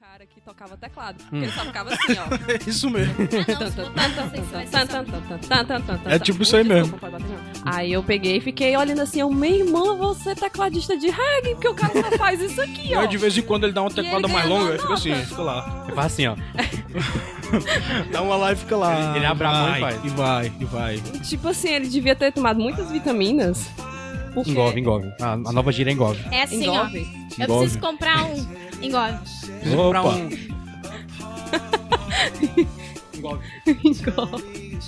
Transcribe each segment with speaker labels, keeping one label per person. Speaker 1: cara que tocava teclado. Porque ele só ficava assim, ó.
Speaker 2: Hum. É isso mesmo.
Speaker 1: É
Speaker 2: É tipo isso aí mesmo.
Speaker 1: Aí eu peguei e fiquei olhando assim, eu, minha irmã, você é tecladista de reggae, porque o cara só faz isso aqui,
Speaker 3: é
Speaker 1: ó.
Speaker 2: Aí é de vez em quando ele dá uma teclada
Speaker 1: ele é
Speaker 2: mais
Speaker 1: ganha
Speaker 2: longa,
Speaker 1: uma
Speaker 2: aí fica assim,
Speaker 1: nota.
Speaker 2: fica lá.
Speaker 3: Faz assim, ó.
Speaker 2: Dá uma lá e fica lá.
Speaker 3: Ele abre a mão Ah, e
Speaker 2: vai,
Speaker 3: faz.
Speaker 2: E vai, e vai.
Speaker 1: Tipo assim, ele devia ter tomado muitas vitaminas. Porque
Speaker 3: Engove, engove. A, a nova gira é engove.
Speaker 4: É assim, ó.
Speaker 1: engove.
Speaker 4: Eu
Speaker 2: Engove.
Speaker 4: preciso comprar um. Engove.
Speaker 3: Preciso comprar
Speaker 2: Opa.
Speaker 3: um-
Speaker 1: Engove.
Speaker 4: O que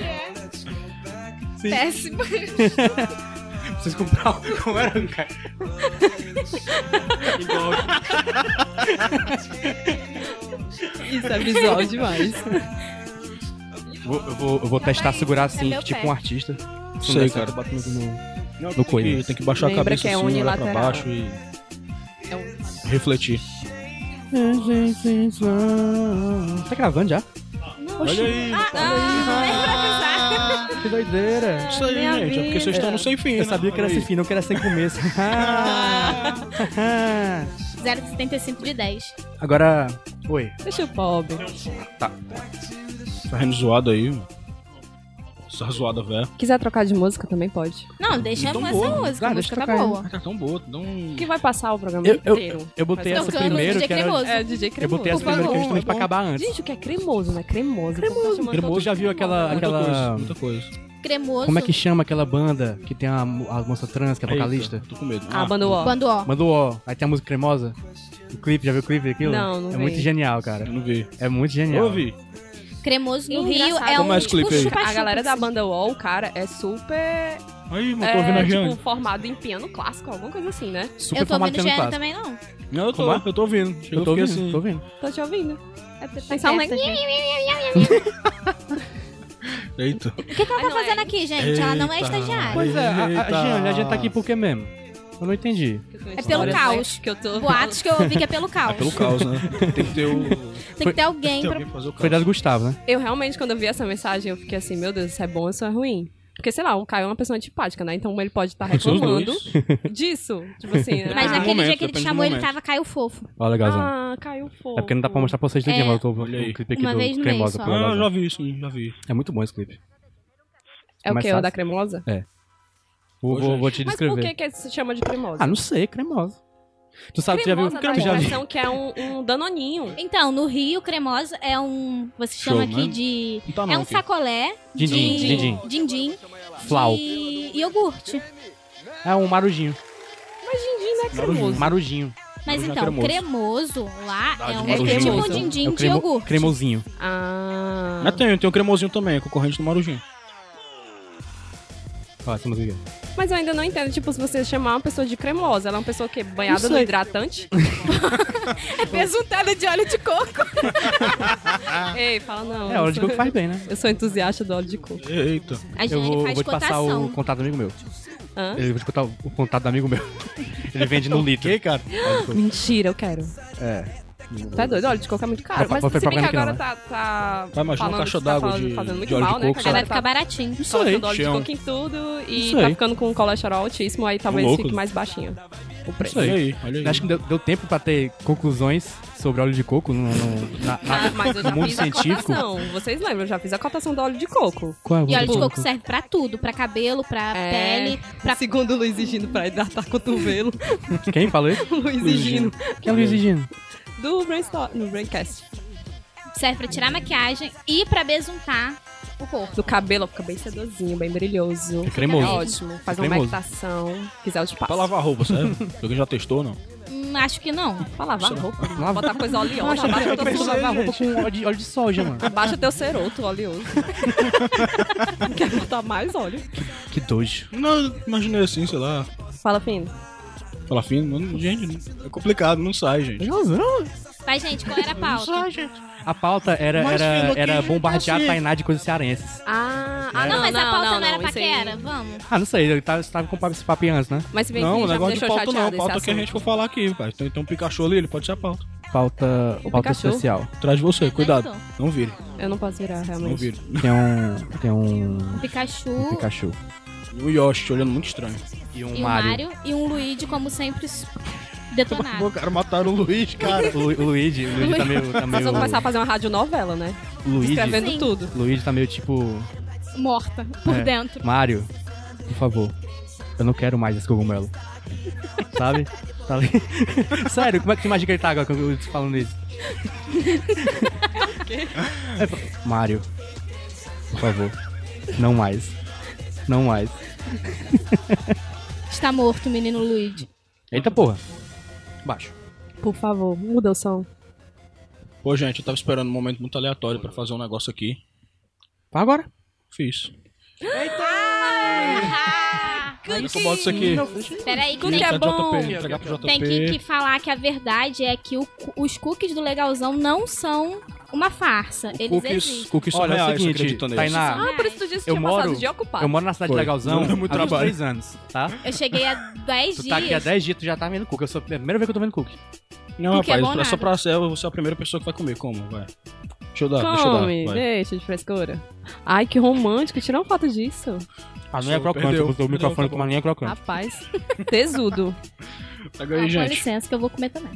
Speaker 4: é? Péssimo.
Speaker 3: Preciso comprar um. Como era, cara? Engove.
Speaker 1: Isso é visual demais.
Speaker 3: Vou- eu vou, eu vou testar segurar assim,
Speaker 4: É meu
Speaker 3: tipo
Speaker 4: pé.
Speaker 3: um artista.
Speaker 2: Isso
Speaker 3: Não
Speaker 2: aí,
Speaker 3: dá certo,
Speaker 2: cara. Bate no, no,
Speaker 3: No
Speaker 2: coelho.
Speaker 3: coelho.
Speaker 2: Tem que baixar
Speaker 1: Lembra
Speaker 2: a cabeça
Speaker 1: que é
Speaker 2: assim, olhar pra
Speaker 1: unilateral.
Speaker 2: baixo e
Speaker 1: É um-
Speaker 2: refletir.
Speaker 3: É, Tá gravando já?
Speaker 2: Olha aí.
Speaker 4: Ah,
Speaker 3: Que doideira.
Speaker 2: Isso aí,
Speaker 1: minha
Speaker 2: gente. É porque vocês
Speaker 1: vida.
Speaker 2: estão no sem fim, né?
Speaker 3: Eu sabia que era sem
Speaker 2: sem
Speaker 3: fim, não que era sem começo.
Speaker 4: 0,75 de 10.
Speaker 3: Agora. Oi.
Speaker 1: Deixa o pobre.
Speaker 2: Tá rindo zoado aí. Essa zoada, velho.
Speaker 1: Quiser trocar de música também pode.
Speaker 4: Não, deixa
Speaker 2: Então
Speaker 4: com essa
Speaker 2: boa.
Speaker 4: música.
Speaker 3: Ah, deixa
Speaker 4: a música tá
Speaker 3: tocar aí.
Speaker 4: boa.
Speaker 2: Tá tão boa, tão...
Speaker 1: Que vai passar o programa
Speaker 3: Eu- eu-
Speaker 1: inteiro.
Speaker 3: eu botei
Speaker 1: Mas
Speaker 3: essa
Speaker 1: tocando
Speaker 3: primeiro,
Speaker 4: DJ
Speaker 3: que era-
Speaker 4: cremoso.
Speaker 1: É, DJ
Speaker 3: Eu
Speaker 1: cremoso.
Speaker 3: botei essa
Speaker 1: Por
Speaker 3: primeira que
Speaker 1: favor.
Speaker 3: é justamente pra acabar antes.
Speaker 1: Gente, o que é cremoso, né? Cremoso. Cremoso.
Speaker 3: Cremoso, já viu aquela.
Speaker 2: Muita
Speaker 3: aquela...
Speaker 2: coisa, muita coisa.
Speaker 4: Cremoso.
Speaker 3: Como é que chama aquela banda que tem a, mo- a moça trans, que é vocalista?
Speaker 2: Eita, Tô com medo.
Speaker 1: Ah, banda ó.
Speaker 4: Quando, ó.
Speaker 3: Manda o ó. Aí tem a música cremosa. O clipe, já viu o clipe daquilo?
Speaker 1: Não, não
Speaker 3: É
Speaker 1: vi.
Speaker 3: muito genial, cara.
Speaker 2: Eu não vi.
Speaker 3: É muito genial.
Speaker 2: Ouvi.
Speaker 4: Cremoso no
Speaker 1: Engraçado.
Speaker 4: Rio é um
Speaker 2: Como é esse
Speaker 4: tipo
Speaker 2: clipe aí?
Speaker 4: chupa-chupa.
Speaker 1: A galera da banda Wall, cara, é super.
Speaker 2: Aí, mano, tô ouvindo
Speaker 1: É,
Speaker 2: a
Speaker 1: tipo,
Speaker 2: Rihanna.
Speaker 1: formado em piano clássico, alguma coisa assim, né?
Speaker 3: Super
Speaker 4: Eu tô
Speaker 3: formato
Speaker 4: ouvindo
Speaker 3: piano clássico.
Speaker 4: Gênero também, não.
Speaker 2: Não, eu tô,
Speaker 3: Como é?
Speaker 2: eu tô ouvindo. Chegou,
Speaker 3: Eu tô
Speaker 2: fiquei
Speaker 3: ouvindo,
Speaker 2: assim.
Speaker 3: tô ouvindo.
Speaker 1: Tô te ouvindo.
Speaker 4: É porque tá
Speaker 1: Tem só um
Speaker 4: quieta, gente.
Speaker 2: Eita.
Speaker 4: O que, que ela
Speaker 1: Ai,
Speaker 4: tá
Speaker 1: não
Speaker 4: fazendo
Speaker 1: é.
Speaker 4: aqui, gente? Ela não é
Speaker 2: Eita.
Speaker 4: estagiária.
Speaker 3: Pois é, a, a,
Speaker 2: Eita.
Speaker 3: Giane, a gente tá aqui por quê mesmo? Eu não entendi.
Speaker 4: É pelo caos.
Speaker 1: Que eu tô...
Speaker 4: Boatos que eu ouvi que é pelo caos.
Speaker 2: Pelo caos, né? Tem que ter o...
Speaker 4: Tem que ter alguém
Speaker 2: Tem
Speaker 4: pra...
Speaker 2: alguém pra fazer o caos.
Speaker 3: Foi dado Gustavo, né?
Speaker 1: Eu realmente, quando eu vi essa mensagem, eu fiquei assim, meu Deus, isso é bom ou isso é ruim? Porque, sei lá, um Caio é uma pessoa antipática, né? Então ele pode estar
Speaker 3: É
Speaker 2: Pode ser os
Speaker 1: reclamando
Speaker 2: dois.
Speaker 1: disso. Tipo assim, né?
Speaker 4: Mas
Speaker 2: Ah,
Speaker 1: ah,
Speaker 4: naquele
Speaker 2: momento,
Speaker 4: dia que ele te
Speaker 2: depende do
Speaker 4: chamou, ele
Speaker 2: momento.
Speaker 4: tava Caio Fofo.
Speaker 3: Ó, legalzão.
Speaker 1: Ah, Caio fofo.
Speaker 3: é porque não dá pra mostrar pra vocês daqui,
Speaker 4: É.
Speaker 3: mas eu tô
Speaker 2: Olha aí.
Speaker 3: o clipe aqui
Speaker 4: Uma
Speaker 3: do
Speaker 4: vê
Speaker 3: Cremosa.
Speaker 4: só.
Speaker 3: pelo
Speaker 2: Ah,
Speaker 3: legalzão.
Speaker 2: já vi, sim, já vi.
Speaker 3: É muito bom esse clipe.
Speaker 1: É o que?
Speaker 3: Mas
Speaker 1: O da
Speaker 3: fácil.
Speaker 1: cremosa?
Speaker 3: Vou,
Speaker 2: Ô,
Speaker 3: vou,
Speaker 2: gente.
Speaker 3: vou te
Speaker 1: Mas por que
Speaker 3: descrever.
Speaker 1: que se chama de cremosa?
Speaker 3: Ah, não sei, cremosa. Tu sabe, tu já viu?
Speaker 1: cremosa dá a
Speaker 3: Tu já viu?
Speaker 1: impressão que é um, um danoninho.
Speaker 4: Então, no Rio, cremosa é um... Você
Speaker 2: Show,
Speaker 4: chama
Speaker 2: né?
Speaker 4: aqui de...
Speaker 2: Não tá não,
Speaker 4: É um
Speaker 2: aqui.
Speaker 4: sacolé
Speaker 3: Dindim,
Speaker 4: de...
Speaker 3: dindim.
Speaker 4: Dindim.
Speaker 3: Flau.
Speaker 4: De iogurte.
Speaker 3: É um marujinho.
Speaker 1: Mas Dindim não é cremoso.
Speaker 3: Marujinho.
Speaker 4: Mas
Speaker 2: Marujá
Speaker 4: então, cremoso lá é um é tipo um
Speaker 1: marujinha.
Speaker 4: dindim
Speaker 3: É o
Speaker 4: de
Speaker 3: cremo-
Speaker 4: iogurte.
Speaker 3: Cremosinho.
Speaker 1: Ah.
Speaker 3: é
Speaker 2: Mas tem, tem o cremosinho também, é concorrente do Marujinho.
Speaker 3: Ó, essa música aqui.
Speaker 1: Mas eu ainda não entendo, tipo, se você chamar uma pessoa de cremosa, ela é uma pessoa que banhada
Speaker 3: Isso
Speaker 1: no
Speaker 3: aí.
Speaker 1: hidratante? é pesuntada de óleo de coco. Ei, fala não.
Speaker 3: É,
Speaker 1: eu
Speaker 3: hora de
Speaker 1: sou-
Speaker 3: coco faz bem, né?
Speaker 1: Eu sou entusiasta do óleo de coco.
Speaker 2: Eita.
Speaker 4: A
Speaker 3: Eu
Speaker 4: Jane
Speaker 3: vou,
Speaker 4: faz
Speaker 3: vou te passar
Speaker 4: cotação.
Speaker 3: o contato do amigo meu.
Speaker 1: Hã?
Speaker 3: Eu vou te contar o contato do amigo meu. Ele vende no litro.
Speaker 2: Que, cara?
Speaker 1: Mentira, eu quero.
Speaker 3: É.
Speaker 1: Tá doido? Óleo de coco é muito caro. Mas
Speaker 3: Pra- pra- pra
Speaker 1: se bem que agora
Speaker 3: propaganda né?
Speaker 1: tá, tá
Speaker 2: Vai, imagina,
Speaker 1: falando
Speaker 2: uma caixa
Speaker 1: que tá
Speaker 2: d'água
Speaker 1: falando-
Speaker 2: de-
Speaker 1: fazendo muito
Speaker 2: de óleo de
Speaker 1: mal, né? Que a
Speaker 2: coco,
Speaker 4: Aí vai
Speaker 1: galera
Speaker 4: ficar
Speaker 1: tá
Speaker 4: baratinho.
Speaker 2: Isso aí,
Speaker 1: colocando óleo de
Speaker 2: Tião.
Speaker 1: coco em tudo e
Speaker 3: Isso
Speaker 1: tá
Speaker 3: aí.
Speaker 1: ficando com um colesterol altíssimo, aí talvez
Speaker 2: louco.
Speaker 1: fique mais baixinho o preço.
Speaker 3: Isso aí.
Speaker 2: Olha aí, olha aí.
Speaker 3: Acho que deu, deu tempo pra ter conclusões sobre óleo de coco no, no- na- na-
Speaker 1: Ah, mas eu já
Speaker 3: no mundo
Speaker 1: fiz a
Speaker 3: científico.
Speaker 1: cotação. Vocês lembram, eu já fiz a cotação do óleo de coco.
Speaker 3: Qual é
Speaker 4: E óleo de coco
Speaker 3: coco?
Speaker 4: serve pra tudo, pra cabelo, pra
Speaker 1: É.
Speaker 4: pele, pra
Speaker 1: Segundo o Luiz Higino, pra hidratar cotovelo.
Speaker 3: Quem falou isso?
Speaker 1: Luiz
Speaker 2: Luiz
Speaker 1: Higino.
Speaker 3: Quem é Luiz Higino?
Speaker 1: Do Brainstorm, no Braincast.
Speaker 4: serve pra tirar maquiagem e pra besuntar o corpo.
Speaker 1: Do cabelo, fica bem sedozinho, bem brilhoso.
Speaker 3: É
Speaker 1: É
Speaker 3: cremoso.
Speaker 1: ótimo. Faz uma
Speaker 3: Cremoso.
Speaker 1: meditação. Quiser, eu te passo.
Speaker 2: Pra lavar roupa, serve? Alguém já testou, não?
Speaker 4: Hum, acho que não.
Speaker 1: Pra lavar roupa.
Speaker 3: Lava-
Speaker 1: Botar coisa oleosa.
Speaker 3: Nossa,
Speaker 1: Abaixa
Speaker 3: eu
Speaker 1: teu
Speaker 3: preciso
Speaker 1: ceroto.
Speaker 3: lavar roupa com óleo de, óleo de soja, mano.
Speaker 1: Abaixa teu ceroto oleoso. Quer botar mais óleo?
Speaker 3: Que dojo.
Speaker 2: Não, eu imaginei assim, sei lá.
Speaker 1: Fala, Fino.
Speaker 2: Falar fino, não- gente, não- é complicado, não sai, gente.
Speaker 4: Mas, gente, qual era a pauta?
Speaker 3: A pauta era,
Speaker 2: Mas, filho,
Speaker 3: era,
Speaker 2: que
Speaker 3: era
Speaker 2: gente
Speaker 3: bombardear a
Speaker 2: assim.
Speaker 3: Tainá de coisas cearenses.
Speaker 1: Ah, ah,
Speaker 4: Não, mas a pauta não, era
Speaker 1: isso aí-
Speaker 4: paquera. Vamos.
Speaker 3: Ah, não sei, eu tava, você tava com esse papinho antes, né?
Speaker 1: Mas se bem que
Speaker 2: Não, o
Speaker 1: já me
Speaker 2: negócio de
Speaker 1: deixou
Speaker 2: pauta não,
Speaker 1: chateada
Speaker 2: a pauta
Speaker 1: esse
Speaker 2: que a
Speaker 1: assunto.
Speaker 2: gente for falar aqui, cara. Tem, tem um Pikachu ali, ele pode ser a pauta.
Speaker 3: Pauta,
Speaker 1: O
Speaker 3: pauta
Speaker 1: Pikachu.
Speaker 3: especial.
Speaker 2: Atrás de você, cuidado.
Speaker 4: Pikachu.
Speaker 2: Não vire,
Speaker 1: Eu não posso virar,
Speaker 2: não
Speaker 1: realmente.
Speaker 2: vire.
Speaker 3: Tem um. Tem um.
Speaker 4: Pikachu,
Speaker 3: Pikachu.
Speaker 2: E o Yoshi olhando muito estranho.
Speaker 3: E um
Speaker 4: e um
Speaker 3: Mario.
Speaker 4: Mario. e um Luigi, como sempre, s-
Speaker 2: Pô,
Speaker 4: detonado.
Speaker 2: cara, mataram o Luiz, cara.
Speaker 3: O, Lu- o Luigi, o Luigi tá meio. Tá
Speaker 1: Nós
Speaker 3: meio
Speaker 1: vamos começar a fazer uma radionovela, né?
Speaker 3: Luigi.
Speaker 1: Escrevendo
Speaker 4: Sim.
Speaker 1: tudo.
Speaker 3: Luigi tá meio tipo.
Speaker 4: Morta por
Speaker 3: É.
Speaker 4: dentro.
Speaker 3: Mario, por favor, eu não quero mais esse cogumelo. Sabe? Tá ali. Sério, como é que tu imagina que ele tá agora que eu tô falando isso? É, fa- Mario, por favor, não mais. Não mais.
Speaker 4: Está morto o menino Luigi.
Speaker 3: Eita porra. Baixo.
Speaker 1: Por favor, muda o som.
Speaker 2: Pô, gente, eu tava esperando um momento muito aleatório pra fazer um negócio aqui.
Speaker 3: Vai agora.
Speaker 2: Fiz.
Speaker 4: Ah,
Speaker 2: Como é que eu boto isso aqui?
Speaker 4: peraí, que
Speaker 1: Cookie
Speaker 4: tem,
Speaker 1: é
Speaker 2: Pra
Speaker 1: bom.
Speaker 2: tá JP, entregar pro JP.
Speaker 4: tem que, que falar que a verdade é que o cu- os cookies do Legalzão não são uma farsa. Eles
Speaker 2: Cookies,
Speaker 4: existem.
Speaker 2: cookies são
Speaker 3: Olha, é o
Speaker 2: reais,
Speaker 3: seguinte,
Speaker 2: acredita neles.
Speaker 3: Tainá.
Speaker 1: Ah, por isso tu disse que
Speaker 3: Eu
Speaker 1: tinha
Speaker 3: moro-
Speaker 1: passado de ocupado.
Speaker 3: Eu moro na cidade
Speaker 2: Foi.
Speaker 3: legalzão
Speaker 2: Não é muito
Speaker 3: há
Speaker 2: trabalho.
Speaker 3: 23 anos, tá?
Speaker 4: Eu cheguei há 10
Speaker 3: Tu
Speaker 4: dias.
Speaker 3: tá aqui há 10 dias, tu já tá vendo cookie. Eu sou a primeira vez que eu tô vendo cookie.
Speaker 2: Não,
Speaker 4: Cookie é
Speaker 2: rapaz,
Speaker 4: bom
Speaker 2: é só
Speaker 4: nada.
Speaker 2: pra ser, eu vou ser a primeira pessoa que vai comer. Como? Vai. Deixa eu dar, deixa eu dar.
Speaker 1: Come,
Speaker 2: vai.
Speaker 1: deixa de frescura. Ai, que romântico. Tirar uma foto disso.
Speaker 3: A minha é
Speaker 2: Sou-
Speaker 3: crocante,
Speaker 2: perdeu.
Speaker 3: eu botei o
Speaker 2: Perdeu,
Speaker 3: microfone
Speaker 2: tá
Speaker 3: com a minha é crocante.
Speaker 1: Rapaz, tesudo.
Speaker 2: Pega
Speaker 4: Ah,
Speaker 2: aí,
Speaker 4: com
Speaker 2: gente.
Speaker 4: licença que eu vou comer também.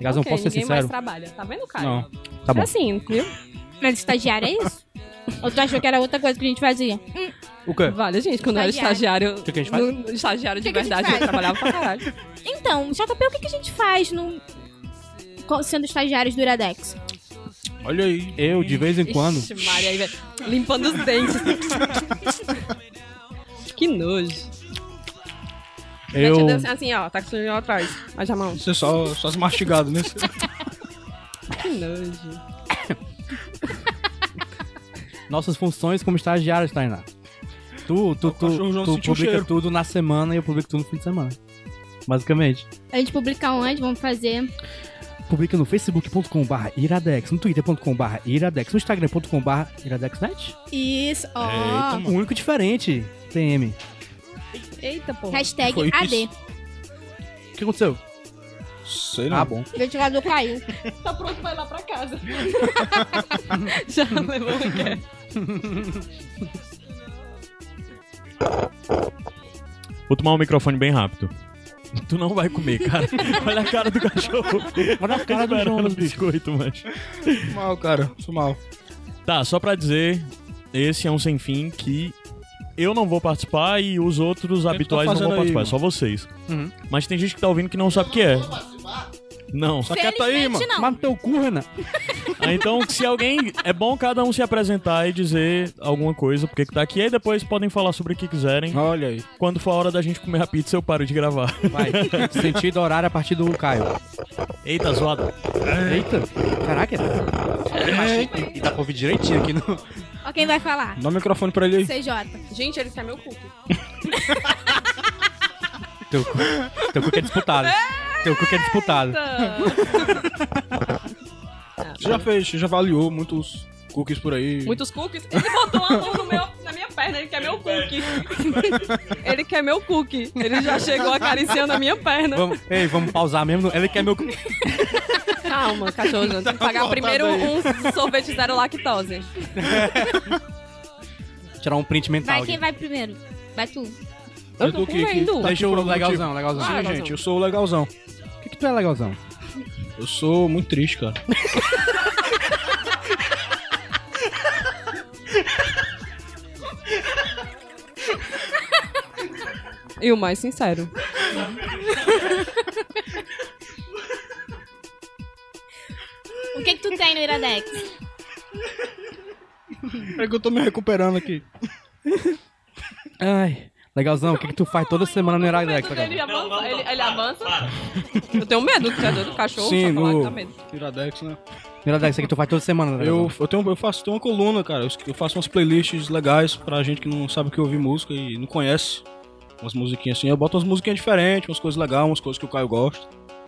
Speaker 3: Gás, não
Speaker 1: Ah, Ok,
Speaker 3: posso ser
Speaker 1: ninguém mais
Speaker 3: sincero?
Speaker 1: trabalha. Tá vendo, cara?
Speaker 2: Não.
Speaker 3: Tá
Speaker 1: É
Speaker 3: bom.
Speaker 1: assim, viu?
Speaker 4: Mas estagiário é isso? Ou tu achou que era outra coisa que a gente fazia?
Speaker 3: O quê?
Speaker 1: Vale, gente, quando eu era
Speaker 4: Estagiário.
Speaker 1: estagiário.
Speaker 3: que que a gente faz?
Speaker 1: no- no estagiário de
Speaker 4: Que que a gente
Speaker 1: verdade, eu
Speaker 4: faz?
Speaker 1: trabalhava pra caralho.
Speaker 4: Então, JP, o que, que a gente faz no... co- sendo estagiários do Iradex?
Speaker 2: Olha aí.
Speaker 3: Eu, de vez em quando,
Speaker 1: Ixi, Maria, aí, velho, limpando os dentes. que nojo.
Speaker 3: eu...
Speaker 1: Gente, assim, assim, ó, tá com o sujo atrás. Mas a mão.
Speaker 2: Você é só, só se mastigado, né?
Speaker 1: Que nojo.
Speaker 3: Nossas funções como estagiários, Tainá. Tu, tu, tu,
Speaker 2: cachorro João
Speaker 3: tu
Speaker 2: sentiu o
Speaker 3: publica
Speaker 2: cheiro.
Speaker 3: tudo na semana e eu publico tudo no fim de semana. Basicamente.
Speaker 4: A gente publica onde? Vamos fazer...
Speaker 3: Publica no facebook.com.br iradex, no twitter.com.br iradex, no instagram.com.br iradexnet.
Speaker 4: Isso,
Speaker 2: É,
Speaker 4: ó.
Speaker 2: Eita,
Speaker 3: O único diferente, TM.
Speaker 1: Eita, porra.
Speaker 4: Hashtag
Speaker 2: Foi isso.
Speaker 4: AD.
Speaker 3: O que aconteceu?
Speaker 2: Sei
Speaker 3: Ah,
Speaker 2: não.
Speaker 3: bom.
Speaker 4: O ventilador caiu.
Speaker 1: Tá pronto pra ir lá pra casa. Já levou o quê?
Speaker 5: Vou tomar um microfone bem rápido. Tu não vai comer, cara. Olha a cara do cachorro.
Speaker 3: Olha a cara do
Speaker 5: Esperando o
Speaker 3: Jonas, bicho.
Speaker 5: biscoito, mas...
Speaker 2: Foi mal, cara. Foi mal.
Speaker 5: Tá, só pra dizer, esse é um sem fim que eu não vou participar e os outros
Speaker 2: tá
Speaker 5: habituais não vão
Speaker 2: fazendo aí,
Speaker 5: participar,
Speaker 2: mano?
Speaker 5: só vocês.
Speaker 3: Uhum.
Speaker 5: Mas tem gente que tá ouvindo que não sabe o que é. Não.
Speaker 2: Tá quieto aí,
Speaker 4: Felizmente,
Speaker 2: mano.
Speaker 4: não.
Speaker 3: Mata teu cu, Renan.
Speaker 5: Ah, Então, se alguém. É bom cada um se apresentar e dizer alguma coisa, porque que tá aqui. E depois podem falar sobre o que quiserem.
Speaker 2: Olha aí.
Speaker 5: Quando for a hora da gente comer a pizza, eu paro de gravar.
Speaker 3: Vai. Sentido horário a partir do Caio.
Speaker 5: Eita, zoada.
Speaker 3: Eita. Caraca. E dá pra ouvir direitinho aqui no...
Speaker 4: Ó, quem vai falar?
Speaker 2: Dá o microfone pra ele aí.
Speaker 4: CJ.
Speaker 1: Gente, ele quer meu cu.
Speaker 3: Teu cu, teu cu que é disputado. Teu cu que é disputado.
Speaker 2: Você já fez, já avaliou muitos cookies por aí.
Speaker 1: Muitos cookies. Ele botou uma mão no meu- na minha perna, ele quer meu cookie. ele quer meu cookie. Ele já chegou acariciando a minha perna.
Speaker 3: Vamos, ei, vamos pausar mesmo. Ele quer meu. cu.
Speaker 1: Calma, cachorro, tem
Speaker 3: Tá
Speaker 1: que pagar primeiro um sorvete zero lactose.
Speaker 3: Tirar um print mental.
Speaker 4: Vai, quem
Speaker 3: aqui.
Speaker 4: vai primeiro? Vai tu.
Speaker 1: Eu tô comendo.
Speaker 2: tá aqui
Speaker 3: Deixa
Speaker 2: por
Speaker 3: eu
Speaker 2: algum
Speaker 3: legalzão, legalzão.
Speaker 1: Ah,
Speaker 2: motivo. Sim,
Speaker 1: legalzão.
Speaker 2: gente, eu sou o legalzão.
Speaker 3: O que, que tu é legalzão?
Speaker 2: Eu sou muito triste, cara.
Speaker 1: E o mais sincero.
Speaker 4: O que que tu tem no Iradex?
Speaker 2: É que eu tô me recuperando aqui.
Speaker 3: Ai. Legalzão, o que, que tu faz toda semana no Iradex?
Speaker 1: Ele
Speaker 3: legalzão?
Speaker 1: avança? ele, ele avança? Eu tenho medo, tu é doido do cachorro?
Speaker 2: Sim,
Speaker 1: só falar
Speaker 2: no-
Speaker 1: que dá medo.
Speaker 2: Iradex, né?
Speaker 4: é
Speaker 3: No Iradex, o que tu faz toda semana?
Speaker 2: Eu,
Speaker 3: legalzão?
Speaker 2: eu, tenho, eu faço tenho uma coluna, cara. Eu, eu faço umas playlists legais pra gente que não sabe o que é ouvir música e não conhece. Umas musiquinhas assim. Eu boto umas musiquinhas diferentes, umas coisas legais, umas coisas que o Caio gosta.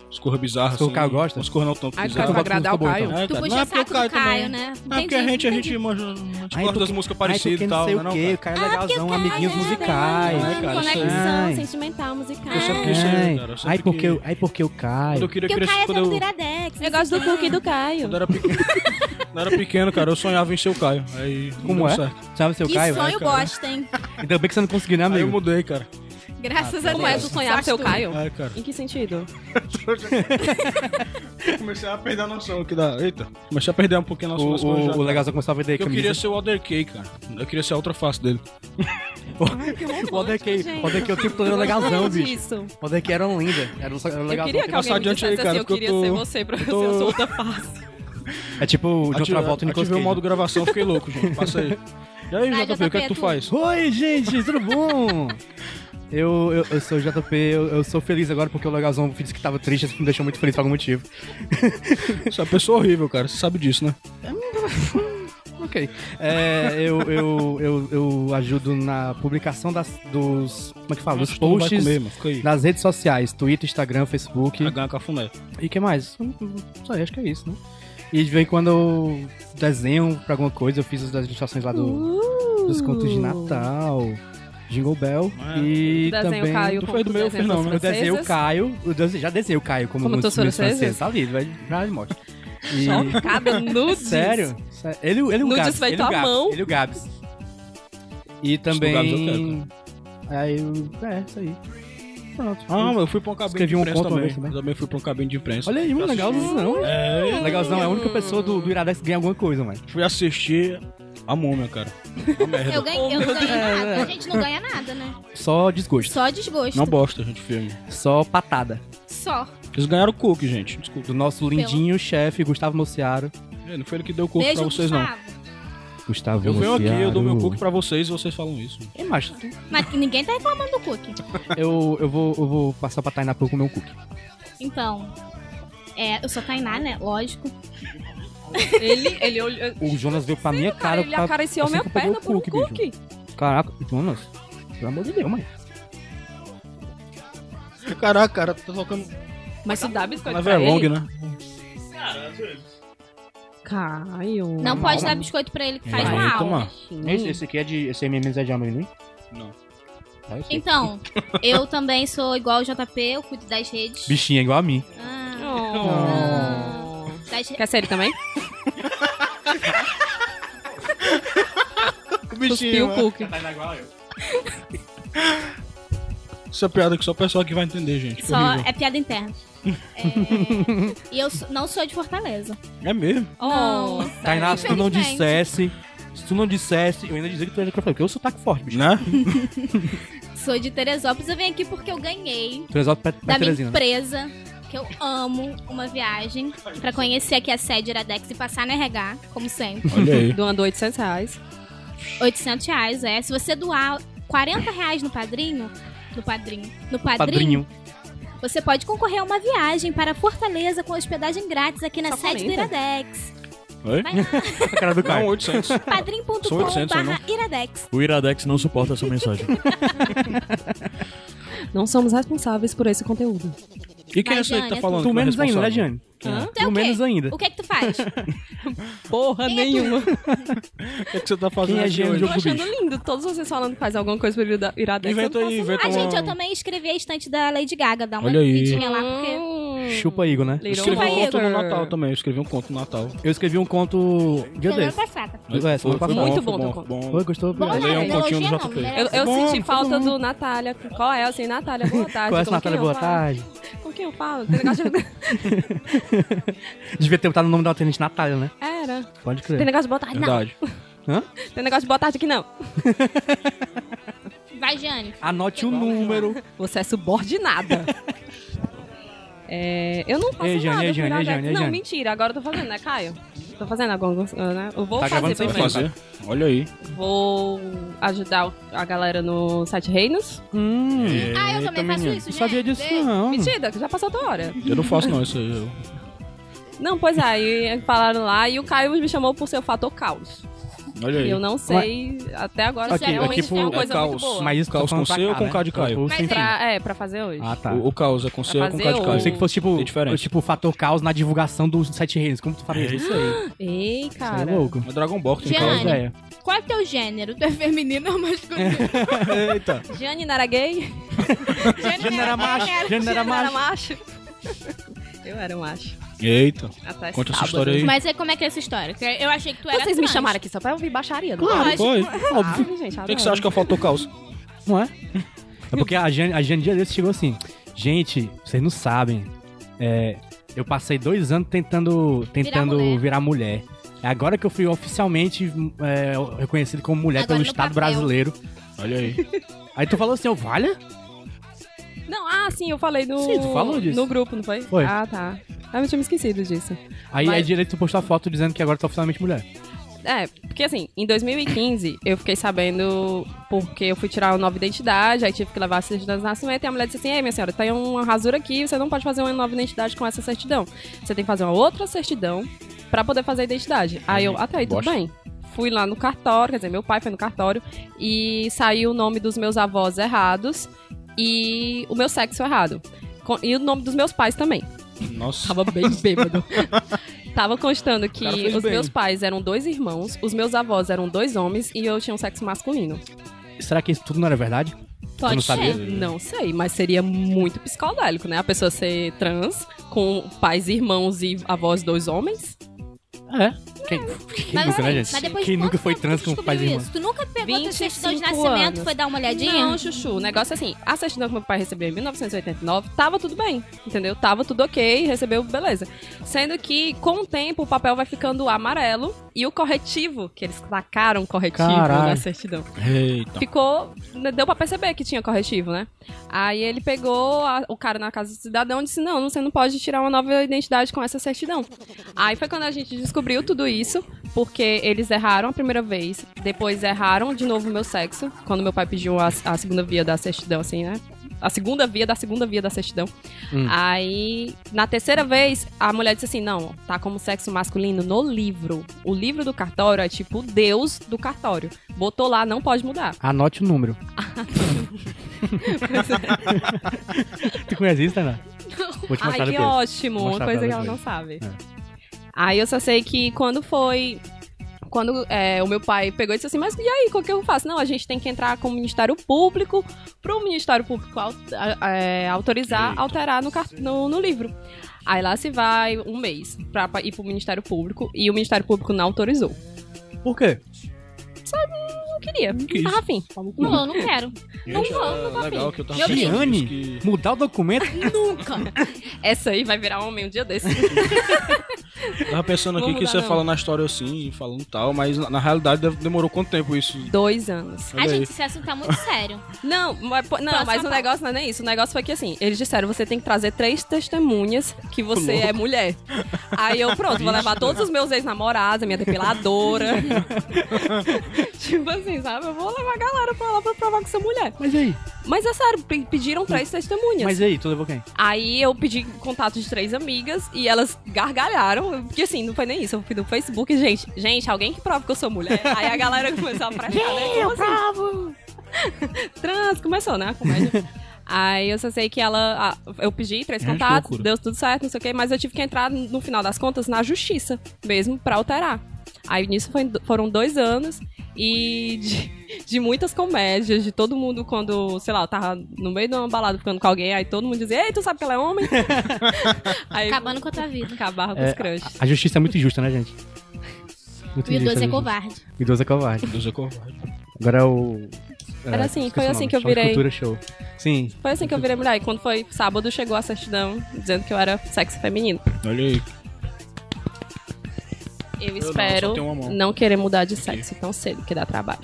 Speaker 2: As cor bizarras.
Speaker 3: As cor que o Caio
Speaker 2: assim,
Speaker 3: gosta?
Speaker 2: As cor não tão
Speaker 1: Ai,
Speaker 2: bizarras.
Speaker 1: pra agradar o
Speaker 3: Acabou,
Speaker 1: Caio.
Speaker 3: então.
Speaker 2: É,
Speaker 4: Tu
Speaker 2: cara,
Speaker 4: puxa
Speaker 2: não é porque
Speaker 4: saco
Speaker 2: o Caio
Speaker 4: do Caio,
Speaker 2: também-
Speaker 4: né?
Speaker 2: É porque a gente, a gente manja, a gente
Speaker 3: Ai,
Speaker 2: gosta das
Speaker 3: porque-
Speaker 2: músicas
Speaker 3: ai, porque
Speaker 2: parecidas e
Speaker 3: não
Speaker 2: tal,
Speaker 3: sei
Speaker 2: né,
Speaker 3: o
Speaker 2: não,
Speaker 3: quê, o
Speaker 2: cara?
Speaker 3: cara é
Speaker 4: Ah,
Speaker 3: legalzão, amiguinhos
Speaker 4: musicais.
Speaker 3: musicais.
Speaker 2: um né, cara? Isso aí.
Speaker 4: Conexão
Speaker 3: Ai.
Speaker 4: sentimental, musical. É,
Speaker 2: Eu sempre quis-
Speaker 3: Ai,
Speaker 2: cara, eu sempre
Speaker 3: ai, É. porque,
Speaker 2: que-
Speaker 3: eu- ai, porque o
Speaker 2: Quando
Speaker 3: Caio.
Speaker 2: eu queria
Speaker 4: Porque o
Speaker 2: crescer,
Speaker 4: Caio
Speaker 2: quando
Speaker 4: é do
Speaker 2: eu,
Speaker 4: Duradex.
Speaker 1: Eu gosto do cookie do
Speaker 2: quando
Speaker 1: Caio.
Speaker 2: eu era pequeno, quando eu era pequeno, cara, eu sonhava em ser o Caio. Aí não
Speaker 3: Como
Speaker 2: deu
Speaker 3: é?
Speaker 2: certo.
Speaker 3: Sabe seu
Speaker 4: Que
Speaker 3: Caio? É,
Speaker 4: sonho
Speaker 2: né, cara.
Speaker 4: bosta, hein?
Speaker 3: Ainda bem que você não conseguiu, né,
Speaker 2: Aí eu
Speaker 3: amigo?
Speaker 2: mudei, cara.
Speaker 4: Graças a Deus.
Speaker 1: Como é? Tu sonhava ser o
Speaker 4: Sabe
Speaker 1: Caio?
Speaker 2: Ai, cara.
Speaker 1: Em que sentido?
Speaker 2: Comecei a perder a noção aqui da. Eita. Comecei a perder um pouquinho a noção
Speaker 3: O,
Speaker 2: das coisas.
Speaker 3: o,
Speaker 2: já,
Speaker 3: o
Speaker 2: cara.
Speaker 3: legalzão começava a vender
Speaker 2: Eu
Speaker 3: camisa.
Speaker 2: queria ser o Alder Kay, cara. Eu queria ser a outra face dele.
Speaker 3: O Odeque,
Speaker 1: gente.
Speaker 3: o Odeque o tempo todo era legalzão, bicho.
Speaker 1: Disso.
Speaker 3: O Odeque era uma linda. Era, um- era um
Speaker 1: Eu
Speaker 3: legalzão.
Speaker 1: queria que
Speaker 2: passar
Speaker 1: alguém me
Speaker 2: adiante
Speaker 1: dissesse
Speaker 2: aí, cara,
Speaker 1: assim, eu
Speaker 2: porque eu
Speaker 1: queria
Speaker 2: tô-
Speaker 1: ser você pra
Speaker 2: tô-
Speaker 1: ser eu sou outra face.
Speaker 3: É tipo o John
Speaker 2: Ative-
Speaker 3: Travolta e né? Nicolas
Speaker 2: Ativei
Speaker 3: Cage.
Speaker 2: o modo gravação, fiquei louco, gente. Passa aí. E aí,
Speaker 4: Vai,
Speaker 2: JP, o que é que
Speaker 4: JP,
Speaker 2: tu
Speaker 4: tu.
Speaker 2: faz?
Speaker 3: Oi, gente, tudo bom? Eu, eu, eu sou o JP, eu, eu sou feliz agora porque o Legalzão disse que tava triste, isso me deixou muito feliz por algum motivo.
Speaker 2: Essa pessoa é horrível, cara. Você sabe disso, né?
Speaker 3: Ok. É, eu, eu, eu, eu ajudo na publicação das, dos. Como é que fala? Dos
Speaker 2: Acho que tu não vai
Speaker 3: posts
Speaker 2: comer, mano. Fica aí.
Speaker 3: nas redes sociais: Twitter, Instagram, Facebook.
Speaker 2: Cagar cafuné.
Speaker 3: E que mais? Hum, Só aí, acho que é isso, né? E de vez em quando eu desenho pra alguma coisa, eu fiz as ilustrações lá do,
Speaker 1: Uh!
Speaker 3: dos contos de Natal, Jingle Bell.
Speaker 2: Ah,
Speaker 3: e
Speaker 1: Desenho
Speaker 3: também.
Speaker 1: Caio
Speaker 2: Tu
Speaker 1: como
Speaker 2: fez do
Speaker 1: tu
Speaker 2: meu,
Speaker 1: desenha
Speaker 2: fez não,
Speaker 1: com as
Speaker 2: né?
Speaker 3: Eu desenhei o
Speaker 1: francesas.
Speaker 3: Caio, eu dese- já desenhei o Caio como,
Speaker 1: Como
Speaker 3: um
Speaker 1: tu
Speaker 3: dos
Speaker 1: sou
Speaker 3: meus
Speaker 1: francesa?
Speaker 3: franceses. Tá lido, vai, já me mostra. E-
Speaker 1: Chocada, nudes.
Speaker 3: Sério? Sé- Ele, ele, o
Speaker 1: Nudes
Speaker 3: Gabs,
Speaker 1: feito
Speaker 3: ele, o
Speaker 1: à
Speaker 3: Gabs,
Speaker 1: mão.
Speaker 3: Ele o Gabs. E
Speaker 2: Gabs né? eu quero,
Speaker 3: também. Aí eu. É, isso aí. Pronto.
Speaker 2: Ah, eu fui pra um cabine
Speaker 3: Escrevi
Speaker 2: de
Speaker 3: um
Speaker 2: imprensa
Speaker 3: conto uma
Speaker 2: também.
Speaker 3: vez também.
Speaker 2: Eu também fui pra um cabine de imprensa.
Speaker 3: Olha aí, mano,
Speaker 2: Fui assistir-
Speaker 3: legalzão.
Speaker 2: É,
Speaker 3: Legalzão, é a única pessoa do, do Iradex que ganha alguma coisa, mano.
Speaker 2: fui assistir a múmia, cara. Uma merda.
Speaker 4: Eu, ganhei, eu não ganhei
Speaker 3: É,
Speaker 4: nada.
Speaker 3: é.
Speaker 4: A gente não ganha nada, né?
Speaker 3: Só desgosto.
Speaker 4: Só desgosto.
Speaker 2: Não bosta, gente, filme.
Speaker 3: Só patada.
Speaker 4: Só.
Speaker 2: Eles ganharam o cookie, gente. Desculpa.
Speaker 3: Do nosso lindinho chefe, Gustavo Mociaro.
Speaker 2: É, Não foi ele que deu o cookie
Speaker 4: Beijo,
Speaker 2: pra vocês, não.
Speaker 4: Gustavo.
Speaker 3: Gustavo
Speaker 2: Eu venho aqui,
Speaker 3: Mociaro.
Speaker 2: eu dou meu cookie pra vocês e vocês falam isso.
Speaker 3: É, mas tu-
Speaker 4: Mas ninguém tá reclamando do cookie.
Speaker 3: eu, eu, vou, eu vou passar pra Tainá pra eu comer um cookie.
Speaker 4: Então, é, eu sou Tainá, né? Lógico.
Speaker 1: Ele, ele olhou...
Speaker 3: O Jonas veio pra minha
Speaker 1: Cara,
Speaker 3: cara.
Speaker 1: ele
Speaker 3: pra-
Speaker 1: acariciou
Speaker 3: assim
Speaker 1: minha
Speaker 3: que eu peguei
Speaker 1: perna
Speaker 3: o
Speaker 1: por um
Speaker 3: cookie, bicho.
Speaker 1: cookie.
Speaker 3: Caraca, Jonas. Pelo amor de Deus, mano.
Speaker 2: Caraca, cara, tá tocando.
Speaker 1: Mas tu dá biscoito
Speaker 2: Na
Speaker 3: é
Speaker 1: pra ele?
Speaker 2: Velong, né?
Speaker 1: Caio.
Speaker 4: Não
Speaker 2: é
Speaker 4: pode dar biscoito pra ele que faz
Speaker 2: Vai,
Speaker 4: mal.
Speaker 2: toma.
Speaker 3: Esse, esse aqui é de. Esse MMs é de amendoim?
Speaker 2: Não.
Speaker 3: Ah, eu sei.
Speaker 4: Então, eu também sou igual o JP, eu cuido das redes.
Speaker 3: Bichinho é igual a mim.
Speaker 4: Ah,
Speaker 1: Oh.
Speaker 4: das re-
Speaker 1: Quer ser ele também?
Speaker 2: O
Speaker 1: Cuspiu o cookie.
Speaker 2: Isso é piada que só o pessoal aqui vai entender, gente.
Speaker 4: Só
Speaker 2: Horrível.
Speaker 4: é piada interna. É, E eu sou- não sou de Fortaleza.
Speaker 2: É mesmo?
Speaker 1: Oh.
Speaker 4: Não.
Speaker 3: Tainá, se tu não
Speaker 4: Infelizmente.
Speaker 3: dissesse. Se tu não dissesse, eu ainda dizia que tu era crocodilo, porque eu sou taco forte, bicho.
Speaker 2: Né?
Speaker 4: Sou de Teresópolis. Eu vim aqui porque eu ganhei
Speaker 3: Tu resolve pra, pra
Speaker 4: da minha
Speaker 3: Teresina. né?
Speaker 4: empresa, que eu amo, uma viagem pra conhecer aqui a sede Iradex e passar na RH, como sempre.
Speaker 2: Olha aí.
Speaker 1: Doando 800 reais.
Speaker 4: 800 reais, é. Se você doar 40 reais no padrinho, no padrinho, no padrinho,
Speaker 3: Padrinho.
Speaker 4: você pode concorrer a uma viagem para Fortaleza com hospedagem grátis aqui na
Speaker 1: Só
Speaker 4: sede do
Speaker 1: 40?
Speaker 4: Iradex.
Speaker 2: Oi?
Speaker 4: Vai lá,
Speaker 3: A cara do
Speaker 2: Não,
Speaker 3: cara.
Speaker 2: 800. São 800,
Speaker 4: padrim.com.br Iradex.
Speaker 5: O Iradex não suporta essa mensagem.
Speaker 1: Não somos responsáveis por esse conteúdo.
Speaker 2: E quem é
Speaker 4: Vai,
Speaker 2: isso aí que tá
Speaker 4: Jane,
Speaker 2: falando?
Speaker 3: Tu
Speaker 2: que é
Speaker 3: menos ainda, né,
Speaker 2: responsável?
Speaker 3: Diane?
Speaker 1: Hã?
Speaker 4: Tu é o
Speaker 3: Tu
Speaker 4: quê?
Speaker 3: menos ainda.
Speaker 4: O que é que tu faz?
Speaker 1: Porra
Speaker 4: Quem é tu?
Speaker 1: nenhuma.
Speaker 2: O que, é que você tá fazendo
Speaker 3: Quem é
Speaker 2: aqui
Speaker 3: gênio
Speaker 2: hoje?
Speaker 1: Tô
Speaker 3: Jogo do
Speaker 1: achando
Speaker 3: bicho.
Speaker 1: lindo. Todos vocês falando que faz alguma coisa pro Ira- Iradex.
Speaker 2: Inventa
Speaker 1: eu não
Speaker 2: aí,
Speaker 1: faço
Speaker 2: inventa
Speaker 4: Ah,
Speaker 2: um-
Speaker 4: gente, eu também escrevi a estante da Lady Gaga. Dá uma
Speaker 2: Olha aí.
Speaker 4: lidinha lá,
Speaker 1: nada.
Speaker 4: porque...
Speaker 1: Hum.
Speaker 3: Chupa Igor, né?
Speaker 2: Eu
Speaker 1: Little
Speaker 2: escrevi um conto no
Speaker 1: Tiger.
Speaker 2: Natal também. Eu escrevi um conto no Natal.
Speaker 3: Eu escrevi um conto dia
Speaker 4: Semana
Speaker 3: desse. É,
Speaker 4: passada.
Speaker 3: semana
Speaker 2: Foi- foi
Speaker 3: passada.
Speaker 1: Muito
Speaker 2: foi
Speaker 1: bom teu
Speaker 2: foi
Speaker 1: conto.
Speaker 3: Oi, gostou?
Speaker 4: Bom,
Speaker 2: Mas aí é um
Speaker 4: né?
Speaker 2: continho do
Speaker 4: Elogia
Speaker 2: JP.
Speaker 4: não,
Speaker 3: É
Speaker 1: Eu, eu
Speaker 2: Bom,
Speaker 1: senti
Speaker 2: ficou
Speaker 1: falta
Speaker 2: bom.
Speaker 1: do Natália. Qual é? Assim, Natália, boa tarde.
Speaker 3: Conhece
Speaker 1: Como é
Speaker 3: Natália,
Speaker 1: que eu
Speaker 3: boa
Speaker 1: falo?
Speaker 3: tarde.
Speaker 1: Com quem eu falo? Delegado de...
Speaker 3: Devia ter botado o nome da alternante Natália, né?
Speaker 1: Era.
Speaker 3: Pode
Speaker 1: Tem
Speaker 3: crer.
Speaker 1: negócio de boa tarde, não.
Speaker 2: Verdade.
Speaker 3: Hã?
Speaker 1: Tem negócio de boa tarde aqui, não.
Speaker 4: Vai, Jane.
Speaker 3: Anote o número.
Speaker 1: Você é subordinada. É, eu não faço
Speaker 3: Ei, Jane,
Speaker 1: nada.
Speaker 3: ei,
Speaker 1: pro
Speaker 3: Jane, ei,
Speaker 1: Iradex.
Speaker 3: Jane, ei,
Speaker 1: não,
Speaker 3: Jane. mentira,
Speaker 1: mentira. Agora eu tô fazendo, né, Caio? Tô fazendo alguma coisa, né? Eu vou
Speaker 3: Tá gravando
Speaker 1: fazer
Speaker 3: sem
Speaker 1: pelo
Speaker 2: Vai
Speaker 1: menos.
Speaker 2: fazer. Olha aí.
Speaker 1: Vou ajudar o- a galera no Sete Reinos.
Speaker 3: Hum,
Speaker 2: É,
Speaker 4: Ah, eu também faço
Speaker 2: menino.
Speaker 4: isso,
Speaker 3: não
Speaker 4: gente.
Speaker 3: sabia disso,
Speaker 4: Vê?
Speaker 3: não.
Speaker 1: Mentira, que já passou a tua hora.
Speaker 2: Eu não faço não isso aí. eu-
Speaker 1: Não, pois é, aí falaram lá e o Caio me chamou por seu fator caos.
Speaker 2: Olha aí.
Speaker 1: Eu não sei até agora
Speaker 3: Ok,
Speaker 1: se realmente
Speaker 3: é tipo-
Speaker 1: tem uma
Speaker 2: é
Speaker 1: coisa
Speaker 2: caos.
Speaker 1: muito boa.
Speaker 3: Mas isso
Speaker 2: Caos
Speaker 3: tá falando
Speaker 2: com
Speaker 3: pra
Speaker 2: C ou
Speaker 3: cá,
Speaker 2: com
Speaker 3: né?
Speaker 2: K de Caio?
Speaker 3: Ou sem fim.
Speaker 1: Pra- é, pra fazer hoje.
Speaker 3: Ah, tá.
Speaker 2: O, o caos é com C ou com K
Speaker 1: fazer
Speaker 2: de Caio?
Speaker 1: o-
Speaker 3: Eu sei que fosse tipo,
Speaker 2: É diferente.
Speaker 3: tipo o fator caos na divulgação dos Sete Reinos. Como tu faria
Speaker 5: É
Speaker 3: isso aí?
Speaker 1: Ei,
Speaker 3: Isso aí
Speaker 1: cara.
Speaker 3: é louco.
Speaker 2: É Dragon Ball que tem
Speaker 4: Gianni.
Speaker 2: caos. né?
Speaker 3: Ideia.
Speaker 4: Qual é o teu gênero? Tu é feminino ou masculino?
Speaker 2: Eita.
Speaker 1: Gianni não era gay?
Speaker 4: Gênero era macho.
Speaker 1: Gianni era macho. Eu era macho.
Speaker 2: Eita.
Speaker 1: Até
Speaker 2: Conta essa
Speaker 1: sábado.
Speaker 2: história aí.
Speaker 4: Mas é, como é que é essa história? Que Eu achei que tu era
Speaker 1: Vocês me
Speaker 4: trans.
Speaker 1: chamaram aqui só pra ouvir baixaria, não?
Speaker 4: Claro.
Speaker 2: Foi.
Speaker 1: Óbvio, gente.
Speaker 2: Por que, que você acha que eu faltou caos?
Speaker 3: Não é? É porque a Jane, a Jane Dias chegou assim. Gente, vocês não sabem. é, eu passei dois anos tentando, tentando
Speaker 4: mulher.
Speaker 3: virar mulher. É agora que eu fui oficialmente é, reconhecido como mulher
Speaker 4: Agora
Speaker 3: pelo
Speaker 4: no
Speaker 3: Estado
Speaker 4: papel.
Speaker 3: brasileiro.
Speaker 2: Olha aí.
Speaker 3: Aí tu falou assim, eu valha?
Speaker 1: Não, ah, sim, eu falei no.
Speaker 3: Sim, tu falou disso.
Speaker 1: No grupo, não foi?
Speaker 3: Foi.
Speaker 1: Ah, tá. Ah, eu tinha me esquecido disso.
Speaker 3: Aí
Speaker 1: Mas-
Speaker 3: é direito tu postar foto dizendo que agora tu é oficialmente mulher.
Speaker 1: É, porque assim, em 2015 eu fiquei sabendo porque eu fui tirar uma nova identidade, aí tive que levar a certidão de nascimento e a mulher disse assim: Ei, minha senhora, tem uma rasura aqui, você não pode fazer uma nova identidade com essa certidão. Você tem que fazer uma outra certidão pra poder fazer a identidade. Aí eu, até aí, tudo
Speaker 2: Bosta.
Speaker 1: bem. Fui lá no cartório, quer dizer, meu pai foi no cartório e saiu o nome dos meus avós errados e o meu sexo errado. Com- E o nome dos meus pais também.
Speaker 2: Nossa.
Speaker 1: Tava bem bêbado. Tava constando que
Speaker 2: cara fez
Speaker 1: os
Speaker 2: bem.
Speaker 1: meus pais eram dois irmãos, os meus avós eram dois homens e eu tinha um sexo masculino.
Speaker 3: Será que isso tudo não era verdade?
Speaker 4: Pode
Speaker 3: não sabia?
Speaker 4: ser.
Speaker 1: Não sei, mas seria muito psicodélico, né? A pessoa ser trans com pais, irmãos e avós dois homens.
Speaker 3: É. Quem, quem
Speaker 4: Mas,
Speaker 3: nunca, né,
Speaker 4: assim,
Speaker 3: gente?
Speaker 4: mas depois de
Speaker 3: quem nunca
Speaker 4: quanto
Speaker 3: foi
Speaker 4: tempo tu
Speaker 3: trans com o pai e
Speaker 4: descobriu
Speaker 3: irmã?
Speaker 4: isso? Tu nunca pegou teu certidão de
Speaker 1: 25
Speaker 4: nascimento
Speaker 1: anos.
Speaker 4: e foi dar uma olhadinha?
Speaker 1: Não, Chuchu, o negócio é assim, a certidão que meu pai recebeu em 1989 tava tudo bem, entendeu? Tava tudo ok, recebeu, beleza. Sendo que, com o tempo, o papel vai ficando amarelo e o corretivo, que eles tacaram corretivo
Speaker 3: Caralho.
Speaker 1: na certidão,
Speaker 2: Eita.
Speaker 1: ficou. né, Deu pra perceber que tinha corretivo, né? Aí ele pegou a- o cara na casa do cidadão e disse: Não, você não pode tirar uma nova identidade com essa certidão. Aí foi quando a gente descobriu tudo isso, porque eles erraram a primeira vez, depois erraram de novo o meu sexo, quando meu pai pediu a, a segunda via da certidão, assim, né? A segunda via da segunda via da certidão.
Speaker 3: Hum.
Speaker 1: Aí, na terceira vez, a mulher disse assim: Não, tá como sexo masculino no livro. O livro do cartório é tipo o Deus do cartório. Botou lá, não pode mudar.
Speaker 3: Anote o número.
Speaker 1: Pois é.
Speaker 3: Tu conhece isso, Tainá? Vou te
Speaker 1: Ai,
Speaker 3: mostrar
Speaker 1: que
Speaker 3: depois.
Speaker 1: ótimo.
Speaker 3: Vou mostrar
Speaker 1: Uma coisa
Speaker 3: pra
Speaker 1: que
Speaker 3: ela
Speaker 1: ela não
Speaker 3: depois.
Speaker 1: sabe.
Speaker 3: É.
Speaker 1: Aí eu só sei que quando foi. Quando é, o meu pai pegou e disse assim, mas e aí, o que eu faço? Não, a gente tem que entrar com o Ministério Público, pro Ministério Público au- a- é, autorizar, alterar no, car- no- no livro. Aí lá se vai um mês pra pa- ir pro Ministério Público e o Ministério Público não autorizou.
Speaker 3: Por quê?
Speaker 1: Não queria.
Speaker 2: Que isso?
Speaker 1: Ah, afim.
Speaker 4: Não, eu não quero. Não
Speaker 2: Gente,
Speaker 4: vou, não
Speaker 2: é
Speaker 4: vou
Speaker 2: legal
Speaker 4: abrir.
Speaker 2: que eu tava
Speaker 4: Meu
Speaker 2: pensando
Speaker 3: Gianni?
Speaker 2: nisso, que-
Speaker 3: Mudar o documento?
Speaker 4: Nunca.
Speaker 1: Essa aí vai virar homem um dia desse.
Speaker 2: Tava pensando aqui
Speaker 1: Vamos
Speaker 2: que
Speaker 1: mudar,
Speaker 2: você
Speaker 1: não.
Speaker 2: fala na história assim, falando tal, mas na, na realidade deve- demorou quanto tempo isso?
Speaker 1: Dois anos.
Speaker 4: A
Speaker 2: Olha aí.
Speaker 4: gente, esse assunto tá muito sério.
Speaker 1: Não, mas, pô- não,
Speaker 4: Próxima
Speaker 1: mas o
Speaker 4: pauta.
Speaker 1: negócio não é nem isso. O negócio foi que assim, eles disseram: você tem que trazer três testemunhas que você é mulher. Aí eu, pronto, vou levar todos os meus ex-namorados, a minha depiladora. tipo assim, sabe? Eu vou levar a galera pra lá pra provar que sou mulher.
Speaker 3: Mas e aí?
Speaker 1: Mas é sério, pe- pediram três testemunhas.
Speaker 3: Mas e aí? Tu levou quem?
Speaker 1: Aí eu pedi contato de três amigas e elas gargalharam. Porque assim, não foi nem isso. Eu fui no Facebook, gente, gente, alguém que prova que eu sou mulher. Aí a galera começou a prestar, né? Como assim? Trans, começou, né? A comédia. Aí eu só sei que ela. ah, eu pedi três
Speaker 2: Gente, que
Speaker 1: contatos,
Speaker 2: loucura.
Speaker 1: deu tudo certo, não sei o quê, mas eu tive que entrar, no final das contas, na justiça mesmo, pra alterar. Aí nisso foi- foram dois anos e de, de muitas comédias, de todo mundo quando, sei lá, eu tava no meio de uma balada ficando com alguém, aí todo mundo dizia, ei, tu sabe que ela é homem? aí
Speaker 4: Acabando com a tua vida.
Speaker 1: acabava com
Speaker 3: É,
Speaker 1: os crushes.
Speaker 3: A justiça é muito injusta, né, gente? Muito
Speaker 4: E o
Speaker 3: injusta,
Speaker 4: 12 é
Speaker 3: né?
Speaker 4: covarde.
Speaker 3: O idoso é covarde.
Speaker 2: Deus é covarde.
Speaker 3: Agora é o...
Speaker 1: Era assim,
Speaker 3: esqueci
Speaker 1: foi
Speaker 3: o
Speaker 1: assim
Speaker 3: nome.
Speaker 1: que eu
Speaker 3: Chama de
Speaker 1: virei.
Speaker 3: Cultura show. Sim.
Speaker 1: Foi assim que eu virei mulher. E quando foi sábado, chegou a certidão dizendo que eu era sexo feminino.
Speaker 2: Olha aí.
Speaker 1: Eu
Speaker 2: não,
Speaker 1: espero
Speaker 2: só tenho um uma mão.
Speaker 1: não querer mudar de sexo tão cedo, que dá trabalho.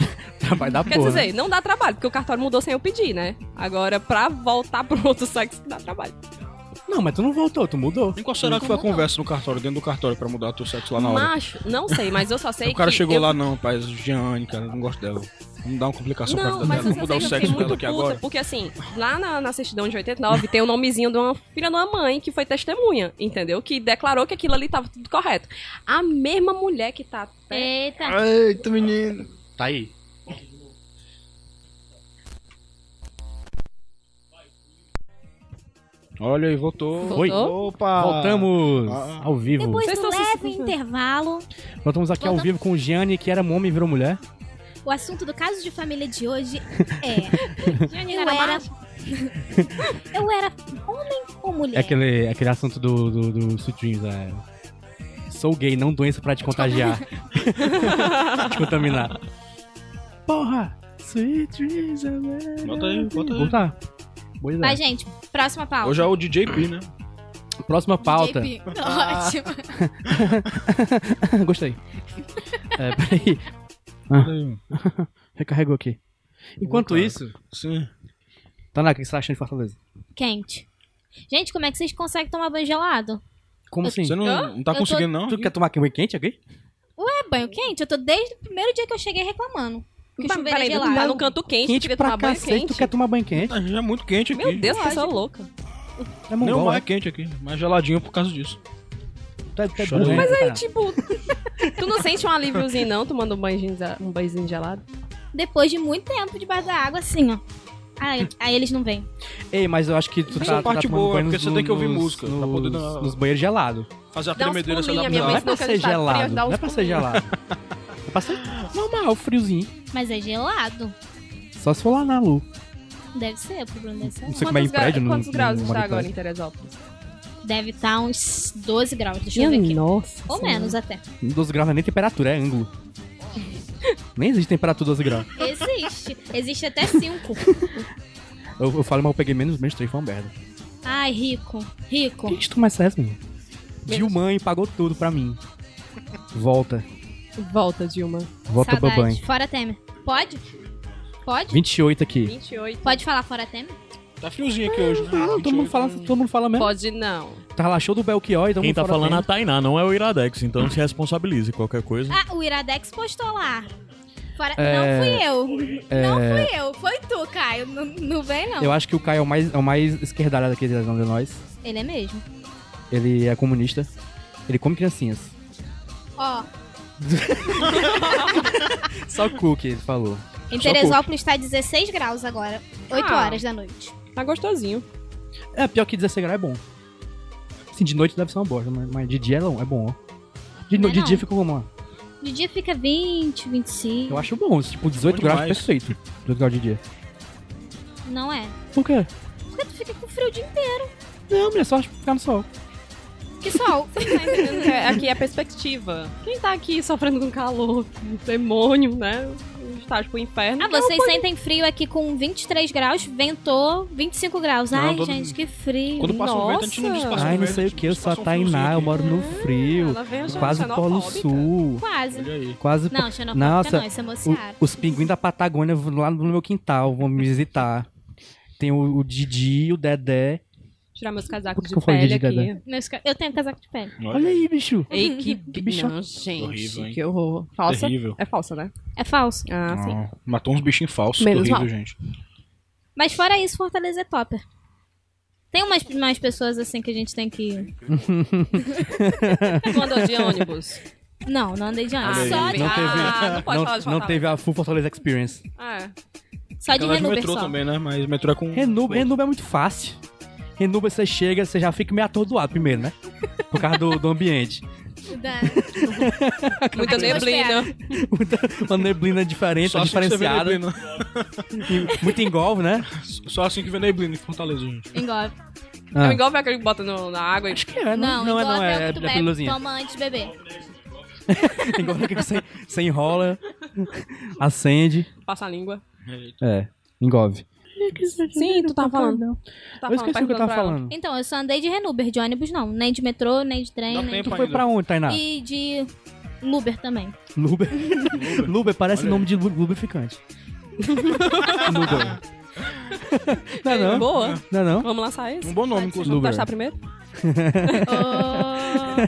Speaker 3: Vai dar
Speaker 1: Quer
Speaker 3: porra. né?
Speaker 1: dizer, não dá trabalho, porque o cartório mudou sem eu pedir, né? Agora, pra voltar pro outro sexo, dá trabalho.
Speaker 3: Não, mas tu não voltou, tu mudou.
Speaker 2: E qual será que foi a conversa no cartório, dentro do cartório, pra mudar teu sexo lá Tá na hora? É
Speaker 1: Macho, não sei, mas eu só sei que.
Speaker 2: o cara chegou
Speaker 1: eu-
Speaker 2: lá, não, rapaz, Jeane, cara, não gosto dela. Vamos dar uma complicação pra
Speaker 1: Não,
Speaker 2: vida
Speaker 1: mas assim,
Speaker 2: dela,
Speaker 1: eu
Speaker 2: vamos
Speaker 1: só
Speaker 2: mudar
Speaker 1: sei
Speaker 2: o
Speaker 1: que eu
Speaker 2: sexo
Speaker 1: fiquei
Speaker 2: dela
Speaker 1: muito
Speaker 2: aqui
Speaker 1: puta,
Speaker 2: agora.
Speaker 1: porque assim, lá na, na certidão de 89 tem o nomezinho de uma filha de uma mãe que foi testemunha, entendeu? Que declarou que aquilo ali tava tudo correto. A mesma mulher que tá.
Speaker 4: É,
Speaker 2: Ah,
Speaker 4: Eita.
Speaker 3: Eita, menino. Tá aí.
Speaker 2: Olha aí, voltou.
Speaker 1: Voltou?
Speaker 2: Opa!
Speaker 3: Voltamos
Speaker 2: Ah.
Speaker 3: ao vivo.
Speaker 6: Depois
Speaker 1: Vocês
Speaker 6: do
Speaker 1: estão se-
Speaker 6: leve intervalo,
Speaker 3: Voltamos aqui ao
Speaker 4: Voltamos.
Speaker 3: vivo com o Gianni, que era um homem e virou mulher.
Speaker 4: O assunto do caso de família de hoje é.
Speaker 6: eu era. eu era homem ou mulher?
Speaker 3: É aquele, aquele assunto do, do, do Sweet Dreams, é. Sou gay, não doença pra te contagiar. te contaminar. Porra! Sweet Dreams, é merda.
Speaker 2: Bota aí, bota aí.
Speaker 3: Voltar. Boa
Speaker 4: Vai,
Speaker 3: ideia.
Speaker 4: gente, próxima pauta.
Speaker 2: Hoje é o DJP, né?
Speaker 3: Próxima é pauta.
Speaker 4: JP. Ótimo.
Speaker 3: Gostei. É, peraí. Recarregou aqui. Enquanto
Speaker 2: cara.
Speaker 3: isso,
Speaker 2: Sim.
Speaker 3: Tanaka, o que você tá achando de Fortaleza?
Speaker 4: Quente. Gente, como é que vocês conseguem tomar banho gelado?
Speaker 3: Como assim?
Speaker 2: Você não,
Speaker 1: Hã?
Speaker 2: não tá
Speaker 4: Eu tô-
Speaker 2: conseguindo, não?
Speaker 3: Tu quer tomar aqui um quente aqui?
Speaker 4: É banho quente? Eu tô desde o primeiro dia que eu cheguei reclamando. Que o
Speaker 1: Mas,
Speaker 4: chuveiro é
Speaker 1: Peraí, tu tá
Speaker 4: gelado.
Speaker 1: no canto quente, tu
Speaker 3: Quente
Speaker 1: queria
Speaker 3: pra
Speaker 1: tomar banho é
Speaker 3: cacete, tu
Speaker 1: quente.
Speaker 3: quer tomar banho quente?
Speaker 2: Ah, Já é muito quente aqui.
Speaker 1: Meu Deus, que pessoa louca.
Speaker 3: É
Speaker 2: Nem o
Speaker 3: mongol,
Speaker 2: mar
Speaker 3: é?
Speaker 2: é quente aqui, mais geladinho por causa disso.
Speaker 3: Tu é- tu é
Speaker 2: Chorou.
Speaker 3: burro,
Speaker 2: Mas
Speaker 3: né, cara?
Speaker 1: Tipo, tu não sente um alíviozinho, não, tomando um banhozinho, za- um banhozinho gelado?
Speaker 4: Depois de muito tempo debaixo da água, assim, ó. Aí, aí eles não vêm.
Speaker 3: Ei, mas eu acho que tu
Speaker 2: Mas
Speaker 3: tá,
Speaker 2: é
Speaker 3: tu tá
Speaker 2: parte
Speaker 3: tomando
Speaker 2: boa,
Speaker 3: banho
Speaker 2: porque
Speaker 3: nos-
Speaker 2: você tem que ouvir
Speaker 3: nos-
Speaker 2: música tá pra poder
Speaker 3: nos-
Speaker 2: dar-
Speaker 3: nos banheiros gelados.
Speaker 2: Fazer a
Speaker 1: Dá uns
Speaker 2: tremedeira essa
Speaker 1: pulinhos,
Speaker 2: da
Speaker 1: minha
Speaker 3: Não,
Speaker 1: mãe
Speaker 3: é
Speaker 2: não.
Speaker 1: ensinou
Speaker 3: pra
Speaker 1: que
Speaker 3: ser
Speaker 1: ele tá-
Speaker 3: gelado.
Speaker 1: queria dar
Speaker 3: Não
Speaker 1: uns
Speaker 3: é pra ser
Speaker 1: pulinhos.
Speaker 3: gelado. É pra ser normal, friozinho.
Speaker 4: Mas é gelado.
Speaker 3: Só se for lá na Lu.
Speaker 4: Deve ser, o problema deve ser.
Speaker 3: Não sei como é em
Speaker 1: gra-
Speaker 3: prédio, não-
Speaker 1: quantos
Speaker 3: não
Speaker 1: graus
Speaker 3: moro em
Speaker 1: está agora
Speaker 3: prédio.
Speaker 1: em Teresópolis?
Speaker 4: Deve estar uns 12 graus, deixa eu ver aqui.
Speaker 1: nossa.
Speaker 4: Ou menos até.
Speaker 3: 12 graus não é nem temperatura, é ângulo. Nem existe temperatura 12 graus.
Speaker 4: Existe. Existe até 5.
Speaker 3: Eu, eu falo, mas eu peguei menos, menos 3, foi uma merda.
Speaker 4: Ai, rico. Rico.
Speaker 3: Por que a gente toma essa menino? Dilmãe pagou tudo pra mim. Volta.
Speaker 1: Volta, Dilma.
Speaker 3: Volta
Speaker 4: Saudade.
Speaker 3: babanho.
Speaker 4: Fora Temer. Pode? Pode?
Speaker 3: 28 aqui.
Speaker 1: 28.
Speaker 4: Pode falar fora Temer?
Speaker 2: Tá friozinho aqui hoje, né?
Speaker 3: Não, Ah, todo mundo,
Speaker 2: 28,
Speaker 3: fala,
Speaker 2: né?
Speaker 3: todo mundo fala mesmo.
Speaker 1: Pode não.
Speaker 3: Tá lá show do Belchior e todo
Speaker 5: Quem
Speaker 3: mundo
Speaker 5: tá
Speaker 3: fora
Speaker 5: falando é a
Speaker 3: dele.
Speaker 5: Tainá, não é o Iradex, então se responsabilize qualquer coisa.
Speaker 4: Ah, o Iradex postou lá. Fora-
Speaker 3: É,
Speaker 4: Não fui eu. Não fui eu. Foi tu, Caio. Não, não vem, não.
Speaker 3: Eu acho que o Caio é o mais, é o mais esquerdalhado aqui de nós.
Speaker 4: Ele é mesmo.
Speaker 3: Ele é comunista. Ele come criancinhas.
Speaker 4: Ó,
Speaker 3: Só cookie, ele falou.
Speaker 4: em
Speaker 3: Só
Speaker 4: Teresópolis tá 16 graus agora. 8
Speaker 1: Ah.
Speaker 4: horas da noite.
Speaker 1: Tá gostosinho.
Speaker 3: É, pior que 16 graus é bom. Assim, de noite deve ser uma bosta, mas, mas de dia é bom, é bom, ó. De, no-
Speaker 4: Não é
Speaker 3: de
Speaker 4: não.
Speaker 3: dia fica como, ó.
Speaker 4: De dia fica 20, 25.
Speaker 3: Eu acho bom, tipo, 18
Speaker 2: Bom
Speaker 3: graus é
Speaker 2: demais.
Speaker 3: perfeito. 18 graus de dia.
Speaker 4: Não é.
Speaker 3: Por quê?
Speaker 4: Porque tu fica com frio o dia inteiro.
Speaker 3: Não, mulher, só ficar no sol.
Speaker 4: Que sol.
Speaker 1: Aqui é a perspectiva. Quem tá aqui sofrendo com calor, com demônio, né? Está tipo o inferno.
Speaker 4: ah, vocês sentem frio aqui com 23 graus, ventou 25 graus.
Speaker 2: Não,
Speaker 4: Ai,
Speaker 2: todo-
Speaker 4: gente, que frio.
Speaker 2: Quando passa um vento, a gente não
Speaker 1: Nossa.
Speaker 2: diz passa
Speaker 3: Ai,
Speaker 2: um
Speaker 3: não
Speaker 2: vento.
Speaker 3: sei o que, eu sou a
Speaker 2: passa um friozinho
Speaker 3: Tainá, eu
Speaker 2: aqui.
Speaker 3: moro no frio.
Speaker 1: Ela veio já
Speaker 3: Quase polo
Speaker 1: xenofóbica.
Speaker 3: sul.
Speaker 4: Quase.
Speaker 2: Olha aí.
Speaker 3: Quase
Speaker 4: Não, xenofóbica
Speaker 3: Nossa,
Speaker 4: não, isso é
Speaker 3: O-
Speaker 4: moceado.
Speaker 3: os pinguins da Patagônia vão lá no meu quintal vão me visitar. Tem o, o Didi, o Dedé.
Speaker 1: Tirar meus
Speaker 3: Por
Speaker 1: casacos
Speaker 3: que
Speaker 1: de
Speaker 3: que eu falei
Speaker 1: pele
Speaker 3: de
Speaker 1: aqui.
Speaker 4: Meus ca- Eu tenho casaco de pele.
Speaker 3: Olha aí, bicho.
Speaker 1: Ei, que,
Speaker 3: bicho-
Speaker 1: Não, gente,
Speaker 2: Horrível, hein?
Speaker 1: que horror. Falsa?
Speaker 2: Terrível.
Speaker 1: É falsa, né?
Speaker 4: É falso.
Speaker 1: Ah, sim.
Speaker 2: Ah, matou uns bichinhos falsos,
Speaker 1: Menos
Speaker 2: horrível,
Speaker 1: mal.
Speaker 2: gente.
Speaker 4: Mas fora isso, Fortaleza é topper. Tem umas, umas pessoas assim que a gente tem que.
Speaker 1: Tu andou de ônibus.
Speaker 4: Não, não andei de ônibus.
Speaker 1: Ah,
Speaker 4: só,
Speaker 1: não
Speaker 4: de,
Speaker 1: tem- Ah, não pode
Speaker 3: não,
Speaker 1: falar de
Speaker 3: não
Speaker 1: Fortaleza.
Speaker 3: teve a Full Fortaleza Experience.
Speaker 1: Ah,
Speaker 4: só de
Speaker 2: Ela de
Speaker 4: Renuber
Speaker 2: metrô
Speaker 4: só.
Speaker 2: também, né? Mas metrô é com...
Speaker 3: Renuba, Renuba é muito fácil. Renuba, você chega, você já fica meio atordoado primeiro, né? Por causa do, do ambiente.
Speaker 4: Da-
Speaker 1: muita
Speaker 4: Atmosfera.
Speaker 1: neblina.
Speaker 3: Muita, uma neblina diferente,
Speaker 2: Só assim que você vê
Speaker 3: diferenciada.
Speaker 2: neblina.
Speaker 3: E muito engolve, né?
Speaker 2: Só assim que vê neblina em Fortaleza, gente.
Speaker 4: Engolve.
Speaker 1: É
Speaker 3: Ah.
Speaker 1: igual ver aquele que bota no- na água e
Speaker 3: Acho que é,
Speaker 4: Não,
Speaker 3: não, não é, não.
Speaker 4: engolve
Speaker 3: É,
Speaker 4: o
Speaker 3: é,
Speaker 4: que tu
Speaker 3: é
Speaker 4: bebe,
Speaker 3: piluzinha.
Speaker 4: Toma antes de beber.
Speaker 3: Engolve que você, você enrola, acende.
Speaker 1: passa a língua.
Speaker 3: É, engolve.
Speaker 1: Sim, tu tava Tá falando. Tu tava
Speaker 3: eu esqueci o que
Speaker 1: perguntando
Speaker 3: eu tava
Speaker 1: pra ela.
Speaker 3: falando.
Speaker 4: Então, eu só andei de Renuber, de ônibus não. Nem de metrô, nem de trem,
Speaker 2: Dá
Speaker 4: nem
Speaker 2: tempo
Speaker 3: Tu
Speaker 4: de...
Speaker 3: foi pra onde, Tainá?
Speaker 4: E de Uber também.
Speaker 3: Luber. Luber parece
Speaker 2: Olha
Speaker 3: nome de lu- lubrificante. Luber. Não, é não.
Speaker 1: Boa.
Speaker 3: Não, é não.
Speaker 1: Vamos lançar esse?
Speaker 2: Um bom nome,
Speaker 1: Pode-
Speaker 2: inclusive.
Speaker 1: Vamos
Speaker 3: Luber.
Speaker 1: achar primeiro?
Speaker 4: Oh,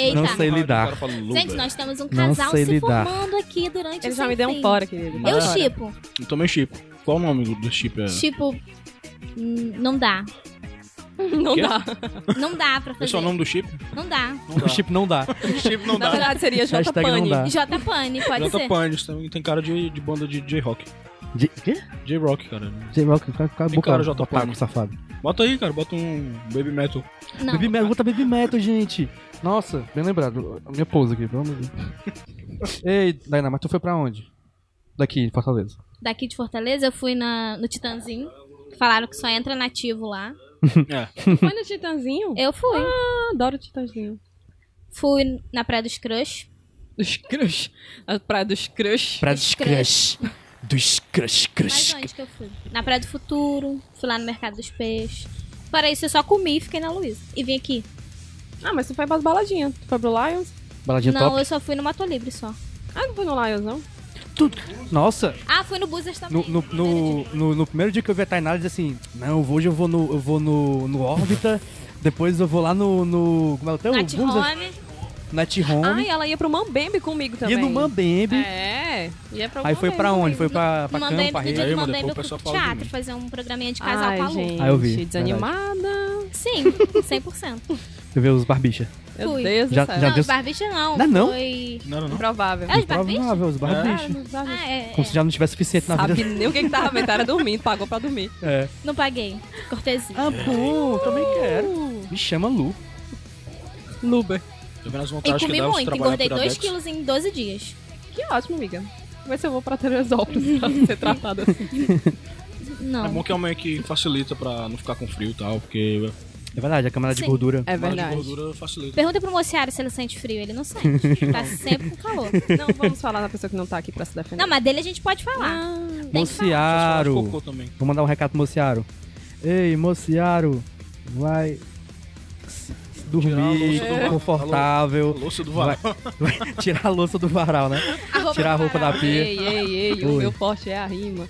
Speaker 4: Eita.
Speaker 3: Não
Speaker 2: Ah,
Speaker 3: sei lidar.
Speaker 4: Gente, nós temos um
Speaker 3: Não
Speaker 4: casal
Speaker 3: sei
Speaker 4: se
Speaker 3: lidar.
Speaker 4: formando aqui durante
Speaker 1: Ele
Speaker 4: o
Speaker 1: já me
Speaker 4: Sem
Speaker 1: deu um
Speaker 4: Fim.
Speaker 1: fora, querido.
Speaker 4: Eu
Speaker 1: Bora.
Speaker 4: chipo.
Speaker 2: Eu também Chico. Qual o nome do- do Chip? É?
Speaker 4: Tipo, hum, não dá.
Speaker 1: Não
Speaker 2: Quê?
Speaker 1: dá.
Speaker 4: Não dá pra
Speaker 2: Esse é
Speaker 4: fazer.
Speaker 2: o nome do Chip?
Speaker 4: Não dá.
Speaker 3: O chip não dá.
Speaker 2: Chip não
Speaker 1: Na verdade, seria J
Speaker 3: Hashtag não
Speaker 1: Pane.
Speaker 3: dá.
Speaker 4: J Pane, pode
Speaker 2: Jota
Speaker 4: ser.
Speaker 2: Pines também tem cara de, de banda de J-Rock.
Speaker 3: De, quê?
Speaker 2: J-Rock, cara.
Speaker 3: J-Rock, cara, cara,
Speaker 2: Tem
Speaker 3: boca,
Speaker 2: cara, Jota
Speaker 3: otaku
Speaker 2: Pan.
Speaker 3: safado.
Speaker 2: Bota aí, cara. Bota um Baby Metal.
Speaker 4: Não.
Speaker 3: Baby Metal, bota Baby Metal, gente. Nossa, bem lembrado. A minha pose aqui, pelo amor de Deus. Ei, Dainá, mas tu foi pra onde? Daqui, de Fortaleza.
Speaker 4: Daqui de Fortaleza, eu fui na, no Titanzinho. Falaram que só entra nativo lá.
Speaker 2: É.
Speaker 1: Foi no Titãzinho?
Speaker 4: Eu fui.
Speaker 1: Eu adoro o Titãzinho.
Speaker 4: Fui na Praia dos Crush.
Speaker 1: Dos crush. A praia dos crush.
Speaker 3: Pra
Speaker 4: Dos crush.
Speaker 3: Dos crush,
Speaker 4: Mas onde que eu fui? Na Praia do Futuro. Fui lá no Mercado dos Peixes. Fora isso, eu só comi e fiquei na Luísa. E vim aqui.
Speaker 1: Ah, mas tu foi pras baladinhas. Tu foi pro Lions?
Speaker 3: Baladinha
Speaker 4: não,
Speaker 3: top.
Speaker 4: eu só fui no Mato Livre só.
Speaker 1: Ah, não foi no Lions, não?
Speaker 3: Nossa,
Speaker 4: Ah, fui no Buzzers também.
Speaker 3: no, no, no, no- no primeiro dia que eu vi a Tainá, ela disse assim, não, hoje eu vou no, eu vou no, no órbita, depois eu vou lá no, no como é o teu?
Speaker 4: Nat
Speaker 3: Bunza?
Speaker 4: Home. Ah,
Speaker 3: Nat Home.
Speaker 1: Ah, e ela ia pro Mambembe comigo
Speaker 3: e
Speaker 1: também.
Speaker 3: no Mambembe.
Speaker 1: É. Ia pro
Speaker 3: Aí foi
Speaker 1: Mambembe
Speaker 3: pra onde?
Speaker 1: comigo.
Speaker 3: Foi pra, pra
Speaker 4: Mandei,
Speaker 3: campo, pra
Speaker 4: no
Speaker 3: rede?
Speaker 4: dia que
Speaker 2: Aí, mano,
Speaker 4: mandei,
Speaker 2: depois
Speaker 4: eu
Speaker 2: o
Speaker 4: fui
Speaker 2: pessoal
Speaker 4: pro
Speaker 2: fala de
Speaker 4: teatro
Speaker 2: mim.
Speaker 4: fazer um programinha de casal
Speaker 1: Ai,
Speaker 4: com a Lu.
Speaker 1: gente,
Speaker 3: Ah, eu vi,
Speaker 1: Desanimada.
Speaker 4: Sim, 100%.
Speaker 3: Eu vi os barbichas.
Speaker 1: Meu
Speaker 4: Fui.
Speaker 1: Deus
Speaker 3: Já-
Speaker 1: do céu.
Speaker 3: já-
Speaker 4: não,
Speaker 3: deu-
Speaker 4: os barbichas não.
Speaker 3: Não, não?
Speaker 4: Foi...
Speaker 2: Não era não?
Speaker 1: Improvável.
Speaker 4: É os barbichas?
Speaker 3: Improvável, os barbichas.
Speaker 1: Sabe
Speaker 4: Ah, é, é.
Speaker 3: Como se já não tivesse suficiente na vida.
Speaker 1: nem o que que tava vendo. Era dormindo. Pagou pra dormir.
Speaker 3: É.
Speaker 4: Não paguei. Cortesia.
Speaker 3: Ah, bom, também quero. Me chama Lu.
Speaker 1: Luber.
Speaker 2: Tô vendo as
Speaker 4: e
Speaker 2: vantagens que
Speaker 4: comi
Speaker 2: dá você
Speaker 4: muito,
Speaker 2: trabalhar
Speaker 4: engordei
Speaker 2: por
Speaker 4: 2
Speaker 2: Adex.
Speaker 4: quilos em 12 dias.
Speaker 1: Que ótimo, amiga. Vai ser eu vou pra Teresópolis pra ser tratada assim.
Speaker 2: É
Speaker 4: Não.
Speaker 2: bom que é uma que facilita pra não ficar com frio e tal, porque
Speaker 3: É verdade, a camada de
Speaker 4: Sim.
Speaker 3: gordura.
Speaker 1: É
Speaker 2: a de
Speaker 1: verdade.
Speaker 2: gordura facilita.
Speaker 4: Pergunta pro mociário se ele sente frio. Ele não sente. tá sempre com calor.
Speaker 1: Não vamos falar na pessoa que não tá aqui pra se defender.
Speaker 4: Não, mas dele a gente pode
Speaker 1: Ah,
Speaker 4: falar. Tem que falar.
Speaker 2: Faz falar de
Speaker 3: Mociaro.
Speaker 2: cocô também.
Speaker 3: Vou mandar um recado pro Mociaro. Ei, Mociaro, vai s- s- dormir
Speaker 2: Tirar a louça do varal.
Speaker 3: confortável.
Speaker 2: Louça do
Speaker 3: Vai,
Speaker 2: varal.
Speaker 3: vai tirar a louça do varal, né? Tirar a roupa da pia.
Speaker 1: Ei, ei, ei, o
Speaker 3: Oi.
Speaker 1: meu forte é a rima.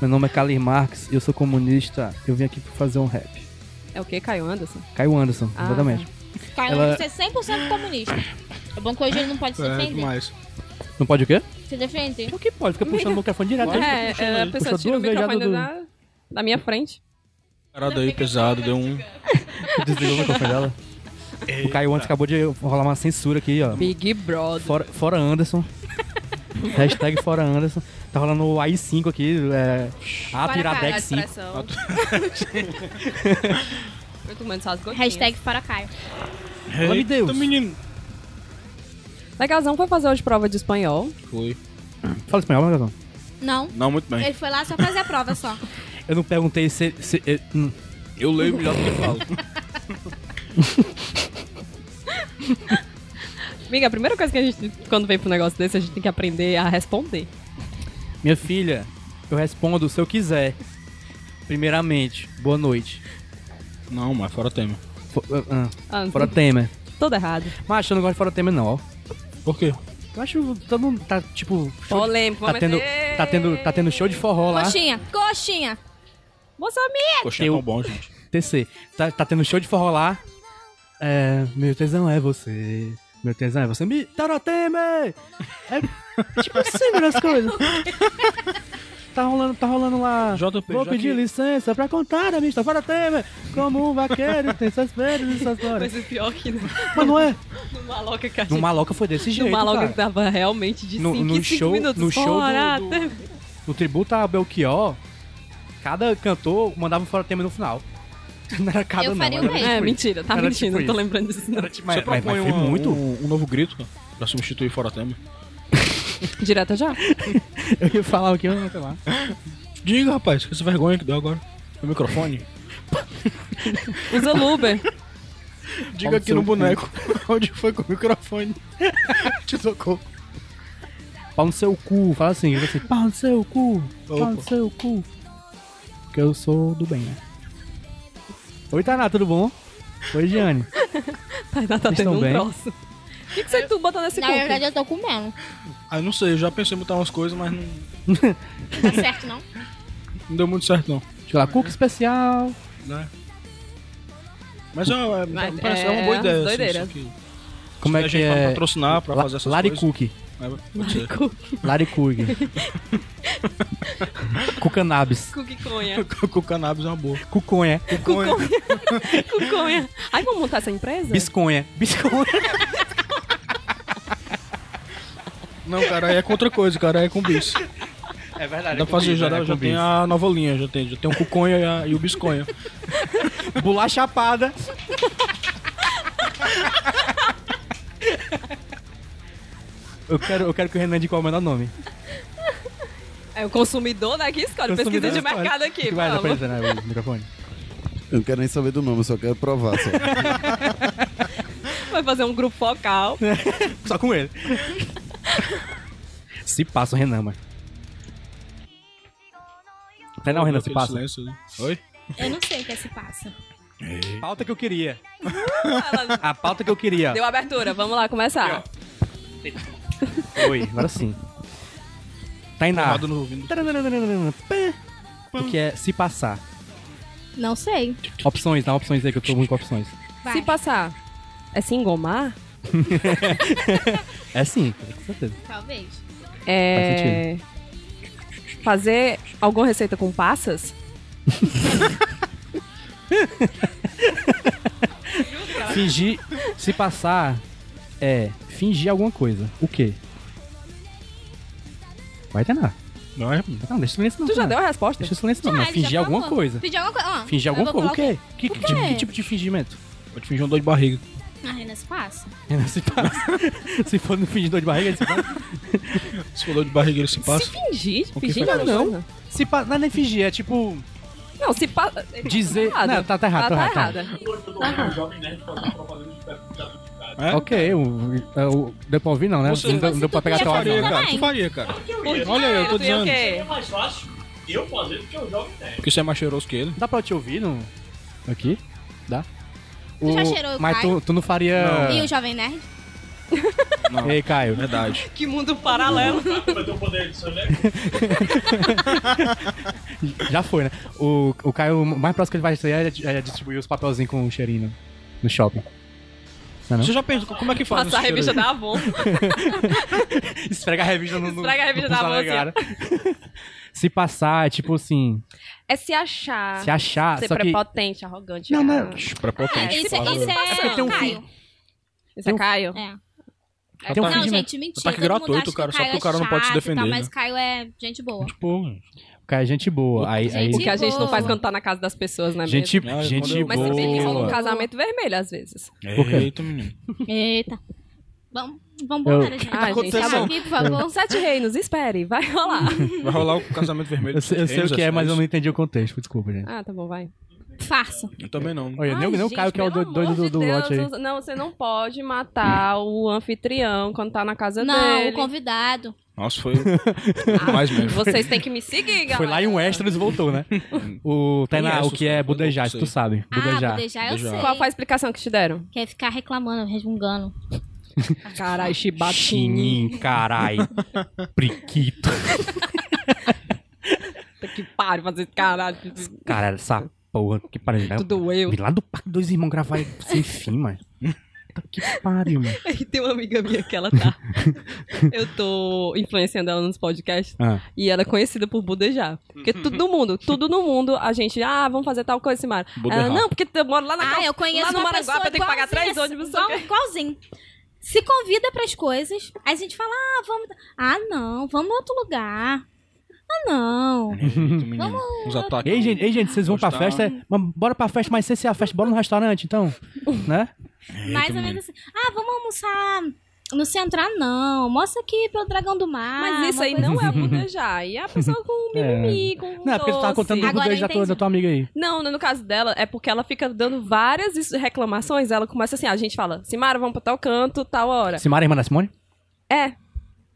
Speaker 3: Meu nome é Kalir Marx, eu sou comunista. Eu vim aqui pra fazer um rap.
Speaker 1: É o que, Caio Anderson?
Speaker 3: Caio Anderson,
Speaker 1: Ah,
Speaker 3: exatamente.
Speaker 4: Caio
Speaker 3: Ela-
Speaker 4: você é 100% comunista. É bom que hoje ele não pode se
Speaker 2: É,
Speaker 4: defender.
Speaker 2: demais.
Speaker 3: Não pode o quê?
Speaker 4: se defender.
Speaker 3: O que pode? Fica puxando o microfone direto.
Speaker 1: É, é, a pessoa
Speaker 3: Puxou
Speaker 1: tira o
Speaker 3: duas vezes já
Speaker 1: microfone
Speaker 3: do-
Speaker 1: da, da minha frente.
Speaker 2: Parada aí pesado, deu um.
Speaker 3: Desligou o microfone dela. O Caio Anderson acabou de rolar uma censura aqui, ó.
Speaker 1: Big Brother.
Speaker 3: Fora, fora Anderson. Hashtag fora Anderson. Tá rolando o AI5 aqui. É, a Piradex 5.
Speaker 1: Eu tô mandando só as gotinhas.
Speaker 4: Hashtag para Caio.
Speaker 3: Pelo amor de Deus.
Speaker 2: Eita, menino.
Speaker 1: Legalzão foi fazer hoje prova de espanhol.
Speaker 2: Foi.
Speaker 3: Fala espanhol, né, mas não.
Speaker 4: Não.
Speaker 2: Não, muito bem.
Speaker 4: Ele foi lá só fazer a prova só.
Speaker 3: Eu não perguntei se. se- eh, hum.
Speaker 2: Eu leio melhor do que falo.
Speaker 1: Amiga, a primeira coisa que a gente, quando vem pro negócio desse, a gente tem que aprender a responder.
Speaker 3: Minha filha, eu respondo se eu quiser. Primeiramente, boa noite.
Speaker 2: Não, mas fora tema.
Speaker 3: Fo- ah,
Speaker 1: Ah,
Speaker 3: ah, fora Temer.
Speaker 1: Tudo errado.
Speaker 3: Mas eu não gosto de fora Temer, não, ó.
Speaker 2: Por quê?
Speaker 3: Eu acho que todo mundo tá, tipo. show de-
Speaker 1: Polêmico. é.
Speaker 3: tá,
Speaker 1: vamos
Speaker 3: tendo,
Speaker 1: meter.
Speaker 3: tá, tendo, tá tendo show de forró lá.
Speaker 4: Coxinha, coxinha.
Speaker 1: Moça minha!
Speaker 2: Coxinha é tão bom, gente.
Speaker 3: TC. Tá, tá tendo show de forró lá. É, meu tesão é você. Meu tesão é você. Me taroteme! É tipo assim, mano, as coisas. Tá rolando, tá rolando lá.
Speaker 2: JP,
Speaker 3: Vou
Speaker 2: já
Speaker 3: pedir
Speaker 2: que-
Speaker 3: licença pra contar a minha história. Fora Temer, como um vaqueiro tem suas pernas e suas glórias.
Speaker 1: Coisa pior que no,
Speaker 3: Mas não é.
Speaker 1: no maloca que a
Speaker 3: No
Speaker 1: gente...
Speaker 3: Maloca foi desse
Speaker 1: No
Speaker 3: jeito,
Speaker 1: maloca
Speaker 3: cara.
Speaker 2: tá-
Speaker 1: que tava realmente de
Speaker 3: No-
Speaker 1: 5
Speaker 3: no
Speaker 1: em 5
Speaker 3: show-
Speaker 1: minutos.
Speaker 3: no show do-
Speaker 1: Fora,
Speaker 3: do-
Speaker 1: até-
Speaker 3: No tributo a Belchior, cada cantor mandava um fora Temer no final. Não era cada não.
Speaker 4: Eu faria o
Speaker 3: era
Speaker 4: mesmo.
Speaker 3: tipo
Speaker 1: É,
Speaker 3: isso.
Speaker 1: mentira. Tá
Speaker 3: Era
Speaker 1: mentindo.
Speaker 3: tipo
Speaker 1: não tô
Speaker 3: isso.
Speaker 1: lembrando disso. não.
Speaker 3: Era tipo- Mas,
Speaker 2: Você
Speaker 3: mas, mas foi
Speaker 2: propõe uma-
Speaker 3: muito.
Speaker 2: Um, um novo grito, cara, pra substituir fora tema.
Speaker 1: Direta já?
Speaker 3: Eu ia falar o que eu não sei lá.
Speaker 2: Diga, rapaz, que essa vergonha que deu agora. O microfone?
Speaker 1: Usa Luber.
Speaker 2: Diga aqui no boneco. Onde foi com o microfone? Te tocou.
Speaker 3: Pau no seu cu, fala assim, fala assim, pau no seu cu, pau no
Speaker 2: Opa.
Speaker 3: seu cu. Porque eu sou do bem, né? Oi, Tainá, tudo bom? Oi, Giane.
Speaker 1: Tainá tá
Speaker 3: Vocês
Speaker 1: tendo
Speaker 3: tão
Speaker 1: um
Speaker 3: bem?
Speaker 1: troço. O que, que você tu botou nesse
Speaker 4: Na
Speaker 1: cuco?
Speaker 4: verdade, eu tô comendo.
Speaker 2: Ah, eu não sei, eu já pensei em botar umas coisas, mas não.
Speaker 4: Tá certo, não?
Speaker 2: Não deu muito certo, não.
Speaker 3: Deixa eu lá, cuca especial.
Speaker 2: Né? Mas é, uma- é,
Speaker 1: Mas
Speaker 2: me parece- é
Speaker 1: é
Speaker 2: uma boa ideia. assim,
Speaker 1: doideira.
Speaker 2: só que-
Speaker 3: Como
Speaker 2: a
Speaker 3: é que
Speaker 2: gente vai
Speaker 3: é?
Speaker 2: patrocinar pra
Speaker 3: La-
Speaker 2: fazer essas
Speaker 3: Lari
Speaker 2: coisas.
Speaker 3: Cook.
Speaker 2: É, pode ser.
Speaker 3: Lari Cook. Cucanabis.
Speaker 1: Cuconha.
Speaker 2: Com o cannabis é uma boa. é,
Speaker 3: Cuconha.
Speaker 2: Cuconha.
Speaker 1: Cuconha. Aí vamos montar essa empresa?
Speaker 3: Bisconha. Bisconha.
Speaker 2: Não, cara, aí é com outra coisa, cara, aí é com bis.
Speaker 3: É verdade.
Speaker 2: Dá pra fazer, já, dá- já tem a nova linha, já tem, já tem o cuconha e, a- e o bisconha.
Speaker 3: Bolacha chapada. Eu quero, eu quero que o Renan diga qual é o melhor nome.
Speaker 1: É o consumidor, né? Que escolhe. Pesquisa de mercado aqui,
Speaker 3: Que vai
Speaker 1: vamos.
Speaker 3: aparecer, né, o microfone.
Speaker 7: Eu não quero nem saber do nome, eu só quero provar. Só.
Speaker 1: Vai fazer um grupo focal.
Speaker 3: Só com ele. se passa o Renan, mano. Renan, o Renan, se
Speaker 2: Aquele
Speaker 3: passa.
Speaker 2: silêncio né? ali. Oi?
Speaker 4: Eu não sei o que é se passa.
Speaker 3: Pauta que eu queria.
Speaker 1: Ela
Speaker 3: A pauta que eu queria.
Speaker 1: deu a abertura. Vamos lá, começar.
Speaker 3: Oi, agora sim. Tá Tainá. Ah.
Speaker 2: Nada no ouvindo.
Speaker 3: O que é se passar?
Speaker 4: Não sei.
Speaker 3: Opções, dá opções aí que eu tô muito com opções.
Speaker 4: Vai.
Speaker 1: Se passar, é se engomar?
Speaker 3: É sim, com certeza.
Speaker 4: Talvez.
Speaker 1: É. Fazer alguma receita com passas?
Speaker 3: Fingir, se passar é fingir alguma coisa. O quê? Vai, Tainá.
Speaker 2: Não é?
Speaker 3: Não, deixa o silêncio não.
Speaker 1: Tu já
Speaker 3: Tainá.
Speaker 1: deu a resposta?
Speaker 3: Deixa o silêncio não,
Speaker 4: Ah,
Speaker 3: não.
Speaker 4: ele
Speaker 3: Fingir
Speaker 4: já
Speaker 3: alguma
Speaker 4: falou.
Speaker 3: coisa.
Speaker 4: Fingir alguma coisa. Ó,
Speaker 3: Fingir
Speaker 4: eu
Speaker 3: alguma
Speaker 4: vou
Speaker 3: coisa. O
Speaker 4: colocar-
Speaker 3: quê? Que, que- que tipo de fingimento?
Speaker 2: Pode fingir um dor de barriga.
Speaker 4: Ah, Renan, se passa.
Speaker 3: se, passa- se for no fingir dor de barriga, ele se passa.
Speaker 2: Se for dor de barriga, ele se
Speaker 1: Se
Speaker 2: passa.
Speaker 1: fingir?
Speaker 2: que
Speaker 1: Fingir
Speaker 2: foi?
Speaker 1: alguma
Speaker 3: Não.
Speaker 1: coisa?
Speaker 3: Se pa... Não é nem fingir, é tipo
Speaker 1: Não, se passa.
Speaker 3: dizer.
Speaker 1: Tá
Speaker 3: Não, tá, tá errado, tá, errado.
Speaker 1: errada.
Speaker 3: tá.
Speaker 2: errado.
Speaker 3: Ok, o, é o, deu pra ouvir não, né?
Speaker 2: Você-
Speaker 3: não deu, não deu pra pegar
Speaker 4: Você
Speaker 2: Tu
Speaker 3: teu áudio, não.
Speaker 2: faria,
Speaker 4: também.
Speaker 2: cara. Tu faria, cara. Olha aí, eu tô
Speaker 1: Tu ia o
Speaker 2: dizendo.
Speaker 1: quê?
Speaker 5: É mais fácil eu fazer do que o jovem tem.
Speaker 2: Porque você é mais cheiroso que ele.
Speaker 3: Dá pra eu te ouvir não? aqui? Dá?
Speaker 4: Tu já cheirou o
Speaker 3: Mas tu,
Speaker 4: Caio?
Speaker 3: tu não faria...
Speaker 4: E o Jovem Nerd?
Speaker 2: Não.
Speaker 3: Ei, Caio.
Speaker 2: Verdade.
Speaker 1: Que mundo paralelo.
Speaker 5: Vai ter o poder disso, né?
Speaker 3: Já foi, né? O, o Caio, o mais próximo que ele vai sair é, é distribuir os papelzinhos com o cheirinho no shopping. Não?
Speaker 2: Você já pensa, como é que faz
Speaker 1: Passar a
Speaker 2: esse cheiro
Speaker 1: revista
Speaker 2: aí?
Speaker 1: da Avon.
Speaker 3: Esfrega a revista no... no-
Speaker 1: Esfrega a revista
Speaker 3: no
Speaker 1: na
Speaker 3: pulsar
Speaker 1: mão, assim,
Speaker 3: Se passar, é tipo assim,
Speaker 1: É se achar.
Speaker 3: se achar,
Speaker 1: Ser
Speaker 3: só que...
Speaker 1: prepotente, arrogante.
Speaker 3: Não,
Speaker 1: é-
Speaker 3: não.
Speaker 2: Prepotente.
Speaker 4: isso, é-
Speaker 2: claro.
Speaker 4: isso é
Speaker 1: Tem um
Speaker 4: Caio.
Speaker 1: Isso é Caio?
Speaker 4: É.
Speaker 1: É
Speaker 3: Tem um
Speaker 4: Não,
Speaker 1: Caio.
Speaker 3: fingimento.
Speaker 4: gente, mentira.
Speaker 2: Ataque
Speaker 4: Todo mundo
Speaker 2: gratuito,
Speaker 4: acha que
Speaker 2: cara, só
Speaker 4: Caio
Speaker 2: porque o cara
Speaker 4: é
Speaker 2: não pode se
Speaker 4: chato e tal,
Speaker 2: defender,
Speaker 4: Mas
Speaker 2: né?
Speaker 4: Caio é gente boa.
Speaker 2: Tipo,
Speaker 3: O Caio é gente boa. Aí, aí,
Speaker 1: O que a gente não
Speaker 4: boa.
Speaker 1: faz quando tá na casa das pessoas, né? mesmo?
Speaker 3: gente,
Speaker 2: Não,
Speaker 3: gente
Speaker 2: quando
Speaker 1: Mas se
Speaker 3: boa.
Speaker 1: bem que rola um
Speaker 4: boa.
Speaker 1: casamento vermelho, às vezes.
Speaker 3: Por quê?
Speaker 2: eita, menino.
Speaker 4: Eita. Vamos, vamos
Speaker 3: Eu-
Speaker 4: embora, gente.
Speaker 1: Ah, gente,
Speaker 4: Acaba
Speaker 1: tá bom.
Speaker 4: aqui, por favor.
Speaker 1: Sete reinos, espere, vai rolar.
Speaker 2: Vai rolar o casamento vermelho.
Speaker 3: Eu sei, eu sei o
Speaker 2: Eles,
Speaker 3: que é,
Speaker 2: assim,
Speaker 3: mas eu não entendi o contexto, desculpa, gente.
Speaker 1: Ah, tá bom, vai.
Speaker 3: É.
Speaker 4: Farsa.
Speaker 2: Eu também não.
Speaker 3: Olha, nem, o- nem o Caio que é o
Speaker 1: pelo
Speaker 3: do- doido
Speaker 1: amor
Speaker 3: do,
Speaker 1: de
Speaker 3: do lote aí.
Speaker 1: Deus, assim, Não, você não pode matar o anfitrião quando tá na casa
Speaker 4: Não, o
Speaker 1: dele.
Speaker 4: convidado.
Speaker 2: Nossa, foi
Speaker 1: Ah,
Speaker 2: mais mesmo.
Speaker 1: Vocês têm que me seguir, galera.
Speaker 3: Foi lá em um extras e voltou, né? o Tainá, o que é budejar, isso tu sabe.
Speaker 4: Ah,
Speaker 3: Budejar.
Speaker 4: budejar, eu
Speaker 2: Budejar.
Speaker 4: sei.
Speaker 1: Qual foi a explicação que te deram?
Speaker 4: Quer ficar reclamando, resmungando.
Speaker 1: Carai, chibatini.
Speaker 3: Chinim, carai. Priquito.
Speaker 1: Que pariu fazer esse caralho.
Speaker 3: Cara, essa porra que pariu. né?
Speaker 1: Tu doeu.
Speaker 3: Vim lá do Parque dos Irmãos gravar sem fim, mano. Puta que pariu, mano.
Speaker 1: Tem uma amiga minha que ela tá. Eu tô influenciando ela nos podcasts.
Speaker 3: Ah,
Speaker 1: E ela é conhecida por budejar. Porque todo mundo, tudo no mundo, a gente, ah, vamos fazer tal coisa, Simara.
Speaker 2: Budejar.
Speaker 1: Ela, não, porque eu moro lá na
Speaker 4: Ah,
Speaker 1: Cal-
Speaker 4: eu conheço
Speaker 1: lá no
Speaker 4: uma
Speaker 1: Maranguape,
Speaker 4: pessoa
Speaker 1: eu tenho que pagar três
Speaker 4: igualzinha,
Speaker 1: ônibus. não sei o
Speaker 4: igual- Igualzinho. Se convida pras coisas, aí a gente fala, ah, vamos... Ah, não, vamos em outro lugar. Ah, não.
Speaker 2: Eita, menino. Uns ataques.
Speaker 3: Ei, gente, ei, gente, vocês vão pra
Speaker 2: Gostar.
Speaker 3: festa? é? Mas Bora pra festa, mas sem ser a festa, bora no restaurante, então. Né?
Speaker 4: Mais ou menos assim. Ah, vamos almoçar no centro. Ah, não. Mostra aqui pelo Dragão do Mar.
Speaker 1: Mas isso
Speaker 4: uma
Speaker 1: aí
Speaker 4: coisa
Speaker 1: não é budejar. E a pessoa com mimimi, com
Speaker 3: Não, é porque tu
Speaker 1: doce.
Speaker 3: tava contando do
Speaker 4: Agora
Speaker 3: budejo da tua,
Speaker 4: entendi.
Speaker 3: da tua amiga aí.
Speaker 1: Não, no caso dela, é porque ela fica dando várias is- reclamações. Ela começa assim, a gente fala, Simara, vamos pra tal canto, tal hora.
Speaker 3: Simara, irmã da Simone?
Speaker 1: É.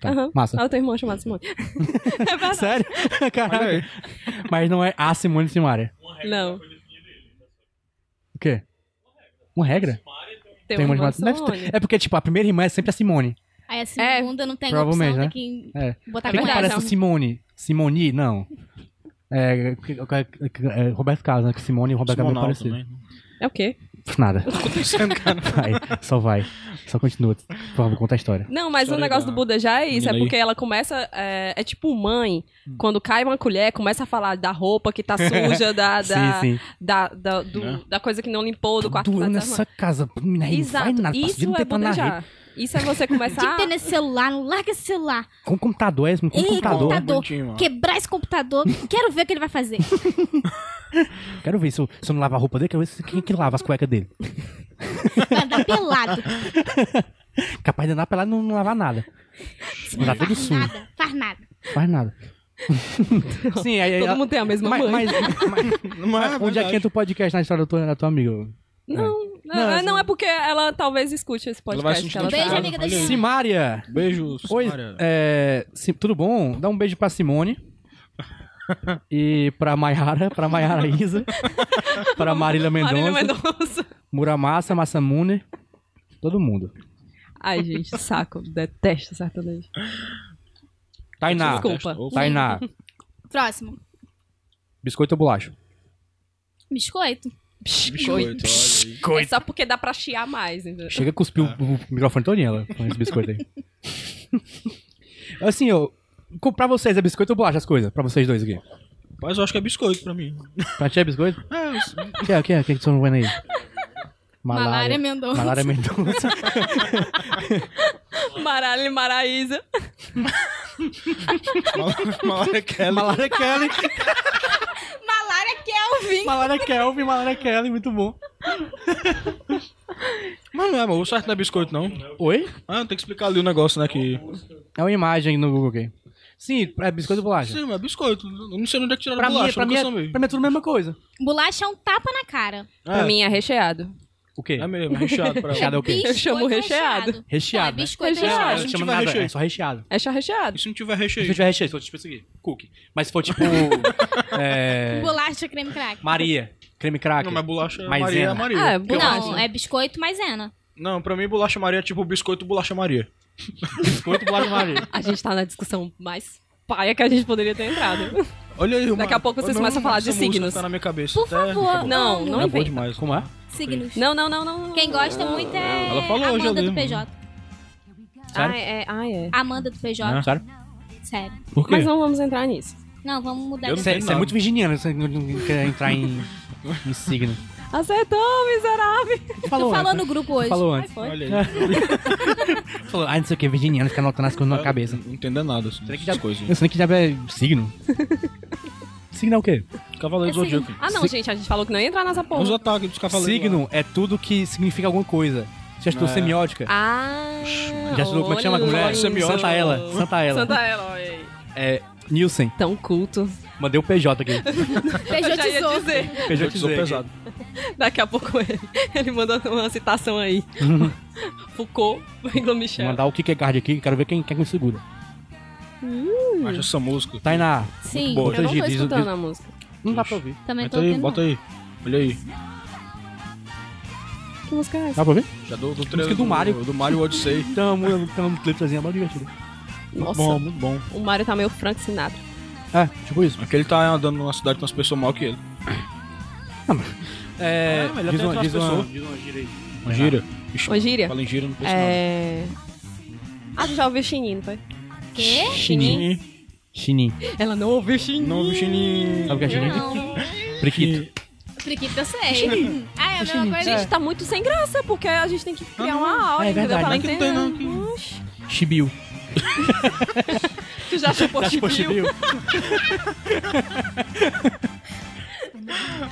Speaker 3: Tá,
Speaker 1: Aham.
Speaker 3: massa.
Speaker 1: Ela tem um irmão chamado Simone. é verdade.
Speaker 3: Sério?
Speaker 2: Olha
Speaker 3: Caraca.
Speaker 2: aí.
Speaker 3: Mas não é a Simone Simaria.
Speaker 1: Não.
Speaker 3: O quê? Uma regra?
Speaker 1: Tem, um irmão
Speaker 3: chamada-
Speaker 1: chamado
Speaker 3: deve ter- É porque, tipo, a primeira irmã é sempre a Simone.
Speaker 4: assim. Aí a segunda não tem
Speaker 3: provavelmente,
Speaker 4: opção,
Speaker 3: né?
Speaker 4: tem que
Speaker 3: É.
Speaker 4: botar
Speaker 1: É
Speaker 3: Como é que
Speaker 1: verdade,
Speaker 3: parece
Speaker 1: não.
Speaker 3: o Simone? Simoni? Não. É, que- que- que- é, Roberto Carlos, né? Que Simone e Roberto Carlos é
Speaker 2: Simonal
Speaker 3: bem parecido.
Speaker 2: também.
Speaker 1: É o quê?
Speaker 3: Nada.
Speaker 2: Acontecendo, cara.
Speaker 3: Vai, só vai. Só continua. Por favor, conta a história.
Speaker 1: Não, mas o
Speaker 2: História
Speaker 1: negócio
Speaker 2: da
Speaker 1: do Buda já é isso.
Speaker 2: menina
Speaker 1: É
Speaker 2: aí. Hum.
Speaker 1: porque ela começa. É, é tipo mãe. Quando cai uma colher, começa a falar da roupa que tá suja, da, da,
Speaker 3: sim, sim.
Speaker 1: Da, da, do-
Speaker 2: Né?
Speaker 1: da coisa que não limpou, do quarto que
Speaker 3: Tudo
Speaker 1: tá
Speaker 3: nessa casa. Menina, aí
Speaker 1: Exato.
Speaker 3: vai nada. passa o dia
Speaker 1: Isso é
Speaker 3: inteiro pra narrar.
Speaker 1: budejar. Isso é você
Speaker 4: Tinha
Speaker 1: começar.
Speaker 4: que ter nesse Tipo, celular, não larga esse celular.
Speaker 3: Com computador, é isso? Com
Speaker 4: Ei,
Speaker 3: computador.
Speaker 4: computador.
Speaker 2: Bonitinho, mano.
Speaker 4: Quebrar esse computador, quero ver o que ele vai fazer.
Speaker 3: Quero ver se eu, se eu não lavo a roupa dele, quero ver se, quem é que lava as cuecas dele.
Speaker 4: Vai andar pelado.
Speaker 3: Capaz de andar pelado e não, não lavar nada. Tá tudo
Speaker 4: Faz
Speaker 3: sujo,
Speaker 4: nada, faz nada.
Speaker 3: faz nada. Sim, aí, aí
Speaker 1: Todo
Speaker 3: ela-
Speaker 1: mundo tem a mesma
Speaker 3: mas,
Speaker 1: mãe.
Speaker 3: mas, mas- mas onde é que entra o podcast na história da tua, da tua amiga?
Speaker 1: Não, não, é, não, é porque ela talvez escute esse
Speaker 2: Ela vai um se
Speaker 1: podcast. que ela
Speaker 2: identificar,
Speaker 4: Beijo, amiga da
Speaker 2: olha aí.
Speaker 4: Sim.
Speaker 3: Simária!
Speaker 2: Beijo,
Speaker 3: Oi,
Speaker 2: Simária.
Speaker 3: é, Sim- tudo bom? Dá um beijo pra Simone. E pra Maiara, pra Maiara Isa, pra Marília
Speaker 1: Marília
Speaker 3: Mendonça,
Speaker 1: Mendonça.
Speaker 3: Muramassa, Massamune, todo mundo.
Speaker 1: Ai, gente, saco. Detesto sertanejo.
Speaker 3: Tainá,
Speaker 1: Desculpa.
Speaker 2: Opa.
Speaker 3: Tainá,
Speaker 4: Próximo.
Speaker 3: biscoito ou bolacha?
Speaker 4: Biscoito.
Speaker 2: tá, Biscoito, olha aí.
Speaker 1: É só porque dá pra chiar mais, entendeu?
Speaker 3: Chega a cuspir o, o microfone todinho ela com esse biscoito aí. assim, eu. co- Pra vocês é biscoito ou bolacha as coisas? Pra vocês dois aqui.
Speaker 2: Mas eu acho que é biscoito pra mim.
Speaker 3: Pra ti é biscoito?
Speaker 2: É, eu-
Speaker 3: O que é? O que é? O que é que estão vendo aí?
Speaker 4: Malária Mendonça.
Speaker 3: Malária Mendonça.
Speaker 1: Maralho, Maraísa.
Speaker 2: Malária é Kelly.
Speaker 3: Malária Kelly.
Speaker 4: Malária Kelvin.
Speaker 3: Malária Kelvin, Malária Kelly, muito bom.
Speaker 2: Mas não é, mano. O certo não é biscoito, não.
Speaker 3: Oi?
Speaker 2: Ah, tem que explicar ali o negócio, né? Que...
Speaker 3: É uma imagem no Google aqui. Sim, é biscoito ou bolacha?
Speaker 2: Sim, mas é biscoito. Eu não sei onde é que tiraram
Speaker 3: Pra mim,
Speaker 2: bolacha.
Speaker 3: é- pra,
Speaker 2: eu
Speaker 3: mim é,
Speaker 2: nunca soube.
Speaker 3: pra mim é tudo a mesma coisa.
Speaker 4: Bolacha é um tapa na cara.
Speaker 1: Pra mim é recheado.
Speaker 3: O quê?
Speaker 2: É mesmo, é recheado pra
Speaker 3: Recheado é o quê?
Speaker 4: Biscoito
Speaker 1: Eu chamo recheado.
Speaker 3: Recheado,
Speaker 4: Não, é
Speaker 3: né?
Speaker 4: biscoito
Speaker 1: Recheado.
Speaker 3: Não,
Speaker 4: recheado.
Speaker 3: não
Speaker 2: Se
Speaker 3: chama
Speaker 2: tiver
Speaker 3: nada,
Speaker 2: recheio.
Speaker 3: é só recheado.
Speaker 1: É só recheado.
Speaker 2: E se não tiver
Speaker 3: Se
Speaker 2: recheio?
Speaker 3: tiver recheio, se for tipo isso aqui, cookie. Mas se for tipo... é,
Speaker 4: Bolacha creme crack.
Speaker 3: Maria, creme cracker.
Speaker 2: Não, mas bolacha
Speaker 3: Maisena.
Speaker 2: Maria é Maria.
Speaker 1: Ah, é bolacha.
Speaker 4: Não, é biscoito maisena.
Speaker 2: Não, pra mim bolacha Maria é tipo biscoito bolacha Maria.
Speaker 3: Biscoito bolacha Maria.
Speaker 1: A gente tá na discussão mais paia que a gente poderia ter entrado.
Speaker 2: Olha aí,
Speaker 1: Daqui a pouco vocês começam a falar de signos.
Speaker 2: Tá na minha cabeça.
Speaker 4: Por
Speaker 2: até-
Speaker 4: favor.
Speaker 1: Não, não
Speaker 2: É bom
Speaker 1: inventa.
Speaker 2: demais.
Speaker 3: Como é?
Speaker 4: Signos.
Speaker 1: Não, não, não, não. não.
Speaker 4: Quem gosta muito é
Speaker 2: Ela falou hoje,
Speaker 4: Amanda
Speaker 2: eu
Speaker 4: do
Speaker 2: lembro.
Speaker 4: PJ.
Speaker 3: Sério?
Speaker 1: Ah, é. Ah, é.
Speaker 4: Amanda do PJ.
Speaker 3: Sério?
Speaker 4: Sério.
Speaker 3: Por quê?
Speaker 1: Mas não vamos entrar nisso.
Speaker 4: Não, vamos mudar
Speaker 2: Eu
Speaker 4: de
Speaker 2: não
Speaker 3: Você
Speaker 2: sei.
Speaker 4: assunto.
Speaker 3: é- você é muito virginiano, você não, não quer entrar em, em signo.
Speaker 1: Acertou, miserável.
Speaker 4: Tu
Speaker 3: Falou
Speaker 4: falou
Speaker 3: antes,
Speaker 4: no grupo
Speaker 3: né?
Speaker 4: hoje.
Speaker 3: Falou antes.
Speaker 2: Olha aí.
Speaker 3: Falou, ah, não sei o que, virginiano, fica anotando as coisas na cabeça.
Speaker 2: Não entendo nada, assim,
Speaker 3: Será que
Speaker 2: essas
Speaker 3: já-
Speaker 2: coisas.
Speaker 3: Eu sei que já é signo. signo é o quê?
Speaker 2: Cavaleiro do Zodíaco.
Speaker 1: Ah, não, gente, a gente falou que não ia entrar nessa
Speaker 2: Os
Speaker 1: porra.
Speaker 2: ataques dos cavaleiros.
Speaker 3: Signo é tudo que significa alguma coisa. Você já estudou
Speaker 2: É.
Speaker 3: semiótica?
Speaker 1: Ah.
Speaker 3: já estudou como é que chama? a
Speaker 1: olha
Speaker 3: mulher?
Speaker 1: aí.
Speaker 2: semiótica.
Speaker 3: Santa ela. Santa ela.
Speaker 1: Santa Eloy.
Speaker 3: É, Nielsen.
Speaker 1: Tão culto.
Speaker 3: Mandei o PJ aqui.
Speaker 1: Eu já ia
Speaker 4: Pejotizou.
Speaker 1: dizer.
Speaker 2: Eu
Speaker 3: PJ
Speaker 2: sou pesado.
Speaker 1: Daqui a pouco ele, ele manda uma citação aí. Foucault, Igor Michel.
Speaker 3: Mandar o Kierkegaard aqui, quero ver quem quer que me segura.
Speaker 2: Acho essa música.
Speaker 3: Tainá,
Speaker 4: Sim,
Speaker 3: boa.
Speaker 1: Eu não tô
Speaker 3: Diz- diz-
Speaker 1: escutando a música.
Speaker 3: não dá pra ouvir.
Speaker 4: também tô
Speaker 2: Bota aí,
Speaker 4: ouvindo.
Speaker 2: bota aí. Olha aí.
Speaker 1: Que música é essa?
Speaker 3: Dá pra ouvir?
Speaker 2: Já dou do trailer
Speaker 3: do Mario.
Speaker 2: Do Mario Odyssey.
Speaker 3: Tamo, tamo, letrazinha mó divertida.
Speaker 1: Nossa,
Speaker 2: Bom, muito bom.
Speaker 1: o Mario tá meio Frank Sinatra.
Speaker 3: É, tipo isso.
Speaker 2: Aquele tá andando numa cidade com as pessoas mal que ele.
Speaker 3: É,
Speaker 2: mas ele
Speaker 3: diz
Speaker 2: até
Speaker 3: uma,
Speaker 2: entre
Speaker 3: diz
Speaker 2: as
Speaker 3: uma,
Speaker 2: pessoas.
Speaker 3: diz uma gíria aí.
Speaker 2: Gira. Ixi,
Speaker 1: Ô, gíria.
Speaker 2: Fala em gira, não pensa
Speaker 1: É... Ah, tu já ouviu Chinin, foi?
Speaker 4: Quê?
Speaker 3: Chinin.
Speaker 2: nada.
Speaker 3: Chinin.
Speaker 1: Ela não ouviu Chinin.
Speaker 2: Novo chininho.
Speaker 3: Sabe o que é chinin?
Speaker 4: Não,
Speaker 3: Priquito.
Speaker 4: Priquito eu sei. Ah, é a mesma
Speaker 1: A
Speaker 4: coisa.
Speaker 1: gente tá muito sem graça, porque a gente tem que criar
Speaker 2: Ah, Não,
Speaker 1: uma aula,
Speaker 3: É
Speaker 1: entendeu? assim,
Speaker 3: verdade,
Speaker 1: Pra ela
Speaker 3: não
Speaker 2: que não tem, não,
Speaker 1: entender. Oxi,
Speaker 3: Chibiu.
Speaker 1: Tu já chupou chibiu?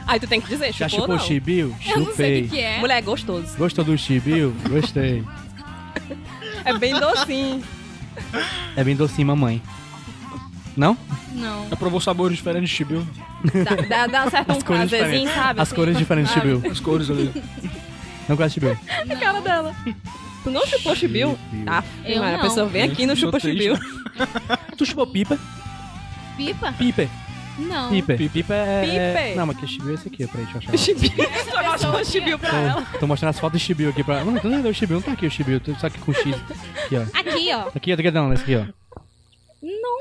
Speaker 1: Aí tu tem que dizer,
Speaker 3: Já
Speaker 1: chupou ou
Speaker 3: chupou
Speaker 1: não?
Speaker 3: chibiu?
Speaker 4: Eu não sei o
Speaker 3: Chupei.
Speaker 4: que que é.
Speaker 1: Mulher, é gostoso.
Speaker 3: Gostou do chibiu? Gostei.
Speaker 1: É bem docinho.
Speaker 3: É bem docinho, mamãe. Não?
Speaker 4: Não.
Speaker 2: Já provou sabores diferentes de chibiu?
Speaker 1: Dá, dá, dá certo um
Speaker 3: cores
Speaker 1: prazezinho,
Speaker 3: diferentes.
Speaker 1: sabe?
Speaker 3: As
Speaker 1: assim?
Speaker 3: cores diferentes de
Speaker 1: Sabe?
Speaker 3: chibiu.
Speaker 2: As cores ali.
Speaker 3: Não gosto de chibiu.
Speaker 1: A cara dela. Tu não chupou chibiu? Ah,
Speaker 4: Eu
Speaker 1: mano, a
Speaker 4: não.
Speaker 1: pessoa vem aqui e não chupa
Speaker 2: Tô triste.
Speaker 1: chibiu.
Speaker 3: Tu chupou pipa?
Speaker 4: Pipa?
Speaker 3: Piper.
Speaker 4: Não.
Speaker 3: Piper. Pipa é...
Speaker 1: Piper.
Speaker 3: Não, mas que chibiu é esse aqui, peraí, deixa eu achar.
Speaker 1: Chibiu. Tu mostra o chibiu pra ela.
Speaker 3: Tô, tô mostrando as fotos do Chibiu aqui pra. Não, não, não, o Chibiu não tá aqui, o Chibiu. Tô só aqui com o X. Aqui, ó.
Speaker 4: Aqui, ó.
Speaker 3: Aqui, tá aqui, não, esse aqui, ó.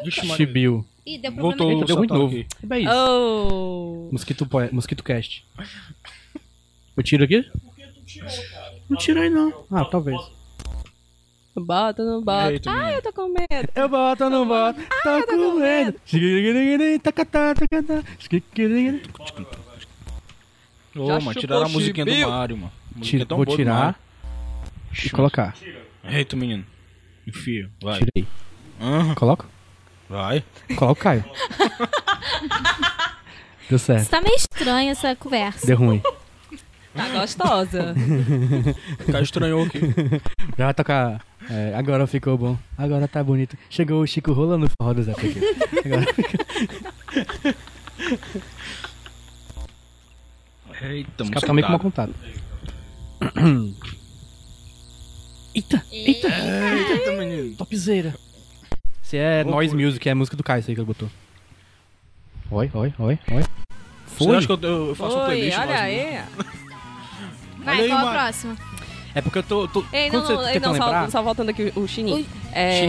Speaker 2: Vixe, Maria.
Speaker 3: Chibiu.
Speaker 4: Ih, deu problema.
Speaker 2: Voltou
Speaker 3: Eita,
Speaker 2: o
Speaker 3: deu muito
Speaker 2: Satã
Speaker 3: novo.
Speaker 2: aqui.
Speaker 3: É bem isso.
Speaker 1: Oh.
Speaker 3: Mosquito, poe- mosquito cast. Eu tiro aqui? Não tirei não. Ah, talvez.
Speaker 1: Bota, não bota.
Speaker 2: Eita,
Speaker 1: Ai, eu tô com medo.
Speaker 3: Eu boto ou não boto? Tô Ah, tá com medo. Xiquiriquiri, tacatá, tacatá, xiquiriquiri.
Speaker 2: Ô,
Speaker 1: Já
Speaker 2: mano,
Speaker 1: chupou
Speaker 2: tiraram a
Speaker 1: o
Speaker 2: musiquinha do
Speaker 1: chibio.
Speaker 2: Mario, mano. A musiquinha
Speaker 3: Tira-
Speaker 2: é tão
Speaker 3: Vou
Speaker 2: boa do
Speaker 3: tirar e colocar.
Speaker 2: Mario. Eita, menino. Enfia, vai.
Speaker 3: Tirei.
Speaker 2: Ah,
Speaker 3: Coloco?
Speaker 2: vai.
Speaker 3: Coloco, Caio. Deu certo.
Speaker 4: Isso tá meio estranho essa conversa.
Speaker 3: Deu ruim.
Speaker 1: Tá gostosa.
Speaker 2: O cara estranhou aqui.
Speaker 3: Já vai tocar. é, agora ficou bom. Agora tá bonito. Chegou o Chico rolando o forró do Zé Pequeno. Agora fica-
Speaker 2: Eita,
Speaker 3: Os
Speaker 2: mano.
Speaker 3: caras ficam meio com mau contato. Eita, eita,
Speaker 2: Eita, menino.
Speaker 3: topzera. Se é noise music, é música do Caio, isso aí que ele botou. Oi, oi, oi, oi.
Speaker 2: Você acha que eu, eu faço um
Speaker 1: Oi,
Speaker 2: playlist?
Speaker 1: olha
Speaker 2: mas-
Speaker 1: aí.
Speaker 4: Vai,
Speaker 2: Olha aí,
Speaker 4: qual a
Speaker 2: Mari.
Speaker 4: próxima?
Speaker 3: É porque eu tô. tô-
Speaker 1: Ei, não,
Speaker 3: quando
Speaker 1: não,
Speaker 3: você
Speaker 1: ei,
Speaker 3: tenta
Speaker 1: não só,
Speaker 3: lembrar,
Speaker 1: só voltando aqui o chininho. É,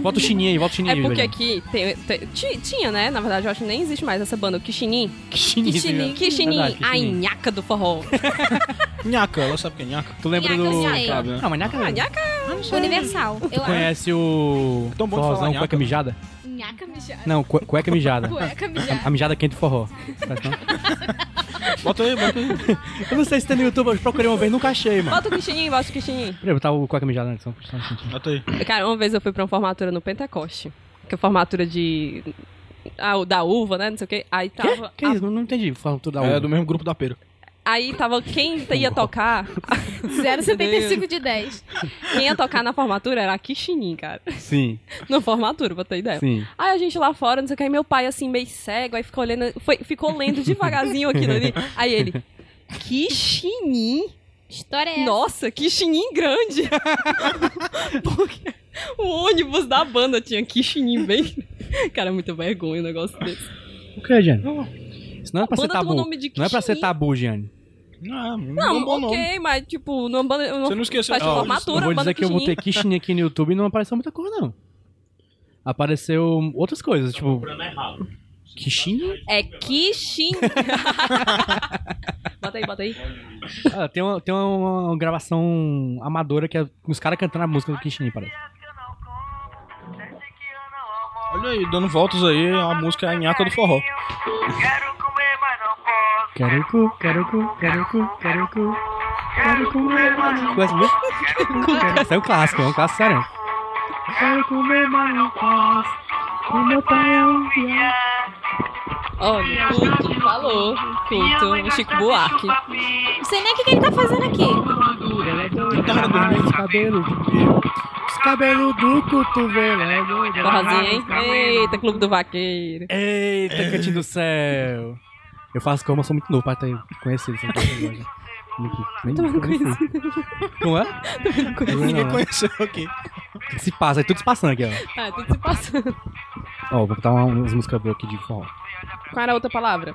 Speaker 3: bota o chininho aí, bota o chininho
Speaker 1: é
Speaker 3: aí.
Speaker 1: porque
Speaker 3: velho.
Speaker 1: aqui tem- tem- ti- tinha, né? Na verdade, eu acho que nem existe mais essa banda, o Kishinin.
Speaker 3: Que chininho, velho. Verdade,
Speaker 1: Kishinin,
Speaker 3: que
Speaker 1: a
Speaker 3: chininho.
Speaker 1: nhaca do forró.
Speaker 2: Nhaca, ela sabe o que é nhaca?
Speaker 3: Tu lembra
Speaker 4: Nhaca,
Speaker 3: do.
Speaker 4: eu
Speaker 1: é.
Speaker 4: sei.
Speaker 2: Sabe, né?
Speaker 3: Não, mas Nhaca.
Speaker 1: A nhaca
Speaker 4: Universal. Eu acho.
Speaker 3: Conhece o.
Speaker 2: É tão bom de falar
Speaker 3: Forrozão,
Speaker 2: nhaca,
Speaker 3: cueca
Speaker 2: né?
Speaker 3: mijada?
Speaker 4: Nhaca mijada.
Speaker 3: Não, cu- cueca mijada.
Speaker 4: Cueca mijada.
Speaker 3: A mijada quente do forró. Sabe não?
Speaker 2: Bota aí, bota aí.
Speaker 3: Eu não sei se tem no YouTube, eu procurei uma vez, nunca achei, mano.
Speaker 1: Bota o Kishinin, bota o Kishinin.
Speaker 3: Peraí, botar o cueca mijada, né? Só um instantinho.
Speaker 2: Bota aí.
Speaker 1: Cara, uma vez eu fui pra uma formatura no Pentecoste. Que é formatura de. ah, o da uva, né? Não sei o quê. Aí tava.
Speaker 3: Que
Speaker 1: a-
Speaker 3: isso? Não, não entendi. Falam tudo da
Speaker 2: É
Speaker 3: uva.
Speaker 2: do mesmo grupo da pera.
Speaker 1: aí tava quem ia tocar.
Speaker 4: 0,75 de 10.
Speaker 1: Quem ia tocar na formatura era a Kishinin, cara.
Speaker 3: Sim,
Speaker 1: Na formatura, pra ter ideia.
Speaker 3: sim.
Speaker 1: Aí a gente lá fora, não sei o que, aí meu pai assim, meio cego, aí ficou olhando, foi, ficou lendo devagarzinho aquilo ali. Aí ele, que chinim,
Speaker 4: História é
Speaker 1: nossa, que chinim grande. Porque o ônibus da banda tinha que chinim bem. Cara, muita vergonha o negócio desse.
Speaker 3: O que, é, Jane? Isso não é pra ser
Speaker 1: Banda toma
Speaker 3: tabu.
Speaker 1: o nome de
Speaker 3: Não é pra ser
Speaker 1: Kishinin.
Speaker 3: tabu, Jane.
Speaker 2: Não,
Speaker 1: Não,
Speaker 2: não é um bom
Speaker 1: ok,
Speaker 2: nome.
Speaker 1: mas tipo, numa banda, numa
Speaker 2: Você não esqueceu.
Speaker 1: festa de
Speaker 2: Ah, olha,
Speaker 1: formatura,
Speaker 3: não vou
Speaker 1: banda
Speaker 3: dizer que eu botei Kishin aqui no YouTube e não apareceu muita coisa, não. Apareceu outras coisas, tipo. Kishin?
Speaker 1: É que chinim. bota aí, bota aí.
Speaker 3: Ah, tem uma, tem uma gravação amadora que é os caras cantando a música do Kishin, parece.
Speaker 2: Olha aí, dando voltas aí, a música é a nhaca do forró.
Speaker 3: Quero cu, quero cu, quero cu, quero cu. Quero comer, mas não posso. Esse é um clássico, é um clássico sério. Quero comer, mas não posso. O meu pai é um viado.
Speaker 1: Olha, culto, falou, culto, Chico Buarque.
Speaker 4: Não sei nem o que, que ele tá fazendo aqui.
Speaker 3: Os cabelos Os cabelos do cotovelo. é doido.
Speaker 1: Forrozinho, hein? Eita, Clube do Vaqueiro.
Speaker 3: Eita, cantinho do céu. Eu faço como eu sou muito novo pra ter conhecido essa coisa.
Speaker 1: Também não
Speaker 3: Uhum.
Speaker 1: conheci.
Speaker 3: Não é?
Speaker 2: Ninguém
Speaker 3: Não é?
Speaker 2: conheceu aqui.
Speaker 3: O que se passa? É tudo se passando aqui, ó.
Speaker 1: Ah, tudo se passando.
Speaker 3: Ó, vou botar uma- umas músicas boas aqui de forró.
Speaker 1: Qual era a outra palavra?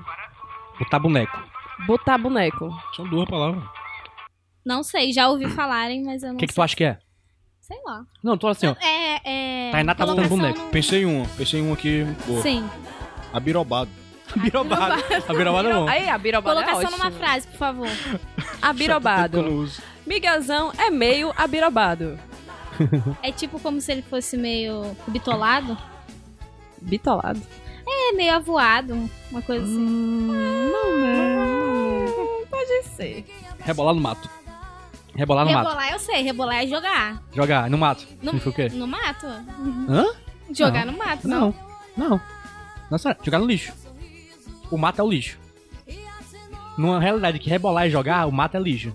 Speaker 3: Botar boneco.
Speaker 1: Botar boneco.
Speaker 2: São duas palavras.
Speaker 4: Não sei, já ouvi falarem, mas eu não
Speaker 3: O que, que tu acha que é?
Speaker 4: sei. Sei lá.
Speaker 3: Não, tô assim, ó.
Speaker 4: É, é...
Speaker 3: Tainá tá botando
Speaker 4: colocação
Speaker 3: boneco.
Speaker 4: no-
Speaker 2: Pensei em uma, pensei em uma aqui, boa.
Speaker 4: Sim.
Speaker 2: Abirobado.
Speaker 3: Birobada. A birobada não.
Speaker 1: Aí, a birobada é
Speaker 4: Colocação numa
Speaker 1: ótima.
Speaker 4: frase, por favor.
Speaker 1: A
Speaker 2: Eu
Speaker 1: birobado.
Speaker 2: não uso.
Speaker 1: Miguelzão é meio abirobado.
Speaker 4: É tipo como se ele fosse meio bitolado.
Speaker 1: Bitolado.
Speaker 4: É meio avoado, uma coisa assim.
Speaker 3: Hum,
Speaker 1: Pode ser.
Speaker 3: Rebolar no mato. Rebolar tá no mato.
Speaker 4: Rebolar eu sei, rebolar é jogar.
Speaker 3: Jogar no mato.
Speaker 4: No-
Speaker 3: Significa o quê?
Speaker 4: No mato?
Speaker 3: Hã?
Speaker 4: Jogar no mato, não.
Speaker 3: Não. Não. Nossa, jogar no lixo. O mato é o lixo. Numa realidade que rebolar e jogar, o mato é lixo.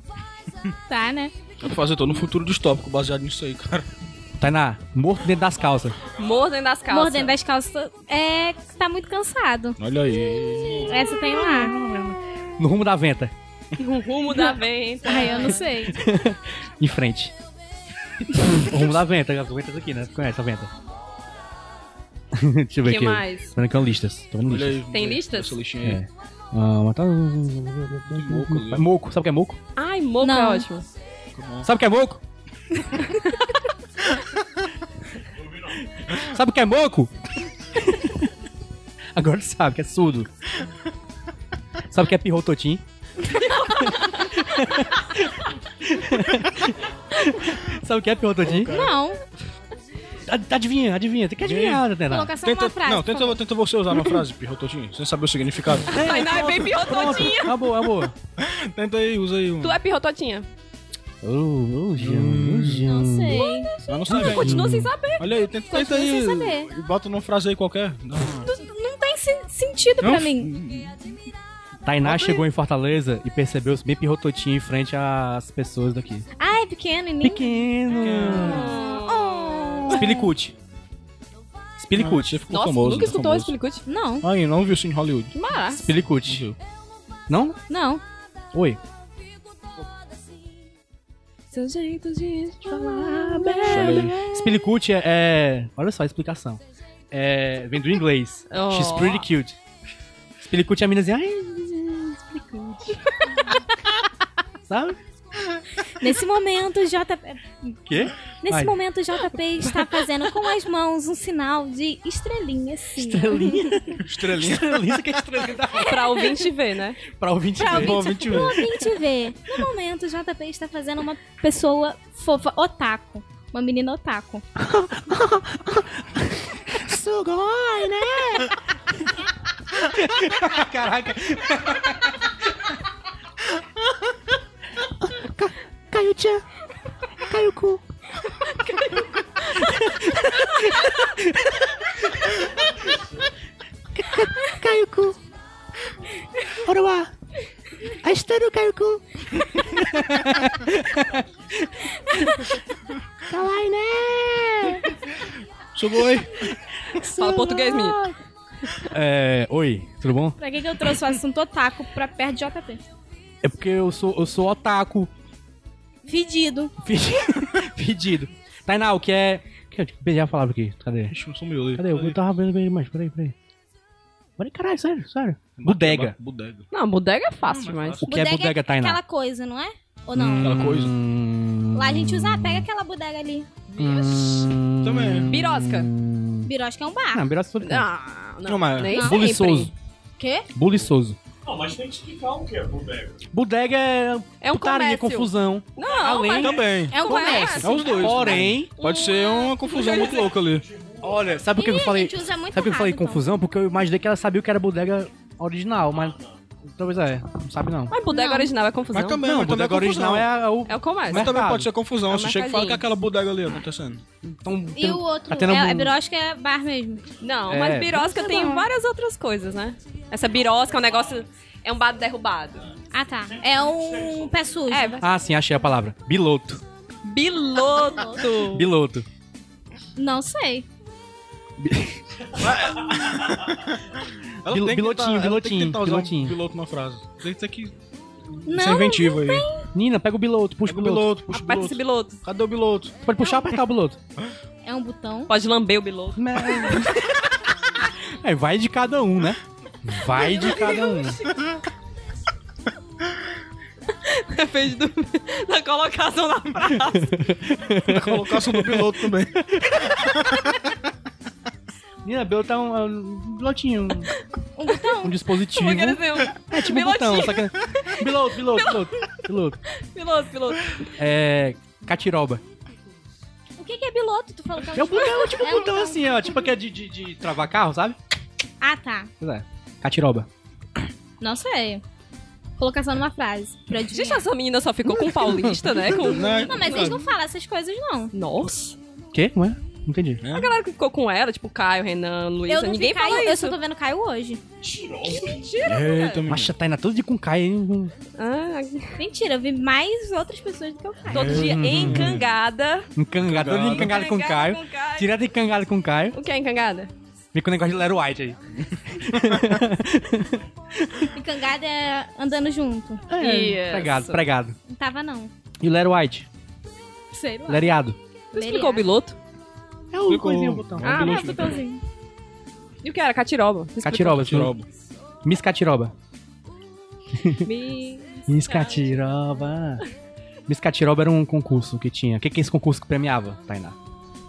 Speaker 4: Tá, né?
Speaker 2: Vou fazer todo um futuro distópico baseado nisso aí, cara.
Speaker 3: Tainá, Tá morto dentro das calças.
Speaker 1: Mordem das calças.
Speaker 4: Mordendo as calças é tá muito cansado.
Speaker 2: Olha aí.
Speaker 4: Essa tem lá.
Speaker 3: No rumo da venta.
Speaker 1: No rumo da venta.
Speaker 4: Ai, eu não sei.
Speaker 3: Em frente. o rumo da venta. A venta daqui, né? Tu Conhece a venta. Deixa eu ver
Speaker 1: que
Speaker 3: aqui.
Speaker 1: mais?
Speaker 3: Brancão listas. Tô vendo
Speaker 2: Olha
Speaker 3: listas.
Speaker 2: aí.
Speaker 1: Tem listas?
Speaker 2: Essa listinha aí.
Speaker 3: É. Ah, mas tá-
Speaker 2: Moco ali.
Speaker 3: Moco. Sabe o que é moco?
Speaker 1: Ai, moco
Speaker 4: Não.
Speaker 1: é ótimo.
Speaker 3: Sabe o que é moco? Sabe o que é moco? Agora sabe que é surdo. Sabe que é pirrototim? sabe o que é pirrototim?
Speaker 4: Não.
Speaker 3: Ad- Adivinha, adivinha. Tem que adivinhar, Adela.
Speaker 4: Colocação
Speaker 2: Tenta,
Speaker 4: numa frase.
Speaker 2: não,
Speaker 4: por
Speaker 2: tenta, tenta você usar uma frase, pirrototinho, sem saber o significado.
Speaker 1: Ai, não, é bem pirrototinha.
Speaker 3: Tá boa, tá boa.
Speaker 2: tenta aí, usa aí um.
Speaker 1: Tu é pirrototinha.
Speaker 3: Ô, ô, Jean, ô, Jean.
Speaker 4: favor. Não sei.
Speaker 2: Ah, não sabe ainda.
Speaker 1: Continua sem saber.
Speaker 2: Olha aí, tenta, tenta
Speaker 4: Continua
Speaker 2: aí.
Speaker 4: sem saber.
Speaker 2: e Bota numa frase aí qualquer. Não,
Speaker 4: Não tem sen- sentido pra mim.
Speaker 3: Tainá chegou em Fortaleza e percebeu bem pirrototinho em frente às pessoas daqui.
Speaker 4: Ah, é pequeno e nem...
Speaker 3: Pequeno.
Speaker 1: Ah.
Speaker 4: Oh.
Speaker 3: Spilicute. Spilicute.
Speaker 2: Você ficou
Speaker 1: Nossa,
Speaker 2: famoso.
Speaker 1: nunca escutou esse
Speaker 2: famoso.
Speaker 1: Spilicut?
Speaker 4: Não,
Speaker 2: Ai, não viu isso em Hollywood.
Speaker 1: Que maravilha.
Speaker 3: Spilicute. Não?
Speaker 4: não.
Speaker 3: Oi.
Speaker 1: Seu jeito de falar,
Speaker 3: Spilicute é, é- Olha só a explicação. É, vem do inglês.
Speaker 1: Oh.
Speaker 3: She's pretty cute. Spilicute é a meninazinha. Ai, Sabe?
Speaker 4: Nesse momento, JP...
Speaker 3: O quê?
Speaker 4: Nesse
Speaker 3: Ai.
Speaker 4: momento, o JP está fazendo com as mãos um sinal de estrelinha, assim.
Speaker 3: Estrelinha.
Speaker 2: Estrelinha.
Speaker 3: Estrelinha, isso que é estrelinha da...
Speaker 1: Pra ouvinte ver, né?
Speaker 3: Pra um. ouvinte
Speaker 4: Pra um.
Speaker 3: ver.
Speaker 4: ouvinte, pro ouvinte ver. No momento, o JP está fazendo uma pessoa fofa, otaku. Uma menina otaku.
Speaker 3: Sugoi, né? Caraca. Caiu-chan. Caiu-cu. Caiu-cu. Oroa. Asteru Caiu-cu. Kawaii, né?
Speaker 2: Sugoi.
Speaker 1: Fala português, menino.
Speaker 3: É, oi, tudo bom?
Speaker 4: Pra que, que eu trouxe o assunto otaku pra perto de JP?
Speaker 3: É porque eu sou, eu sou otaku.
Speaker 4: Fedido.
Speaker 3: Pedi- Pedido. Tainá, o que é. o que é? Perdi a palavra aqui. Cadê?
Speaker 2: Ixi, eu sumiu ali.
Speaker 3: Cadê? Eu tava vendo bem mais. Peraí, peraí. Peraí, caralho, sério, sério.
Speaker 2: É
Speaker 3: Bodega.
Speaker 2: Bodega.
Speaker 1: Não, bodega é fácil demais.
Speaker 3: O que é bodega, Tainá?
Speaker 4: aquela coisa, não é? Ou não?
Speaker 2: Aquela coisa.
Speaker 3: Hum,
Speaker 4: Lá a gente usa, ah, pega aquela bodega ali.
Speaker 2: Também.
Speaker 1: Birosca. Ah,
Speaker 4: Birosca é um bar.
Speaker 3: Ah, Não, melhor se for.
Speaker 1: Não, não,
Speaker 2: Não, mas-
Speaker 1: nem
Speaker 4: Não.
Speaker 1: sempre.
Speaker 3: Buliçoso.
Speaker 4: Quê?
Speaker 3: Buliçoso.
Speaker 5: Não, mas tem que explicar o que é bodega.
Speaker 3: Bodega é.
Speaker 1: É um comércio.
Speaker 3: putaria, confusão.
Speaker 1: Não,
Speaker 3: Além-
Speaker 1: mas
Speaker 2: Também.
Speaker 4: É um comércio.
Speaker 2: É os dois.
Speaker 3: Porém.
Speaker 2: Pode ser
Speaker 1: Hum.
Speaker 2: uma confusão muito louca ali.
Speaker 3: né? Olha, sabe o que
Speaker 4: Ih,
Speaker 3: eu falei?
Speaker 4: a gente usa muito
Speaker 3: Sabe o que eu falei
Speaker 4: rápido. então.
Speaker 3: confusão? Porque eu imaginei que ela sabia o que era bodega original, mas. Talvez é. Não sabe não.
Speaker 1: mas bodega
Speaker 4: Não.
Speaker 1: original é confusão.
Speaker 2: Mas também,
Speaker 3: Não,
Speaker 2: mas também
Speaker 3: bodega
Speaker 2: é confusão.
Speaker 3: original é a- o.
Speaker 1: É o comércio.
Speaker 2: Mas também
Speaker 3: mercado.
Speaker 2: pode ser confusão.
Speaker 1: É o
Speaker 2: Você chega e fala
Speaker 1: mercadinho.
Speaker 2: que é aquela bodega ali acontecendo.
Speaker 3: Então,
Speaker 4: E
Speaker 3: tem-
Speaker 4: o outro,
Speaker 3: tá tendo
Speaker 4: é, é
Speaker 3: um-
Speaker 4: birosca é bar mesmo.
Speaker 1: Não,
Speaker 3: É.
Speaker 1: mas birosca tem várias outras coisas, né? Essa birosca é um negócio... É um barco derrubado.
Speaker 4: Ah, tá. É um pé sujo.
Speaker 1: É,
Speaker 3: Ah, sim, achei a palavra. Biloto.
Speaker 1: biloto.
Speaker 3: Biloto.
Speaker 4: Não sei.
Speaker 2: Ela
Speaker 3: Bil-
Speaker 2: tem que
Speaker 3: bilotinho,
Speaker 2: tentar- ela tem
Speaker 3: bilotinho,
Speaker 2: que tentar usar
Speaker 3: bilotinho.
Speaker 2: um piloto numa frase. Tem que ser que...
Speaker 4: Não,
Speaker 2: Isso é inventivo aí.
Speaker 3: Nina, pega o biloto, puxa
Speaker 2: Puxa
Speaker 3: o
Speaker 2: o
Speaker 3: biloto.
Speaker 2: piloto, puxa o
Speaker 1: Aperta esse
Speaker 2: piloto.
Speaker 1: biloto.
Speaker 2: Cadê o piloto?
Speaker 3: Pode puxar ou apertar o biloto?
Speaker 4: É um botão.
Speaker 1: Pode lamber o biloto.
Speaker 3: É, vai de cada um, né? Vai de cada um.
Speaker 1: Depende do, da colocação da frase.
Speaker 2: A colocação do piloto também.
Speaker 3: Nina, biloto é um, é um bilotinho, um-
Speaker 4: Um botão.
Speaker 3: um dispositivo.
Speaker 1: Então, Como que dizer?
Speaker 3: É tipo um botão, só que... Biloto, biloto, biloto, biloto.
Speaker 1: Piloto, piloto.
Speaker 3: É... Catiroba.
Speaker 4: O que, que é biloto? Tu falou que
Speaker 3: É um botão, é tipo um
Speaker 4: É um
Speaker 3: botão assim, ó. Tipo aquele de, de, de travar carro, sabe?
Speaker 4: Ah, tá.
Speaker 3: Pois é. Catiroba.
Speaker 4: Não sei. Colocação numa frase. Pra adivinhar.
Speaker 1: Gente, essa menina só ficou com paulista, né? Com...
Speaker 4: Não, mas eles não falam essas coisas, não.
Speaker 1: Nossa.
Speaker 3: Quê? Não é? Não entendi.
Speaker 1: A galera que ficou com ela, tipo Caio, Renan, Luísa,
Speaker 4: eu não
Speaker 1: ninguém
Speaker 4: vi Caio,
Speaker 1: fala
Speaker 4: eu
Speaker 1: isso.
Speaker 4: só tô vendo Caio hoje.
Speaker 2: Eita, menino.
Speaker 3: Macha, tá indo tudo de com Kai, hein?
Speaker 1: Ah,
Speaker 4: Mentira, eu vi mais outras pessoas do que o Caio.
Speaker 1: todo dia encangada.
Speaker 3: Um Encangado, todo encangado com Caio.
Speaker 1: com Caio.
Speaker 3: Direto encangado com Caio.
Speaker 1: O que é encangada?
Speaker 3: Vem com o negócio de Lero White aí.
Speaker 4: E Cangada é andando junto.
Speaker 1: Isso.
Speaker 3: Pregado, pregado.
Speaker 4: Não tava, não.
Speaker 3: E o Lero White?
Speaker 4: Sei lá.
Speaker 3: Leriado.
Speaker 1: Tu explicou o biloto?
Speaker 3: É o coisinho, o botão.
Speaker 1: Ah,
Speaker 4: né,
Speaker 1: não, botãozinho. E o que era? Catiroba. Tu explicou.
Speaker 3: Catiroba,
Speaker 2: Tirobo.
Speaker 3: Miss Catiroba.
Speaker 1: Me-
Speaker 3: Miss Catiroba. Miss Catiroba era um concurso que tinha. O que, que é esse concurso que premiava, Tainá?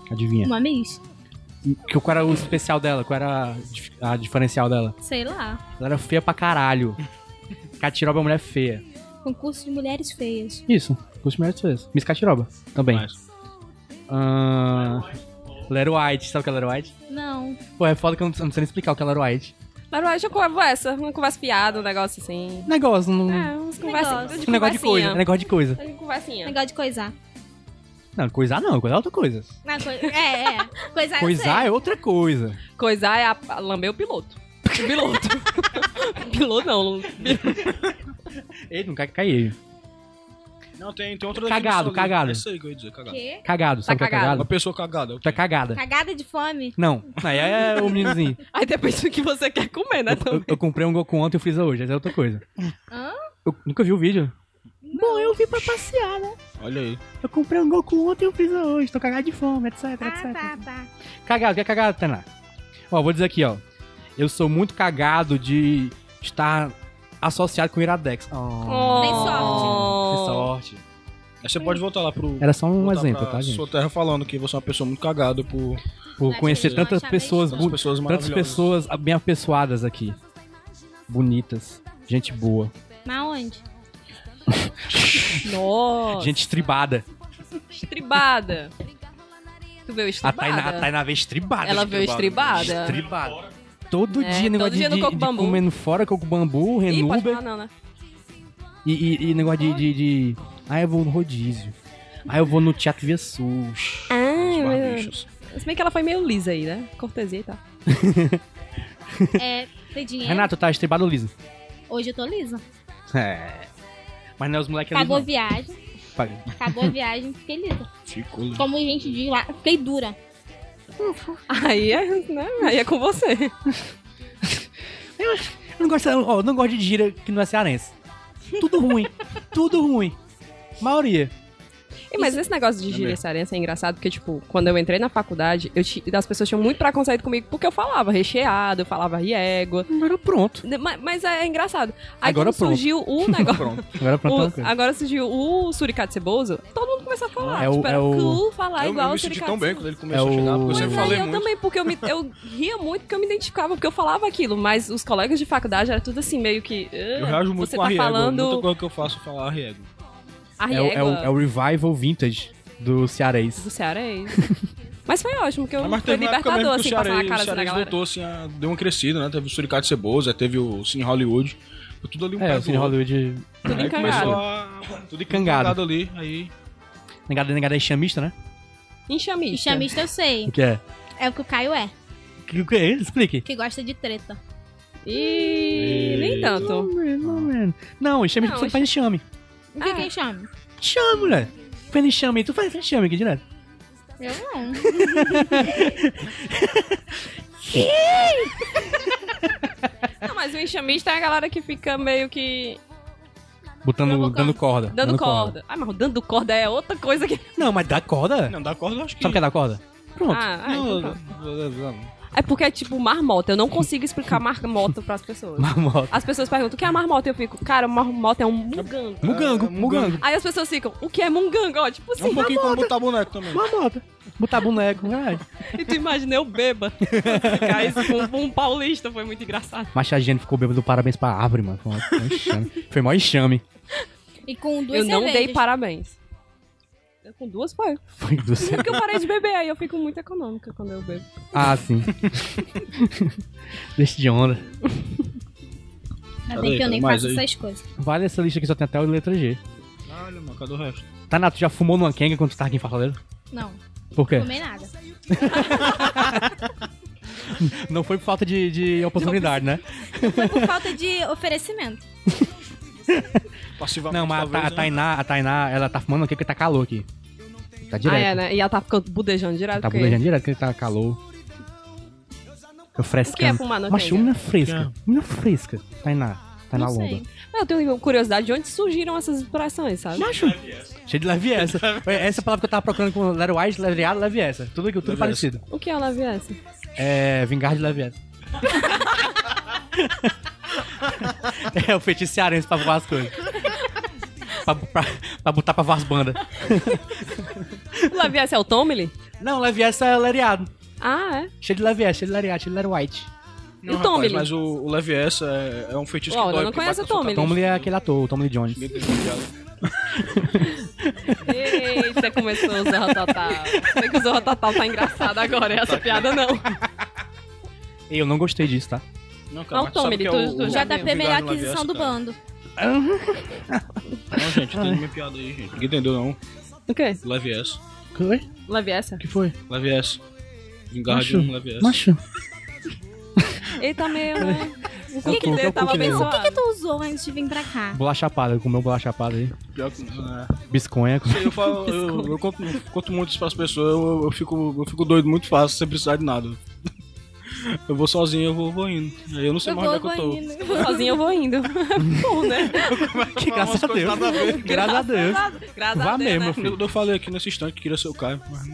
Speaker 3: Adivinha?
Speaker 4: Uma Miss.
Speaker 3: Que qual era o especial dela? Qual era a dif- a diferencial dela?
Speaker 4: Sei lá.
Speaker 3: Ela era feia pra caralho. Catiroba é uma mulher feia.
Speaker 4: Concurso de mulheres feias.
Speaker 3: Isso, curso de fez. Miss Catiroba, também.
Speaker 2: Mas-
Speaker 3: Ah, Lero White, sabe o que é Lero White?
Speaker 4: Não.
Speaker 3: Pô, é foda que eu não, eu não sei nem explicar o que é Lero White.
Speaker 1: Na verdade, eu conversa, uma conversa fiada, um negócio assim.
Speaker 3: Negócio, não.
Speaker 1: É, uns conversa
Speaker 4: Negócio.
Speaker 1: de
Speaker 3: um negócio de coisa,
Speaker 1: conversinha.
Speaker 3: é negócio de coisa.
Speaker 1: De conversinha.
Speaker 4: Negócio de coisar.
Speaker 3: Não, coisar não, coisar é outra coisa.
Speaker 4: Ah, coi- É, é. Coisar eu
Speaker 3: Coisar é outra coisa.
Speaker 1: Coisar é a, a lamber o piloto. O piloto. piloto não.
Speaker 3: Ele não cai, caí.
Speaker 2: Não, tem, tem outra
Speaker 3: Cagado,
Speaker 2: definição ali.
Speaker 3: cagado.
Speaker 2: É isso aí que eu ia dizer, cagado.
Speaker 4: sei. Quê?
Speaker 3: Cagado, sabe o que é
Speaker 1: cagado.
Speaker 3: cagado?
Speaker 2: Uma pessoa cagada.
Speaker 3: Tu é cagada.
Speaker 4: Cagada de fome?
Speaker 3: Não, aí é o meninozinho.
Speaker 1: Aí depende do que você quer comer, né?
Speaker 3: Eu,
Speaker 1: Também.
Speaker 3: eu comprei um Goku ontem e o Freeza hoje, essa é outra coisa.
Speaker 4: Hã?
Speaker 3: Eu nunca vi o vídeo.
Speaker 4: Bom, eu vi.
Speaker 2: Olha aí.
Speaker 3: Eu comprei um Goku ontem e o Freeza hoje, tô cagado de fome, etc,
Speaker 4: Ah, tá, tá.
Speaker 3: Cagado, que é cagado, Tainá? Ó, vou dizer aqui, ó. Eu sou muito cagado de estar associado com o Iradex. Oh,
Speaker 4: Tem sorte.
Speaker 3: que sorte.
Speaker 2: Aí você pode voltar lá pro.
Speaker 3: Era só um
Speaker 2: voltar
Speaker 3: exemplo,
Speaker 2: pra
Speaker 3: tá, gente?
Speaker 2: Sua terra falando que você é uma pessoa muito cagada por
Speaker 3: Por conhecer
Speaker 4: Achei,
Speaker 3: tantas
Speaker 4: achava
Speaker 3: pessoas,
Speaker 4: estranho.
Speaker 2: as
Speaker 3: bu-
Speaker 2: pessoas
Speaker 3: tantas
Speaker 2: maravilhosas.
Speaker 3: pessoas bem apessoadas aqui. Bonitas, gente boa,
Speaker 4: Mas onde?
Speaker 1: Nossa.
Speaker 3: gente estribada.
Speaker 1: Estribada. Tu veio
Speaker 3: A
Speaker 1: estribada?
Speaker 3: Tainá, a Tainá veio estribada.
Speaker 1: Ela veio estribada.
Speaker 3: Estribada. Todo
Speaker 1: É,
Speaker 3: dia, negócio
Speaker 1: todo dia
Speaker 3: de,
Speaker 1: no
Speaker 3: de,
Speaker 1: coco
Speaker 3: de
Speaker 1: bambu.
Speaker 3: comendo fora, coco bambu,
Speaker 1: Ih, pode
Speaker 3: renuba
Speaker 1: falar não, né?
Speaker 3: e, e- e negócio de, de, de- Ah, eu vou no rodízio. Ah, eu vou no Teatro Via Sul.
Speaker 1: Ah,
Speaker 3: É,
Speaker 2: Barbichos.
Speaker 1: Se bem que ela foi meio lisa aí, né? Cortesia e tal.
Speaker 4: É, tem dinheiro.
Speaker 3: Renato, tá estribado ou liso?
Speaker 4: Hoje eu tô lisa.
Speaker 3: É. Mas não é os moleques ali.
Speaker 4: Acabou a
Speaker 3: Não.
Speaker 4: viagem.
Speaker 3: Paga.
Speaker 4: Acabou a viagem, fiquei lisa.
Speaker 2: Ficou lindo.
Speaker 4: Como a gente diz lá, fiquei dura.
Speaker 1: Aí é, né? Aí é com você.
Speaker 3: Eu não gosto, ó, eu não gosto de gira que não é cearense. Tudo ruim. tudo ruim. Maioria.
Speaker 1: E, mas esse negócio de gíria cearense é engraçado, porque, tipo, quando eu entrei na faculdade, eu ti- as pessoas tinham muito preconceito comigo, porque eu falava recheado, eu falava riégua.
Speaker 3: Agora pronto.
Speaker 1: Ne- ma- Mas, é engraçado. Aí
Speaker 3: Agora
Speaker 1: quando
Speaker 3: pronto.
Speaker 1: surgiu o negócio.
Speaker 2: Pronto.
Speaker 3: Agora pronto. é uma
Speaker 1: o-
Speaker 3: coisa.
Speaker 1: agora surgiu o suricato ceboso, todo mundo começou a falar.
Speaker 3: É o-
Speaker 1: tipo, era
Speaker 3: é o-
Speaker 1: cool falar
Speaker 2: eu,
Speaker 1: igual
Speaker 2: eu
Speaker 1: o
Speaker 2: me senti
Speaker 1: suricato
Speaker 2: tão bem quando
Speaker 1: ceboso.
Speaker 2: ele começou
Speaker 3: É
Speaker 2: a chegar,
Speaker 3: o-
Speaker 2: porque eu sempre
Speaker 1: Mas
Speaker 2: falei
Speaker 1: aí eu
Speaker 2: muito.
Speaker 1: também, porque eu, me- eu ria muito porque eu me identificava, porque eu falava aquilo, mas os colegas de faculdade era tudo assim, meio que. "Ah,
Speaker 2: Eu reajo muito
Speaker 1: você
Speaker 2: com a
Speaker 1: tá
Speaker 2: riego. Muita
Speaker 1: falando
Speaker 2: coisa que eu faço é falar a riego.
Speaker 1: a
Speaker 3: É o, é, o,
Speaker 1: riégua
Speaker 3: é o revival vintage do cearense.
Speaker 1: do cearense. mas foi ótimo, porque eu
Speaker 2: Mas
Speaker 1: foi
Speaker 2: teve uma época
Speaker 1: libertador,
Speaker 2: mesmo que
Speaker 1: assim, passar
Speaker 2: o
Speaker 1: na cara
Speaker 2: Ceará, o
Speaker 1: assim, da
Speaker 2: Ceará
Speaker 1: galera.
Speaker 2: voltou, assim, a- deu uma crescida, né? Teve o Suricato Ceboso, aí teve o Cine Hollywood. Foi Tudo ali um
Speaker 3: É,
Speaker 2: pé
Speaker 3: o
Speaker 2: do
Speaker 3: Cine
Speaker 2: outro.
Speaker 3: Hollywood.
Speaker 1: Tudo
Speaker 2: Aí
Speaker 1: encangado.
Speaker 2: né? começou a... Tudo
Speaker 3: Encangado.
Speaker 2: encangado ali, aí...
Speaker 3: Negada, negada é chamista, né?
Speaker 1: Enxamista.
Speaker 4: Chamista eu sei.
Speaker 3: O que é?
Speaker 4: É o que o Caio é,
Speaker 3: O que, o que é? Explique.
Speaker 4: que gosta de treta.
Speaker 1: E nem tanto.
Speaker 3: Não, mano. Não, enxame,
Speaker 1: Não,
Speaker 3: você faz enxame.
Speaker 4: O que
Speaker 1: Ah.
Speaker 4: que ele chama?
Speaker 3: Chama, mulher. Faz enxame, tu faz enxame aqui direto.
Speaker 4: Eu não.
Speaker 1: Não, mas o enxamista é a galera que fica meio que
Speaker 3: Botando,
Speaker 4: Provocando.
Speaker 3: dando corda.
Speaker 1: dando corda. Ah, mas o dando corda é outra coisa que.
Speaker 3: Não, mas dá corda?
Speaker 2: Não, da corda eu acho que... é
Speaker 3: Sabe o que é dar corda? Pronto.
Speaker 1: Ah, ah,
Speaker 2: Não,
Speaker 1: então tá.
Speaker 2: não, não.
Speaker 1: É porque é tipo marmota. Eu não consigo explicar marmota pras pessoas.
Speaker 3: Marmota.
Speaker 1: As pessoas perguntam o que é marmota e eu fico, cara, marmota é um mungango.
Speaker 3: Mugango,
Speaker 2: É,
Speaker 3: um mugango.
Speaker 1: Aí as pessoas ficam, o que é mungango? Ó, tipo
Speaker 2: É um
Speaker 1: assim,
Speaker 2: pouquinho como botar boneco também.
Speaker 3: Marmota. Botar boneco, né? vai.
Speaker 1: e "Ah, tu imagina eu beba. Ficar isso com um paulista foi muito engraçado.
Speaker 3: Mas a gente ficou bêbado, parabéns pra árvore, mano. Foi, um enxame. Foi mó enxame.
Speaker 4: E com duas
Speaker 1: Eu não
Speaker 4: cervejas.
Speaker 1: dei parabéns. Eu com duas foi.
Speaker 3: Foi do céu.
Speaker 1: Porque eu parei de beber, aí eu fico muito econômica quando eu bebo.
Speaker 3: Ah, sim. Deixa de onda.
Speaker 4: Ainda bem que eu nem
Speaker 2: Tá Mas
Speaker 4: faço
Speaker 2: aí-
Speaker 4: essas coisas.
Speaker 3: Vale essa lista aqui, só tem até o letra G.
Speaker 2: Olha, mano, cadê o resto?
Speaker 3: Tainá, tu já fumou numa quenga quando tu tava aqui em Fortaleza?
Speaker 4: Não,
Speaker 3: Por quê?
Speaker 4: comer nada.
Speaker 3: Não foi por falta de, de oportunidade, né?
Speaker 4: Foi por falta de oferecimento.
Speaker 2: Passivamente,
Speaker 3: Não, mas tá- a, Ta- a
Speaker 2: talvez, né?
Speaker 3: Tainá, a Tainá, ela tá fumando aqui porque tá calor aqui. Tá direto.
Speaker 1: Ah, é, né? E ela tá ficando budejando direto.
Speaker 3: Tá
Speaker 1: porque-
Speaker 3: budejando direto porque tá calor. Fica
Speaker 1: O que é
Speaker 3: frescando.
Speaker 1: fumar na
Speaker 3: Macho,
Speaker 1: quenga?
Speaker 3: mina fresca. Mina fresca. Tainá. Tainá
Speaker 4: Não sei.
Speaker 3: longa.
Speaker 1: Eu tenho curiosidade de onde surgiram essas expressões, sabe?
Speaker 3: Macho. Cheio de leve essa. Essa é a palavra que eu tava procurando com Lero Wise, Leveado, leve essa. Tudo aqui, tudo
Speaker 2: Leve
Speaker 3: parecido.
Speaker 1: O que é ela viesse?
Speaker 3: É. Vingar de leve essa. é o feitiço cearense pra voar as coisas. pra, pra, pra botar pra voar as bandas.
Speaker 1: Ela viesse é o Tommy?
Speaker 3: Não, leve essa é lereado.
Speaker 1: Ah, é?
Speaker 3: Cheio de Lavier, cheio de Lariat, cheio de White.
Speaker 1: E o Tommy?
Speaker 2: Mas o, o Levi S é, é um feitiço
Speaker 1: Uau,
Speaker 2: que
Speaker 1: eu
Speaker 2: dói,
Speaker 1: não
Speaker 2: porque
Speaker 1: conheço
Speaker 2: bate na
Speaker 1: o Tommy.
Speaker 2: sua cabeça.
Speaker 3: Tomley é aquele ator, o Tomley Jones.
Speaker 1: Eita, começou a usar Rototal. Sei que usou Rototal tá engraçado agora, essa piada não.
Speaker 3: Eu não gostei disso, tá?
Speaker 2: Não,
Speaker 1: Ah, o
Speaker 2: mas tu
Speaker 1: Tommy,
Speaker 2: sabe que é
Speaker 1: tu-
Speaker 2: o-
Speaker 1: tu
Speaker 2: o
Speaker 1: já
Speaker 4: JP é a
Speaker 2: Vigário
Speaker 4: melhor
Speaker 2: Levi S,
Speaker 4: aquisição do
Speaker 2: cara.
Speaker 4: bando.
Speaker 2: Não, gente, tem minha piada aí, gente. Ninguém entendeu, não.
Speaker 1: O quê?
Speaker 2: Leve S.
Speaker 3: Oi?
Speaker 1: Leve essa?
Speaker 3: que foi?
Speaker 2: Leve S. Vingardium Leve S.
Speaker 3: Macho.
Speaker 1: Eita, meu. O
Speaker 3: Eu
Speaker 1: que
Speaker 3: tô-
Speaker 1: dele
Speaker 3: eu
Speaker 1: tava
Speaker 3: tô-
Speaker 1: bem
Speaker 3: eu tô-
Speaker 4: O que que
Speaker 1: zoado.
Speaker 4: tu usou antes de vir pra cá?
Speaker 3: Bolacha chapada, ele comeu bolacha chapada aí.
Speaker 2: Pior que não. É.
Speaker 3: Bisconha.
Speaker 2: Eu, falo, eu, eu conto, conto muito isso pras pessoas, eu, eu fico, eu fico doido muito fácil, sem precisar de nada. Eu vou sozinho, eu vou, vou indo. Aí eu não sei mais onde é que eu tô.
Speaker 1: Eu vou sozinha, eu vou indo. Bom, né?
Speaker 3: Que graças a
Speaker 2: Umas coisas
Speaker 3: Deus.
Speaker 2: nada a ver.
Speaker 3: Graças a Deus.
Speaker 1: Graças
Speaker 3: Vá
Speaker 1: a Deus,
Speaker 3: mesmo,
Speaker 1: né?
Speaker 2: Eu, eu falei aqui nesse instante que queria ser o Caio, mas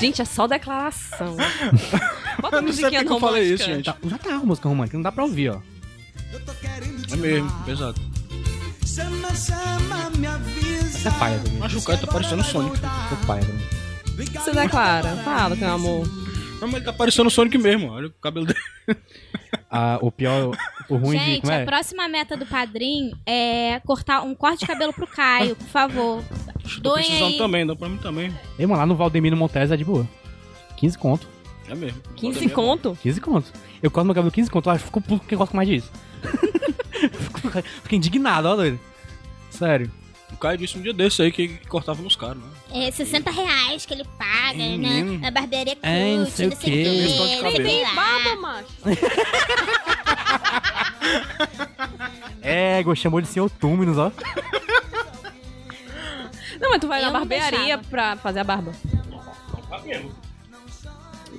Speaker 1: Gente, é só declaração. Bota uma
Speaker 2: eu não sei
Speaker 1: musiquinha
Speaker 2: porque que eu falei isso,
Speaker 1: romântica.
Speaker 2: gente.
Speaker 3: Tá- já tá uma música romântica, não dá pra ouvir, ó.
Speaker 2: É mesmo, pesado.
Speaker 8: Chama, chama, me avisa.
Speaker 3: Essa é paia também.
Speaker 2: Mas o Caio tá parecendo o Sonic.
Speaker 3: Essa é paia também.
Speaker 1: Você declara. Fala, meu amor.
Speaker 2: Não, mas ele tá parecendo o Sonic mesmo, olha o cabelo dele.
Speaker 3: Ah, o pior, o ruim de...
Speaker 4: Gente,
Speaker 3: Como é?
Speaker 4: a próxima meta do padrinho é cortar um corte de cabelo pro Caio, por favor.
Speaker 2: Tô
Speaker 4: Doem
Speaker 2: precisando
Speaker 4: aí.
Speaker 2: também, dá pra mim também.
Speaker 3: Ei, mano, lá no Valdemiro Montes é de boa. 15 conto.
Speaker 2: É mesmo.
Speaker 1: 15 conto?
Speaker 3: 15 conto. Eu corto meu cabelo 15 conto, eu acho que fico puto porque eu gosto mais disso. fico, fico indignado, ó, doido. Sério.
Speaker 2: O Caio disse um dia desse aí que cortava nos caras, né?
Speaker 6: É 60 reais que ele paga,
Speaker 2: Menino.
Speaker 6: né? A barbearia cult,
Speaker 3: Uhum. É, não sei o quê.
Speaker 2: Mesmo tom de
Speaker 6: não sei
Speaker 2: cabelo.
Speaker 6: lá.
Speaker 1: Baba, macho.
Speaker 3: É, chamou de senhor Túminos, ó.
Speaker 1: Não, mas tu vai
Speaker 4: Eu
Speaker 1: na
Speaker 4: não
Speaker 1: barbearia
Speaker 4: deixava.
Speaker 1: pra fazer a barba.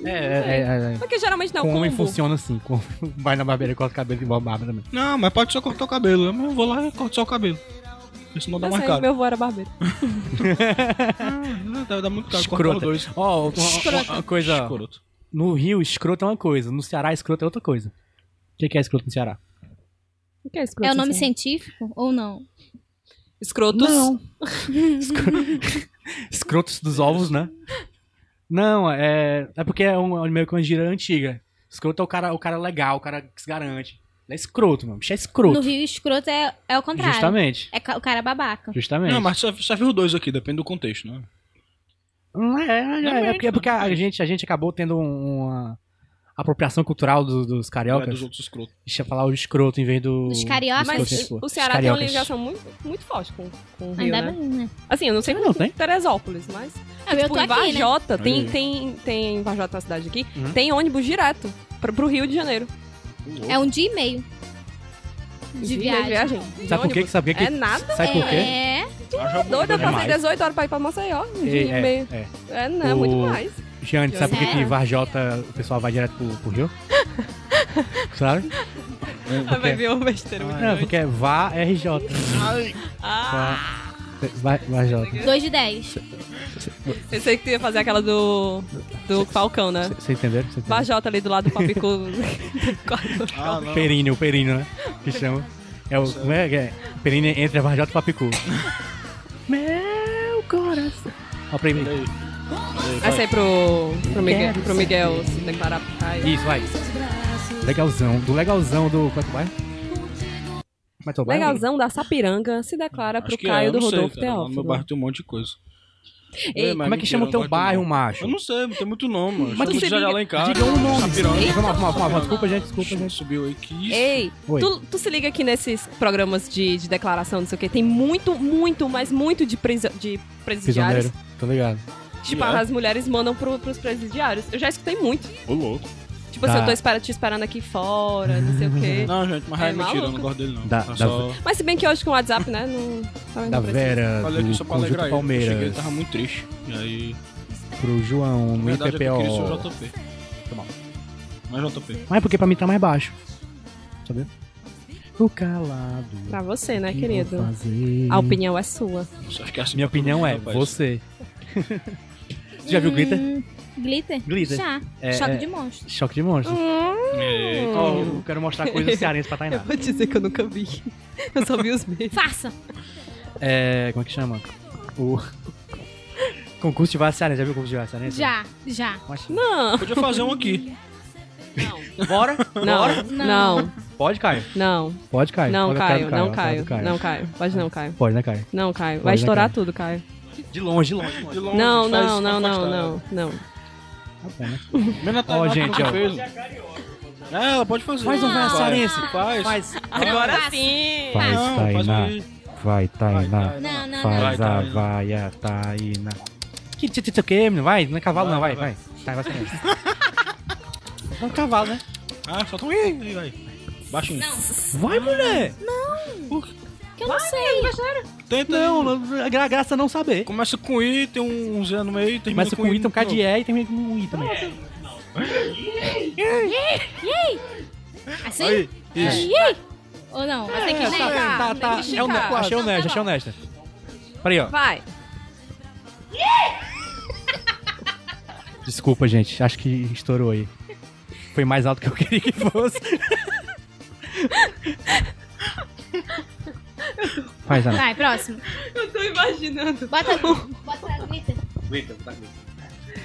Speaker 3: É, é, é. é.
Speaker 1: Porque geralmente não,
Speaker 3: com homem
Speaker 1: combo.
Speaker 3: funciona assim. Com... Vai na barbearia, corta o cabelo e igual barba também.
Speaker 2: Não, mas pode só cortar o cabelo. Eu vou lá e corto só o cabelo. Porque senão dá
Speaker 1: Eu
Speaker 2: mais
Speaker 1: sei,
Speaker 2: caro.
Speaker 1: meu avô era barbeiro.
Speaker 2: Não, Dá dá muito caro. cortar os
Speaker 3: Escrota.
Speaker 2: dois.
Speaker 3: Ó, uma- uma, uma coisa. ó.
Speaker 2: Escroto.
Speaker 3: No Rio, escroto é uma coisa. No Ceará, escroto é outra coisa. O que que é escroto no Ceará?
Speaker 1: O que é escroto?
Speaker 4: É o nome
Speaker 1: assim?
Speaker 4: científico ou não?
Speaker 1: Escrotos?
Speaker 3: Escro- Escrotos dos ovos, né? Não, é. É porque é um, é meio que uma gíria antiga. Escroto é o cara, o cara legal, o cara que se garante. Ele é escroto, mano. O bicho é
Speaker 4: No
Speaker 3: escroto.
Speaker 4: Rio, escroto é, é o contrário.
Speaker 3: Justamente.
Speaker 4: É ca- o cara babaca.
Speaker 3: Justamente.
Speaker 2: Não, mas só, só viu dois aqui, depende do contexto, né?
Speaker 3: Não é, é, é, é porque, é porque a, gente, a gente acabou tendo um, uma apropriação cultural do- dos
Speaker 2: É
Speaker 3: cariocas.
Speaker 2: dos outros escrotos.
Speaker 3: Deixa eu falar o escroto em vez do.
Speaker 4: Dos cariocas?
Speaker 3: dos
Speaker 1: Mas
Speaker 3: escrotos.
Speaker 1: o
Speaker 3: Dos
Speaker 1: Ceará tem uma
Speaker 3: cariocas.
Speaker 1: ligação muito, muito forte com, com o Rio,
Speaker 4: Ainda
Speaker 1: né?
Speaker 4: bem, né?
Speaker 1: Assim, eu não sei
Speaker 3: Não,
Speaker 1: como
Speaker 3: tem.
Speaker 1: Teresópolis, mas...
Speaker 4: Eu,
Speaker 1: tipo,
Speaker 4: tô
Speaker 1: em
Speaker 4: aqui, né?
Speaker 1: Vajota, tem,
Speaker 2: Olha aí.
Speaker 1: tem, tem em Vajota, uma cidade aqui,
Speaker 3: Uhum.
Speaker 1: tem ônibus direto pra, pro Rio de Janeiro.
Speaker 4: É um dia e meio. De viagem.
Speaker 1: De
Speaker 3: Sabe por quê?
Speaker 1: ônibus.
Speaker 3: Sabe por quê?
Speaker 1: É nada.
Speaker 3: Sabe por quê?
Speaker 4: É.
Speaker 1: Doida, eu passei
Speaker 3: Demais.
Speaker 1: 18 horas pra ir pra Maceió. Um dia e
Speaker 3: É,
Speaker 1: meio.
Speaker 3: é, é.
Speaker 1: É, não, muito
Speaker 3: O-
Speaker 1: mais.
Speaker 3: Jeane, sabe por que que
Speaker 4: Sério?
Speaker 3: Varjota o pessoal vai direto pro, pro Rio? Sabe?
Speaker 2: É,
Speaker 1: Vai ver uma
Speaker 2: Ah,
Speaker 1: besteira muito
Speaker 3: Não, porque é Vá RJ.
Speaker 1: Ah,
Speaker 3: Vá, vai, Varjota.
Speaker 4: 2 de 10.
Speaker 2: é.
Speaker 1: pensei que tu ia fazer aquela do, do Falcão, né?
Speaker 3: Você entendeu? Cê entendeu?
Speaker 1: Vajota ali do lado do Papicu.
Speaker 2: Ah, não.
Speaker 3: Períneo, períneo, né? Que chama. É o, como é que é? Períneo entre a Varjota e o Papicu. Meu coração. Ó, pra mim.
Speaker 2: Peraí.
Speaker 1: Essa aí pro, pro Miguel, pro Miguel se declarar pro Caio.
Speaker 3: Isso, vai. Legalzão. Do legalzão do. é Quanto vai? Mas tu vai?
Speaker 1: Legalzão da Sapiranga se declara
Speaker 2: é Acho
Speaker 1: pro
Speaker 2: que
Speaker 1: Caio
Speaker 2: é, eu
Speaker 1: do
Speaker 2: não sei,
Speaker 1: Rodolfo
Speaker 2: cara. Lá No meu bairro
Speaker 1: Teófilo.
Speaker 2: tem um monte de coisa.
Speaker 1: Ei,
Speaker 2: É, mas
Speaker 3: Como é que
Speaker 2: mentira,
Speaker 3: chama o
Speaker 2: eu
Speaker 3: teu
Speaker 2: não gosto de
Speaker 3: bairro,
Speaker 2: nome.
Speaker 3: macho?
Speaker 2: Eu não sei, tem muito nome, mano.
Speaker 3: Mas
Speaker 2: Mas tu
Speaker 1: você
Speaker 2: já
Speaker 1: liga-
Speaker 2: lá em casa.
Speaker 3: Diga um nome.
Speaker 2: Sapiranga.
Speaker 3: Foi mal, foi mal, foi mal. Desculpa, gente. Desculpa, gente.
Speaker 2: Subiu aí que isso.
Speaker 1: Ei,
Speaker 3: Oi.
Speaker 1: tu, tu se liga que nesses programas de, de declaração, não sei o que, tem muito, muito, mas muito de, presi de presidiários.
Speaker 3: Prisioneiro. Tô ligado.
Speaker 1: Tipo,
Speaker 2: Yeah.
Speaker 1: as mulheres mandam pro, pros presidiários. Eu já escutei muito.
Speaker 2: Ô, louco.
Speaker 1: Tipo, assim,
Speaker 3: Tá.
Speaker 1: eu tô espera- te esperando aqui fora, não sei o quê.
Speaker 2: Não, gente, mas
Speaker 1: É
Speaker 2: é, mentira, eu não
Speaker 1: maluco.
Speaker 2: gosto dele, não.
Speaker 3: Dá-
Speaker 2: Tá
Speaker 3: dá-
Speaker 2: só...
Speaker 1: Mas se bem que hoje com o WhatsApp, né? Não, talvez
Speaker 3: Da
Speaker 1: não precise.
Speaker 3: Vera,
Speaker 2: Falei aqui só
Speaker 3: do Conjunto
Speaker 2: pra alegrar ele. Eu cheguei,
Speaker 3: Palmeiras,
Speaker 2: ele tava muito triste. E aí,
Speaker 3: pro João,
Speaker 2: na
Speaker 3: no
Speaker 2: verdade, é que eu queria ser o
Speaker 3: IPPO.
Speaker 2: JP.
Speaker 3: Tá bom.
Speaker 2: Não é JP.
Speaker 3: Mas porque pra mim tá mais baixo. Sabe? O calado.
Speaker 1: Pra você, né,
Speaker 3: que vou
Speaker 1: querido?
Speaker 3: fazer?
Speaker 1: A opinião é sua.
Speaker 2: Só acho que é assim,
Speaker 3: Minha opinião é
Speaker 2: rapaz.
Speaker 3: você. Você já viu Glitter?
Speaker 1: Hum.
Speaker 4: Hum, Glitter?
Speaker 3: Glitter.
Speaker 4: Já.
Speaker 3: É,
Speaker 4: Choque
Speaker 3: é.
Speaker 4: de monstro.
Speaker 3: Choque de monstros.
Speaker 1: Hum.
Speaker 2: É,
Speaker 3: Ó, eu quero mostrar coisas cearense pra Tainá.
Speaker 1: vou dizer que eu nunca vi. Eu só vi os meus.
Speaker 4: Faça.
Speaker 3: É. Como é que chama? O. Concurso de Vassaré, já viu o concurso de Vassaré?
Speaker 4: Já, já.
Speaker 1: Não,
Speaker 2: Podia fazer um aqui.
Speaker 3: Bora?
Speaker 1: não, não,
Speaker 3: Pode, Caio?
Speaker 1: não,
Speaker 3: Pode, Caio.
Speaker 1: não,
Speaker 3: Olha a cara
Speaker 1: Caio,
Speaker 3: do
Speaker 1: não,
Speaker 3: olha a
Speaker 1: Caio,
Speaker 3: cara do
Speaker 1: não, Caio, pode não, Caio,
Speaker 3: Pode, né, Caio?
Speaker 1: não, Caio,
Speaker 3: Pode, né,
Speaker 1: vai estourar
Speaker 3: Caio?
Speaker 1: tudo, Caio.
Speaker 3: De longe, de longe.
Speaker 2: De longe,
Speaker 1: Não,
Speaker 2: faz
Speaker 1: não, não, não,
Speaker 2: afastar.
Speaker 1: não, não.
Speaker 2: Menos a
Speaker 3: Ó,
Speaker 2: Tainá que
Speaker 3: gente,
Speaker 2: nunca
Speaker 3: ó.
Speaker 2: fez. É, ela pode fazer.
Speaker 3: Faz um
Speaker 2: Faz.
Speaker 3: vassarense.
Speaker 2: Faz.
Speaker 3: Faz.
Speaker 1: Agora sim!
Speaker 3: Faz,
Speaker 2: Não, faz um
Speaker 3: Tainá.
Speaker 2: aí.
Speaker 3: Vai, Tainá.
Speaker 2: Vai,
Speaker 4: Não, não, não.
Speaker 2: Vai,
Speaker 3: Faz a
Speaker 2: Tainá.
Speaker 3: vaia, Tainá. Que tio, tio, tio, que, menino? Vai, não é cavalo, não, vai, vai. Tá, vai, vai. Não é cavalo, né?
Speaker 2: Ah, solta um ih, vai. Baixa um.
Speaker 3: Vai, mulher!
Speaker 4: Que eu não sei.
Speaker 2: Tenta.
Speaker 3: Não, a gra- graça é não saber.
Speaker 2: Começa com I, tem um Z no meio, termina
Speaker 3: Começa com
Speaker 2: I
Speaker 3: o item
Speaker 2: no final.
Speaker 3: KDE e termina com um I também.
Speaker 4: Assim?
Speaker 2: Aí, isso.
Speaker 4: Ih! Ou não?
Speaker 1: Mas tem que esticar,
Speaker 3: Tá, tá.
Speaker 1: tem que
Speaker 3: É honesto,
Speaker 1: esticar.
Speaker 3: achei honesto, achei honesto. Peraí, ó.
Speaker 1: Vai.
Speaker 3: Desculpa, gente. Acho que estourou aí. Foi mais alto que eu queria que fosse. Faz, Ana.
Speaker 4: Vai, próximo.
Speaker 1: Eu tô imaginando.
Speaker 6: Bota, bota glitter.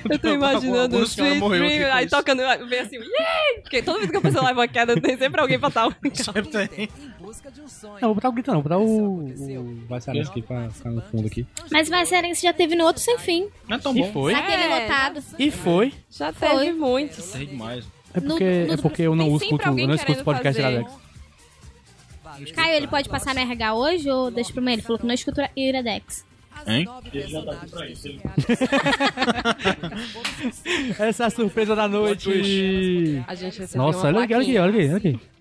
Speaker 1: Eu tô imaginando o
Speaker 2: Alguns caras
Speaker 1: Street
Speaker 2: morreu aqui
Speaker 1: Dream
Speaker 2: com
Speaker 1: aí
Speaker 2: isso.
Speaker 1: tocando, vem assim, yeah! Porque toda vez que a pessoa leva uma queda, tem sempre alguém pra um tal.
Speaker 3: um Não, vou botar o grito, não. Vou botar o. o Vassarense aqui pra ficar no fundo aqui.
Speaker 4: Mas Vassarens já teve no outro sem fim. Tá
Speaker 2: Não é tão bom.
Speaker 3: foi?
Speaker 4: Aquele
Speaker 1: É.
Speaker 4: lotado.
Speaker 3: E foi.
Speaker 1: Já
Speaker 4: Foi.
Speaker 1: teve muitos.
Speaker 2: Sei demais.
Speaker 3: É
Speaker 4: No-
Speaker 3: porque,
Speaker 4: no-
Speaker 3: é porque eu não
Speaker 1: tem
Speaker 3: uso
Speaker 1: sempre
Speaker 3: culto, eu
Speaker 1: alguém
Speaker 3: não escuto
Speaker 1: querendo
Speaker 3: podcast da
Speaker 1: fazer. um-
Speaker 3: Alex.
Speaker 4: Caio, ele pode passar no RH hoje ou deixa pra mim? Ele falou que não escuta Iradex.
Speaker 2: Hein?
Speaker 3: Essa é a surpresa da noite.
Speaker 1: A gente recebeu
Speaker 3: Nossa,
Speaker 1: é uma
Speaker 3: olha aqui, olha aqui,
Speaker 1: plaquinha.
Speaker 3: olha aqui, olha aqui.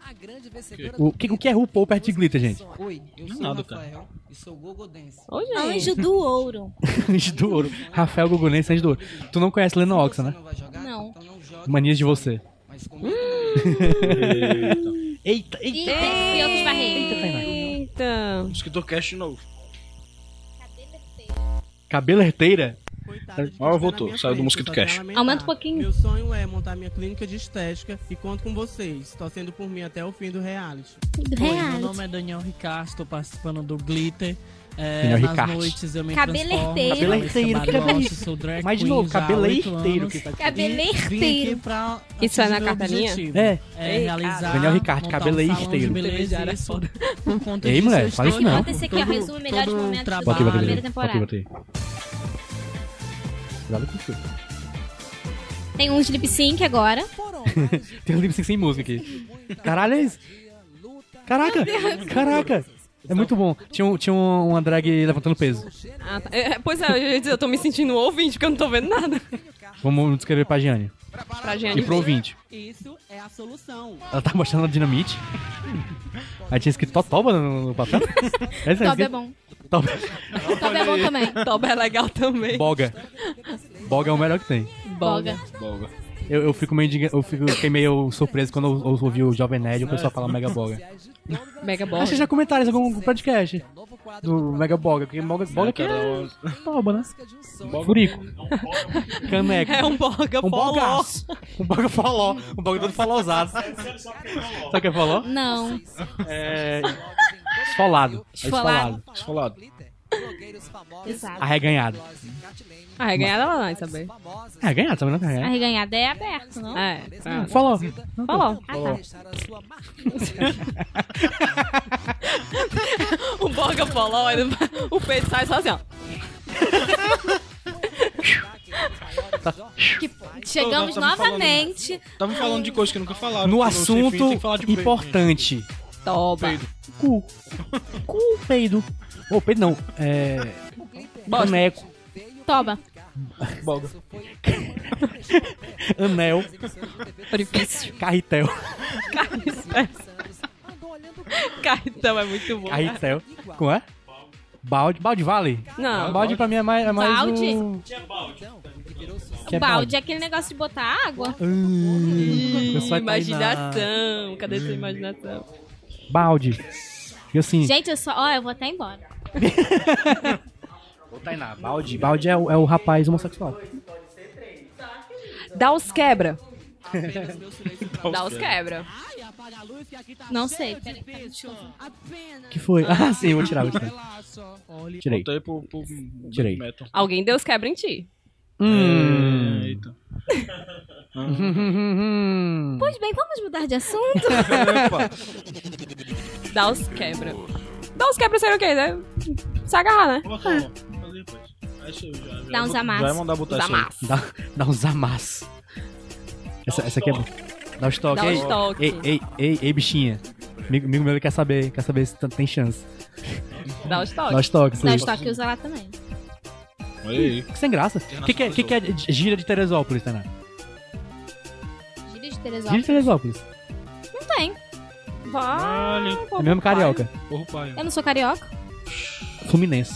Speaker 3: O que, o que é RuPaul perto de glitter, gente?
Speaker 9: Oi, eu sou
Speaker 2: Nada,
Speaker 9: Rafael e sou gogodense.
Speaker 1: Ô, gente.
Speaker 4: Anjo do Ouro.
Speaker 3: Anjo do ouro. Rafael Gugunense, Anjo do ouro. Tu não conhece Leno Oxa, né?
Speaker 9: Não vai jogar?
Speaker 4: Não.
Speaker 9: Então não joga.
Speaker 3: Manias de você.
Speaker 9: Mas como
Speaker 3: Eita, eita.
Speaker 4: E eu que esbarrei.
Speaker 1: Eita.
Speaker 2: Escritor Cast de novo.
Speaker 3: Cabelo herteira?
Speaker 9: Coitado de
Speaker 2: Ó,
Speaker 9: quem
Speaker 2: voltou,
Speaker 9: está na
Speaker 2: saiu
Speaker 9: minha
Speaker 2: do
Speaker 9: frente,
Speaker 2: mosquito
Speaker 9: só tem a
Speaker 2: cash.
Speaker 9: lamentar.
Speaker 4: Aumenta um pouquinho.
Speaker 9: Meu sonho é montar minha clínica de estética e conto com vocês, torcendo por mim até o fim do reality.
Speaker 4: Do
Speaker 9: Oi, meu
Speaker 4: reality.
Speaker 9: nome é Daniel Ricardo, estou participando do Glitter. É,
Speaker 3: Daniel
Speaker 9: nas
Speaker 3: Ricardo.
Speaker 9: noites eu me
Speaker 4: Cabelerteiro.
Speaker 9: transformo,
Speaker 3: Cabelerteiro, que
Speaker 9: eu
Speaker 3: cabelo-
Speaker 9: gosto, sou drag
Speaker 3: Mas de
Speaker 9: queen
Speaker 3: novo,
Speaker 9: já há
Speaker 3: cabelo
Speaker 9: oito
Speaker 3: herteiro
Speaker 9: anos.
Speaker 3: que tá faz.
Speaker 9: E vim aqui
Speaker 4: Cabeleireiro.
Speaker 9: pra
Speaker 1: Isso é na
Speaker 9: atingir meu
Speaker 1: carteirinha?
Speaker 9: objetivo,
Speaker 3: É.
Speaker 9: É, realizar,
Speaker 3: Daniel Ricardo,
Speaker 9: montar
Speaker 3: cabelo
Speaker 9: um salão de
Speaker 3: esteiro.
Speaker 9: beleza, isso,
Speaker 4: né?
Speaker 9: por conta
Speaker 3: Ei,
Speaker 9: disso,
Speaker 3: mulher,
Speaker 9: eu
Speaker 3: fala
Speaker 9: estou
Speaker 3: isso não.
Speaker 9: aqui.
Speaker 4: Bota esse aqui, ó.
Speaker 9: Todo-
Speaker 4: Resume melhores
Speaker 9: todo
Speaker 4: momentos da
Speaker 9: trabalho-
Speaker 3: Bota aí, bota aí.
Speaker 4: primeira
Speaker 3: Bota aí,
Speaker 4: temporada.
Speaker 3: bota aí. Cuidado com o fio.
Speaker 4: Tem uns lip sync agora.
Speaker 3: Tem um lip sync sem música aqui. Caralho, é isso? Caraca! Caraca! É muito bom. Tinha, um, tinha um, uma drag levantando peso.
Speaker 1: Ah, tá. É, pois é, eu ia dizer, eu tô me sentindo um ouvinte, porque eu não tô vendo nada.
Speaker 3: Vamos descrever pra Giane.
Speaker 1: Pra
Speaker 3: E
Speaker 1: gente.
Speaker 3: pro ouvinte.
Speaker 9: Isso é a solução.
Speaker 3: Ela tá mostrando a dinamite. Aí tinha escrito Totoba no, no papel. Essa
Speaker 4: Top é bom.
Speaker 3: Toba.
Speaker 4: Top é bom também.
Speaker 1: Toba é legal também.
Speaker 3: Boga. Boga é o melhor que tem.
Speaker 4: Boga.
Speaker 2: Boga.
Speaker 3: Eu, eu fico meio indiga- eu fico, fiquei meio surpreso quando eu, eu ouvi o Jovem Nerd e o pessoal falar Mega Boga.
Speaker 9: é
Speaker 1: Mega
Speaker 3: Acho que
Speaker 1: Boga.
Speaker 3: já comentaram isso em algum podcast do Mega Boga. Porque Boga,
Speaker 2: Né,
Speaker 3: boga que é toba, né?
Speaker 2: um
Speaker 3: Furico. Caneco.
Speaker 1: É um boga
Speaker 3: Um
Speaker 1: follow.
Speaker 3: bogaço. Um boga faló. Um boga todo falosado. Sabe o que é faló?
Speaker 4: Não.
Speaker 3: É... Esfolado. É
Speaker 4: Esfolado.
Speaker 2: Desfalado.
Speaker 4: Exato.
Speaker 3: Arreganhado.
Speaker 1: Ah, é ganhada lá, vai saber.
Speaker 3: Arreganhado, sabe? É, Não?
Speaker 4: A
Speaker 3: Arreganhado.
Speaker 4: reganhada é aberto, não?
Speaker 1: É. Ah,
Speaker 3: Faló.
Speaker 1: Falou.
Speaker 4: Ah,
Speaker 1: O boga follow, aí o peito sai só assim, ó.
Speaker 4: tá. Chegamos
Speaker 2: Ô, não, tá me falando.
Speaker 4: novamente.
Speaker 2: Tava falando de coisa que nunca falava.
Speaker 3: No
Speaker 2: Eu sei, filho,
Speaker 3: assunto
Speaker 2: tem que falar de peito,
Speaker 3: importante.
Speaker 1: Toba.
Speaker 3: Cu. Cu, peido. Ô, peido não. É... Caneco.
Speaker 4: Toba.
Speaker 3: Boga. Anel.
Speaker 1: Orifício.
Speaker 3: Carretel.
Speaker 1: Cartão é muito bom.
Speaker 3: Carretel. Como é? Balde. Balde Vale?
Speaker 1: Não.
Speaker 3: Balde pra mim é mais. É mais
Speaker 4: Balde?
Speaker 3: O... Que é balde?
Speaker 4: O balde é aquele negócio de botar água.
Speaker 3: Hum, eu sou a Hum. Tainá.
Speaker 1: Imaginação. Cadê sua imaginação?
Speaker 3: Balde. E assim.
Speaker 4: Gente, eu só. Ó, eu vou até embora.
Speaker 3: Tainá, balde. Balde é o, é o rapaz homossexual.
Speaker 1: Dá os quebra. Dá os quebra.
Speaker 9: apaga a luz que aqui tá
Speaker 4: Não
Speaker 9: cheio
Speaker 4: sei,
Speaker 9: de
Speaker 4: peraí, tá me
Speaker 9: bicho.
Speaker 4: desculpa.
Speaker 9: Apenas.
Speaker 3: Que foi? Ah, sim, eu vou tirar, vou tirar.
Speaker 9: Relaxa. Olha.
Speaker 3: Tirei.
Speaker 2: Voltei pro, pro
Speaker 3: Tirei.
Speaker 2: black metal.
Speaker 1: Alguém Deus quebra em ti.
Speaker 3: Hum.
Speaker 2: Eita.
Speaker 3: Hum.
Speaker 4: Pois bem, vamos mudar de assunto?
Speaker 1: Dá os quebra. Dá os quebra seria o quê, né? Se agarrar, né?
Speaker 2: Coloca, ó, fazer depois. Aí deixa eu já- já-
Speaker 4: Ah. Dá uns
Speaker 2: vou-
Speaker 4: amassos.
Speaker 2: Vai mandar
Speaker 3: Tá
Speaker 2: botar
Speaker 1: Os
Speaker 2: isso aí.
Speaker 1: amassos.
Speaker 3: Dá, dá uns amassos. Essa, essa aqui é boa. Dá os toques.
Speaker 1: Dá
Speaker 3: ei,
Speaker 1: os toques.
Speaker 3: Ei, ei, ei, ei, bichinha. Amigo, amigo meu quer saber, quer saber se t- tem chance.
Speaker 1: Dá os
Speaker 3: Dá
Speaker 1: toques.
Speaker 3: os toques.
Speaker 4: Dá
Speaker 3: aí.
Speaker 4: os toques e usa lá também.
Speaker 2: Olha aí.
Speaker 3: Que sem graça. O que, que, é- que, que é de- gira de Teresópolis, Taná?
Speaker 4: Gíria
Speaker 3: Gira
Speaker 4: de
Speaker 3: de
Speaker 4: Teresópolis.
Speaker 3: Teresópolis.
Speaker 4: Não tem.
Speaker 1: Ah, Vai,
Speaker 3: É mesmo carioca.
Speaker 2: Porra, pai.
Speaker 4: Eu não sou carioca.
Speaker 3: Fluminense.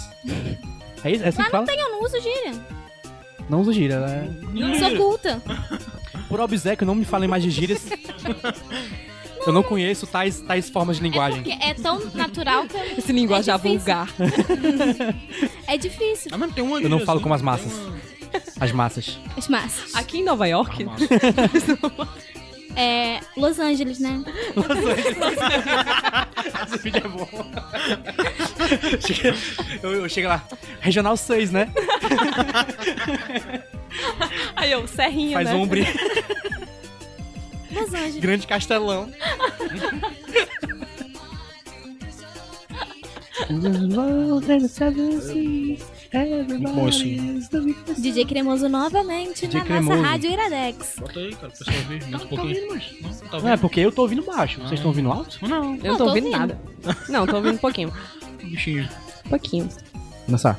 Speaker 3: É isso? É assim
Speaker 4: Mas
Speaker 3: que fala?
Speaker 4: não tem, eu não uso gíria.
Speaker 3: Não uso gíria. né?
Speaker 4: Não sou culta.
Speaker 3: Por obséquio, não me falem mais de gírias. Eu não conheço tais, tais formas de
Speaker 4: É
Speaker 3: linguagem.
Speaker 4: porque é tão natural que eu-
Speaker 1: Esse linguajar
Speaker 4: É difícil.
Speaker 1: vulgar.
Speaker 4: é difícil.
Speaker 2: Ah, mas tem uma
Speaker 3: Eu não falo como as massas. As massas.
Speaker 4: As massas.
Speaker 1: Aqui em Nova York,
Speaker 4: É Los Angeles, né?
Speaker 3: Esse vídeo é bom. eu, eu chego lá. Regional 6, né?
Speaker 1: aí eu, serrinha,
Speaker 3: Faz
Speaker 1: né?
Speaker 3: ombre.
Speaker 4: Los Angeles.
Speaker 3: Grande castelão.
Speaker 2: Muito bom assim.
Speaker 4: DJ Cremoso novamente
Speaker 3: DJ
Speaker 4: na
Speaker 3: Cremoso.
Speaker 4: nossa rádio Iradex.
Speaker 2: Bota aí, cara, pra pessoal ouvir. Muito um pouquinho. Não, tá
Speaker 3: Não, é
Speaker 2: vendo?
Speaker 3: porque eu tô ouvindo baixo. Vocês estão ouvindo alto?
Speaker 2: Não,
Speaker 1: Eu não tô ouvindo nada. Não, tô ouvindo um pouquinho.
Speaker 2: bichinho.
Speaker 1: Um pouquinho.
Speaker 3: Dançar.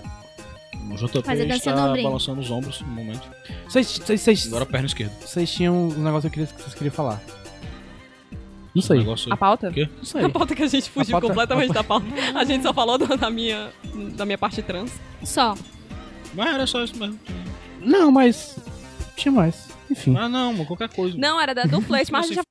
Speaker 2: O JP
Speaker 4: Fazer dança
Speaker 2: está
Speaker 4: no ombrinho.
Speaker 2: balançando os ombros no momento.
Speaker 3: Vocês, vocês, vocês,
Speaker 2: Agora a perna esquerda.
Speaker 3: vocês tinham um negócio que eu queria- que vocês queriam falar. Não sei.
Speaker 2: O negócio
Speaker 1: A pauta?
Speaker 2: Quê?
Speaker 3: Não sei.
Speaker 1: A pauta que a gente fugiu
Speaker 3: pauta-
Speaker 1: completamente da pauta. A gente só falou do- da, minha, da minha parte trans.
Speaker 4: Só.
Speaker 2: Mas era só isso mesmo.
Speaker 3: Não, mas. Tinha mais. Enfim.
Speaker 2: Ah, não, mano, qualquer coisa.
Speaker 1: Não, era da, do flerte, mas a gente já